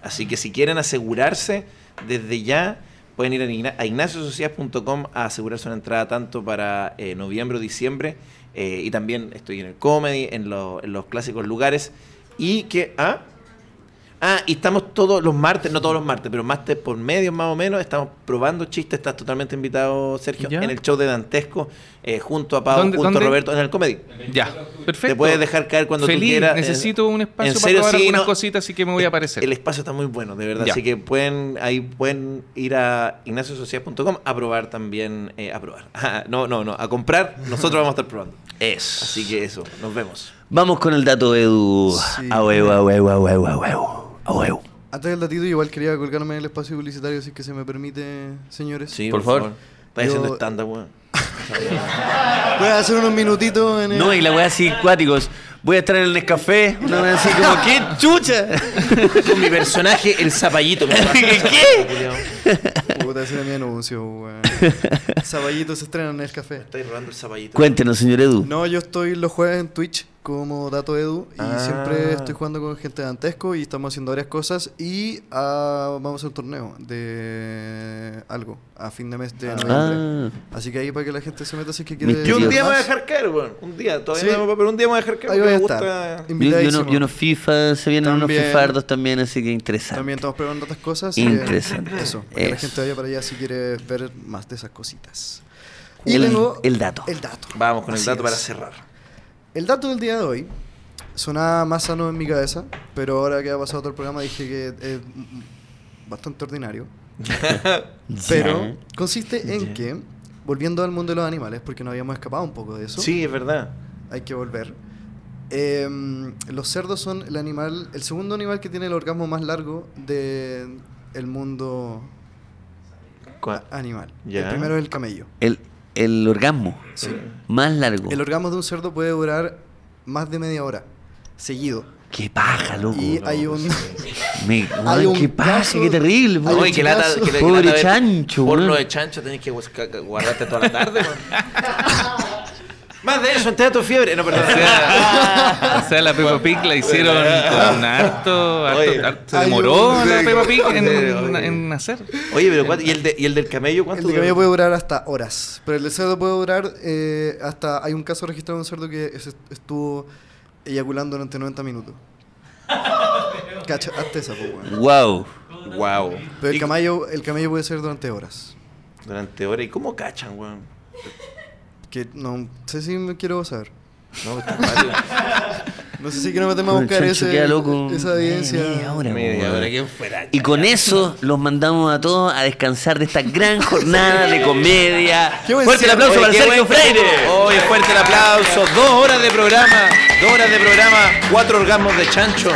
Speaker 1: Así que si quieren asegurarse, desde ya pueden ir a, igna- a ignaciosocias.com a asegurarse una entrada tanto para eh, noviembre o diciembre. Eh, y también estoy en el comedy, en, lo- en los clásicos lugares. Y que... ¿ah? Ah, y estamos todos los martes, no todos los martes, pero martes por medio más o menos, estamos probando chistes. Estás totalmente invitado, Sergio,
Speaker 3: Ya.
Speaker 1: en el show de Dantesco, eh, junto a Pablo,
Speaker 3: ¿Dónde-
Speaker 1: junto
Speaker 3: dónde?
Speaker 1: a Roberto, en el comedy.
Speaker 3: Ya. Perfecto.
Speaker 1: Te puedes dejar caer cuando
Speaker 3: Feliz.
Speaker 1: tú quieras. eh,
Speaker 3: Necesito un espacio
Speaker 1: en
Speaker 3: para
Speaker 1: serio,
Speaker 3: probar
Speaker 1: sí,
Speaker 3: algunas
Speaker 1: no,
Speaker 3: cositas, así que me voy a aparecer.
Speaker 1: El espacio está muy bueno, de verdad.
Speaker 3: Ya.
Speaker 1: Así que pueden, ahí pueden ir a ignaciosociedad.com a probar también, eh, a probar. No, no, no, a comprar. Nosotros vamos a estar probando.
Speaker 2: Eso.
Speaker 1: Así que eso, nos vemos.
Speaker 2: Vamos con el dato Edu.
Speaker 4: Sí.
Speaker 2: A huevo, a huevo, a huevo, a huevo. A huevo.
Speaker 4: Antes del datito, igual quería colgarme en el espacio publicitario, si es que se me permite, señores.
Speaker 1: Sí,
Speaker 2: Por favor.
Speaker 1: Estás
Speaker 4: Yo-
Speaker 1: haciendo estándar, weón.
Speaker 4: Voy a hacer unos minutitos en el...
Speaker 2: No, y la weá así, cuáticos. Voy a estar en el Nescafé. Una weá así como, ¿qué chucha?
Speaker 1: Con mi personaje, el zapallito. me pasa.
Speaker 2: ¿Qué?
Speaker 4: Puta, ese era mi anuncio, weón. Zapallito se estrena en el café.
Speaker 1: Estoy robando el zapallito.
Speaker 2: Cuéntenos, señor Edu.
Speaker 4: No, yo estoy los jueves en Twitch como Dato Edu y
Speaker 1: Ah.
Speaker 4: siempre estoy jugando con gente de Antesco y estamos haciendo varias cosas y ah, vamos a hacer un torneo de algo a fin de mes de noviembre.
Speaker 2: Ah,
Speaker 4: Así que ahí para que la gente se meta si es que quiere.
Speaker 2: Yo
Speaker 1: Yo un
Speaker 2: Dios
Speaker 1: día me voy a
Speaker 4: más.
Speaker 1: dejar caer, weón. Un día, todavía
Speaker 4: Sí.
Speaker 1: no me voy, pero un día me voy a dejar caer.
Speaker 4: Ahí
Speaker 1: porque
Speaker 4: voy a
Speaker 1: me
Speaker 4: estar.
Speaker 1: gusta-
Speaker 2: y, y uno-
Speaker 4: Invitadísimo.
Speaker 2: y unos FIFA, se vienen
Speaker 4: También.
Speaker 2: unos fifardos también, así que interesante.
Speaker 4: También estamos probando otras cosas. así que
Speaker 2: Interesante.
Speaker 4: Eso, para que la
Speaker 2: Eso.
Speaker 4: gente vaya para allá si quiere ver más de esas cositas.
Speaker 2: El-
Speaker 4: tengo
Speaker 2: el dato.
Speaker 4: El dato.
Speaker 1: Vamos con el
Speaker 4: Así
Speaker 1: dato para
Speaker 4: es.
Speaker 1: cerrar.
Speaker 4: El dato del día de hoy sonaba más sano en mi cabeza, pero ahora que ha pasado todo el programa dije que es mm, bastante ordinario. Pero consiste en que, volviendo al mundo de los animales, porque nos habíamos escapado un poco de eso,
Speaker 1: Sí, es verdad.
Speaker 4: hay que volver. em, los cerdos son el animal, el segundo animal que tiene el orgasmo más largo de el mundo Ah,
Speaker 1: Cua-
Speaker 4: animal.
Speaker 1: Ya.
Speaker 4: El primero es el camello.
Speaker 2: El, el orgasmo
Speaker 4: Sí.
Speaker 2: más largo.
Speaker 4: El orgasmo de un cerdo puede durar más de media hora, seguido.
Speaker 2: Qué paja,
Speaker 1: Uh,
Speaker 2: loco.
Speaker 4: Y
Speaker 1: pues.
Speaker 4: hay un...
Speaker 2: Me,
Speaker 4: Hay
Speaker 2: weón,
Speaker 4: un
Speaker 2: qué paja,
Speaker 4: caso-
Speaker 2: qué terrible.
Speaker 4: Hay
Speaker 2: weón.
Speaker 4: un
Speaker 1: Oye, que lata,
Speaker 4: chicazo.
Speaker 1: que que
Speaker 2: Pobre
Speaker 1: lata ver
Speaker 2: chancho,
Speaker 1: Porno
Speaker 2: weón.
Speaker 1: de chancho, tenés que busca- guardarte toda la tarde, weón. Más de eso, en Teatro Fiebre. No, perdón.
Speaker 3: O sea, o sea, la Peppa Pig la hicieron con harto,
Speaker 1: Oye.
Speaker 3: harto, harto- Se
Speaker 4: Hay
Speaker 3: demoró
Speaker 4: un-
Speaker 3: la Peppa Pig en,
Speaker 1: Oye.
Speaker 3: en nacer.
Speaker 1: Oye, pero ¿cuánto- ¿y el, de- ¿y el del camello cuánto?
Speaker 4: El de camello
Speaker 1: dura?
Speaker 4: puede durar hasta horas, pero el de cerdo puede durar eh, hasta... Hay un caso registrado de un cerdo que es- estuvo eyaculando durante 90 minutos. Cacha, hasta esa, pues, weón.
Speaker 2: Wow.
Speaker 1: Guau.
Speaker 4: Pero el
Speaker 1: Y-
Speaker 4: camello, el camello puede ser durante horas.
Speaker 1: Durante horas. ¿Y cómo cachan, weón?
Speaker 4: Que no sé si me quiero saber.
Speaker 1: No, está mal.
Speaker 4: No sé si que no metemos a
Speaker 2: pues, Con el
Speaker 4: buscar
Speaker 2: chancho
Speaker 4: ese-
Speaker 2: queda loco.
Speaker 4: esa evidencia.
Speaker 2: Media hora,
Speaker 1: Media
Speaker 2: po,
Speaker 1: hora,
Speaker 2: weón.
Speaker 1: ¿quién fuera?
Speaker 2: Y con eso los mandamos a todos a descansar de esta gran jornada de comedia.
Speaker 4: Qué buen
Speaker 2: Fuerte el
Speaker 4: cierre.
Speaker 2: aplauso
Speaker 1: Oye,
Speaker 2: para
Speaker 1: qué
Speaker 2: Sergio
Speaker 1: buen- Oh.
Speaker 2: Freire.
Speaker 1: Oye, fuerte el aplauso. Dos horas de programa. Dos horas de programa. Cuatro orgasmos de chancho.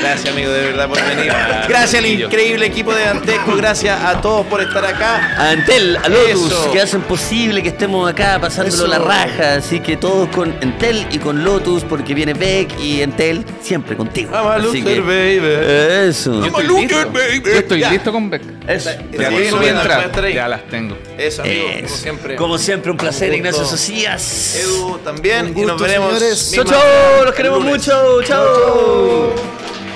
Speaker 1: Gracias, amigo, de verdad, por venir. Gracias al increíble equipo de Antesco. Gracias a todos por estar acá.
Speaker 2: A Entel, a Lotus,
Speaker 1: Eso.
Speaker 2: que hacen posible que estemos acá pasándolo
Speaker 4: Eso.
Speaker 2: la raja. Así que todos con Entel y con Lotus, porque viene Beck y Entel siempre contigo.
Speaker 1: Vamos a
Speaker 2: Así
Speaker 1: Luther,
Speaker 2: que-
Speaker 1: baby.
Speaker 2: Eso.
Speaker 3: Yo estoy
Speaker 5: Maluque,
Speaker 3: listo.
Speaker 5: baby.
Speaker 3: Yo estoy
Speaker 1: Ya.
Speaker 3: listo con Beck.
Speaker 2: Eso.
Speaker 1: Ya,
Speaker 3: Por
Speaker 1: sí,
Speaker 3: eso
Speaker 1: no
Speaker 3: voy a
Speaker 1: voy a
Speaker 3: entrar.
Speaker 1: estar ahí.
Speaker 3: Ya las tengo.
Speaker 1: Eso, amigo, como
Speaker 2: Eso.
Speaker 1: siempre.
Speaker 2: Como siempre, un placer,
Speaker 1: Un gusto.
Speaker 2: Ignacio Socias.
Speaker 1: Edu también.
Speaker 4: Un
Speaker 1: y nos
Speaker 4: gusto,
Speaker 1: veremos.
Speaker 4: señores.
Speaker 2: Chau,
Speaker 1: misma
Speaker 2: chau,
Speaker 1: hora,
Speaker 2: los
Speaker 1: el
Speaker 2: queremos
Speaker 1: lunes.
Speaker 2: mucho. Chau.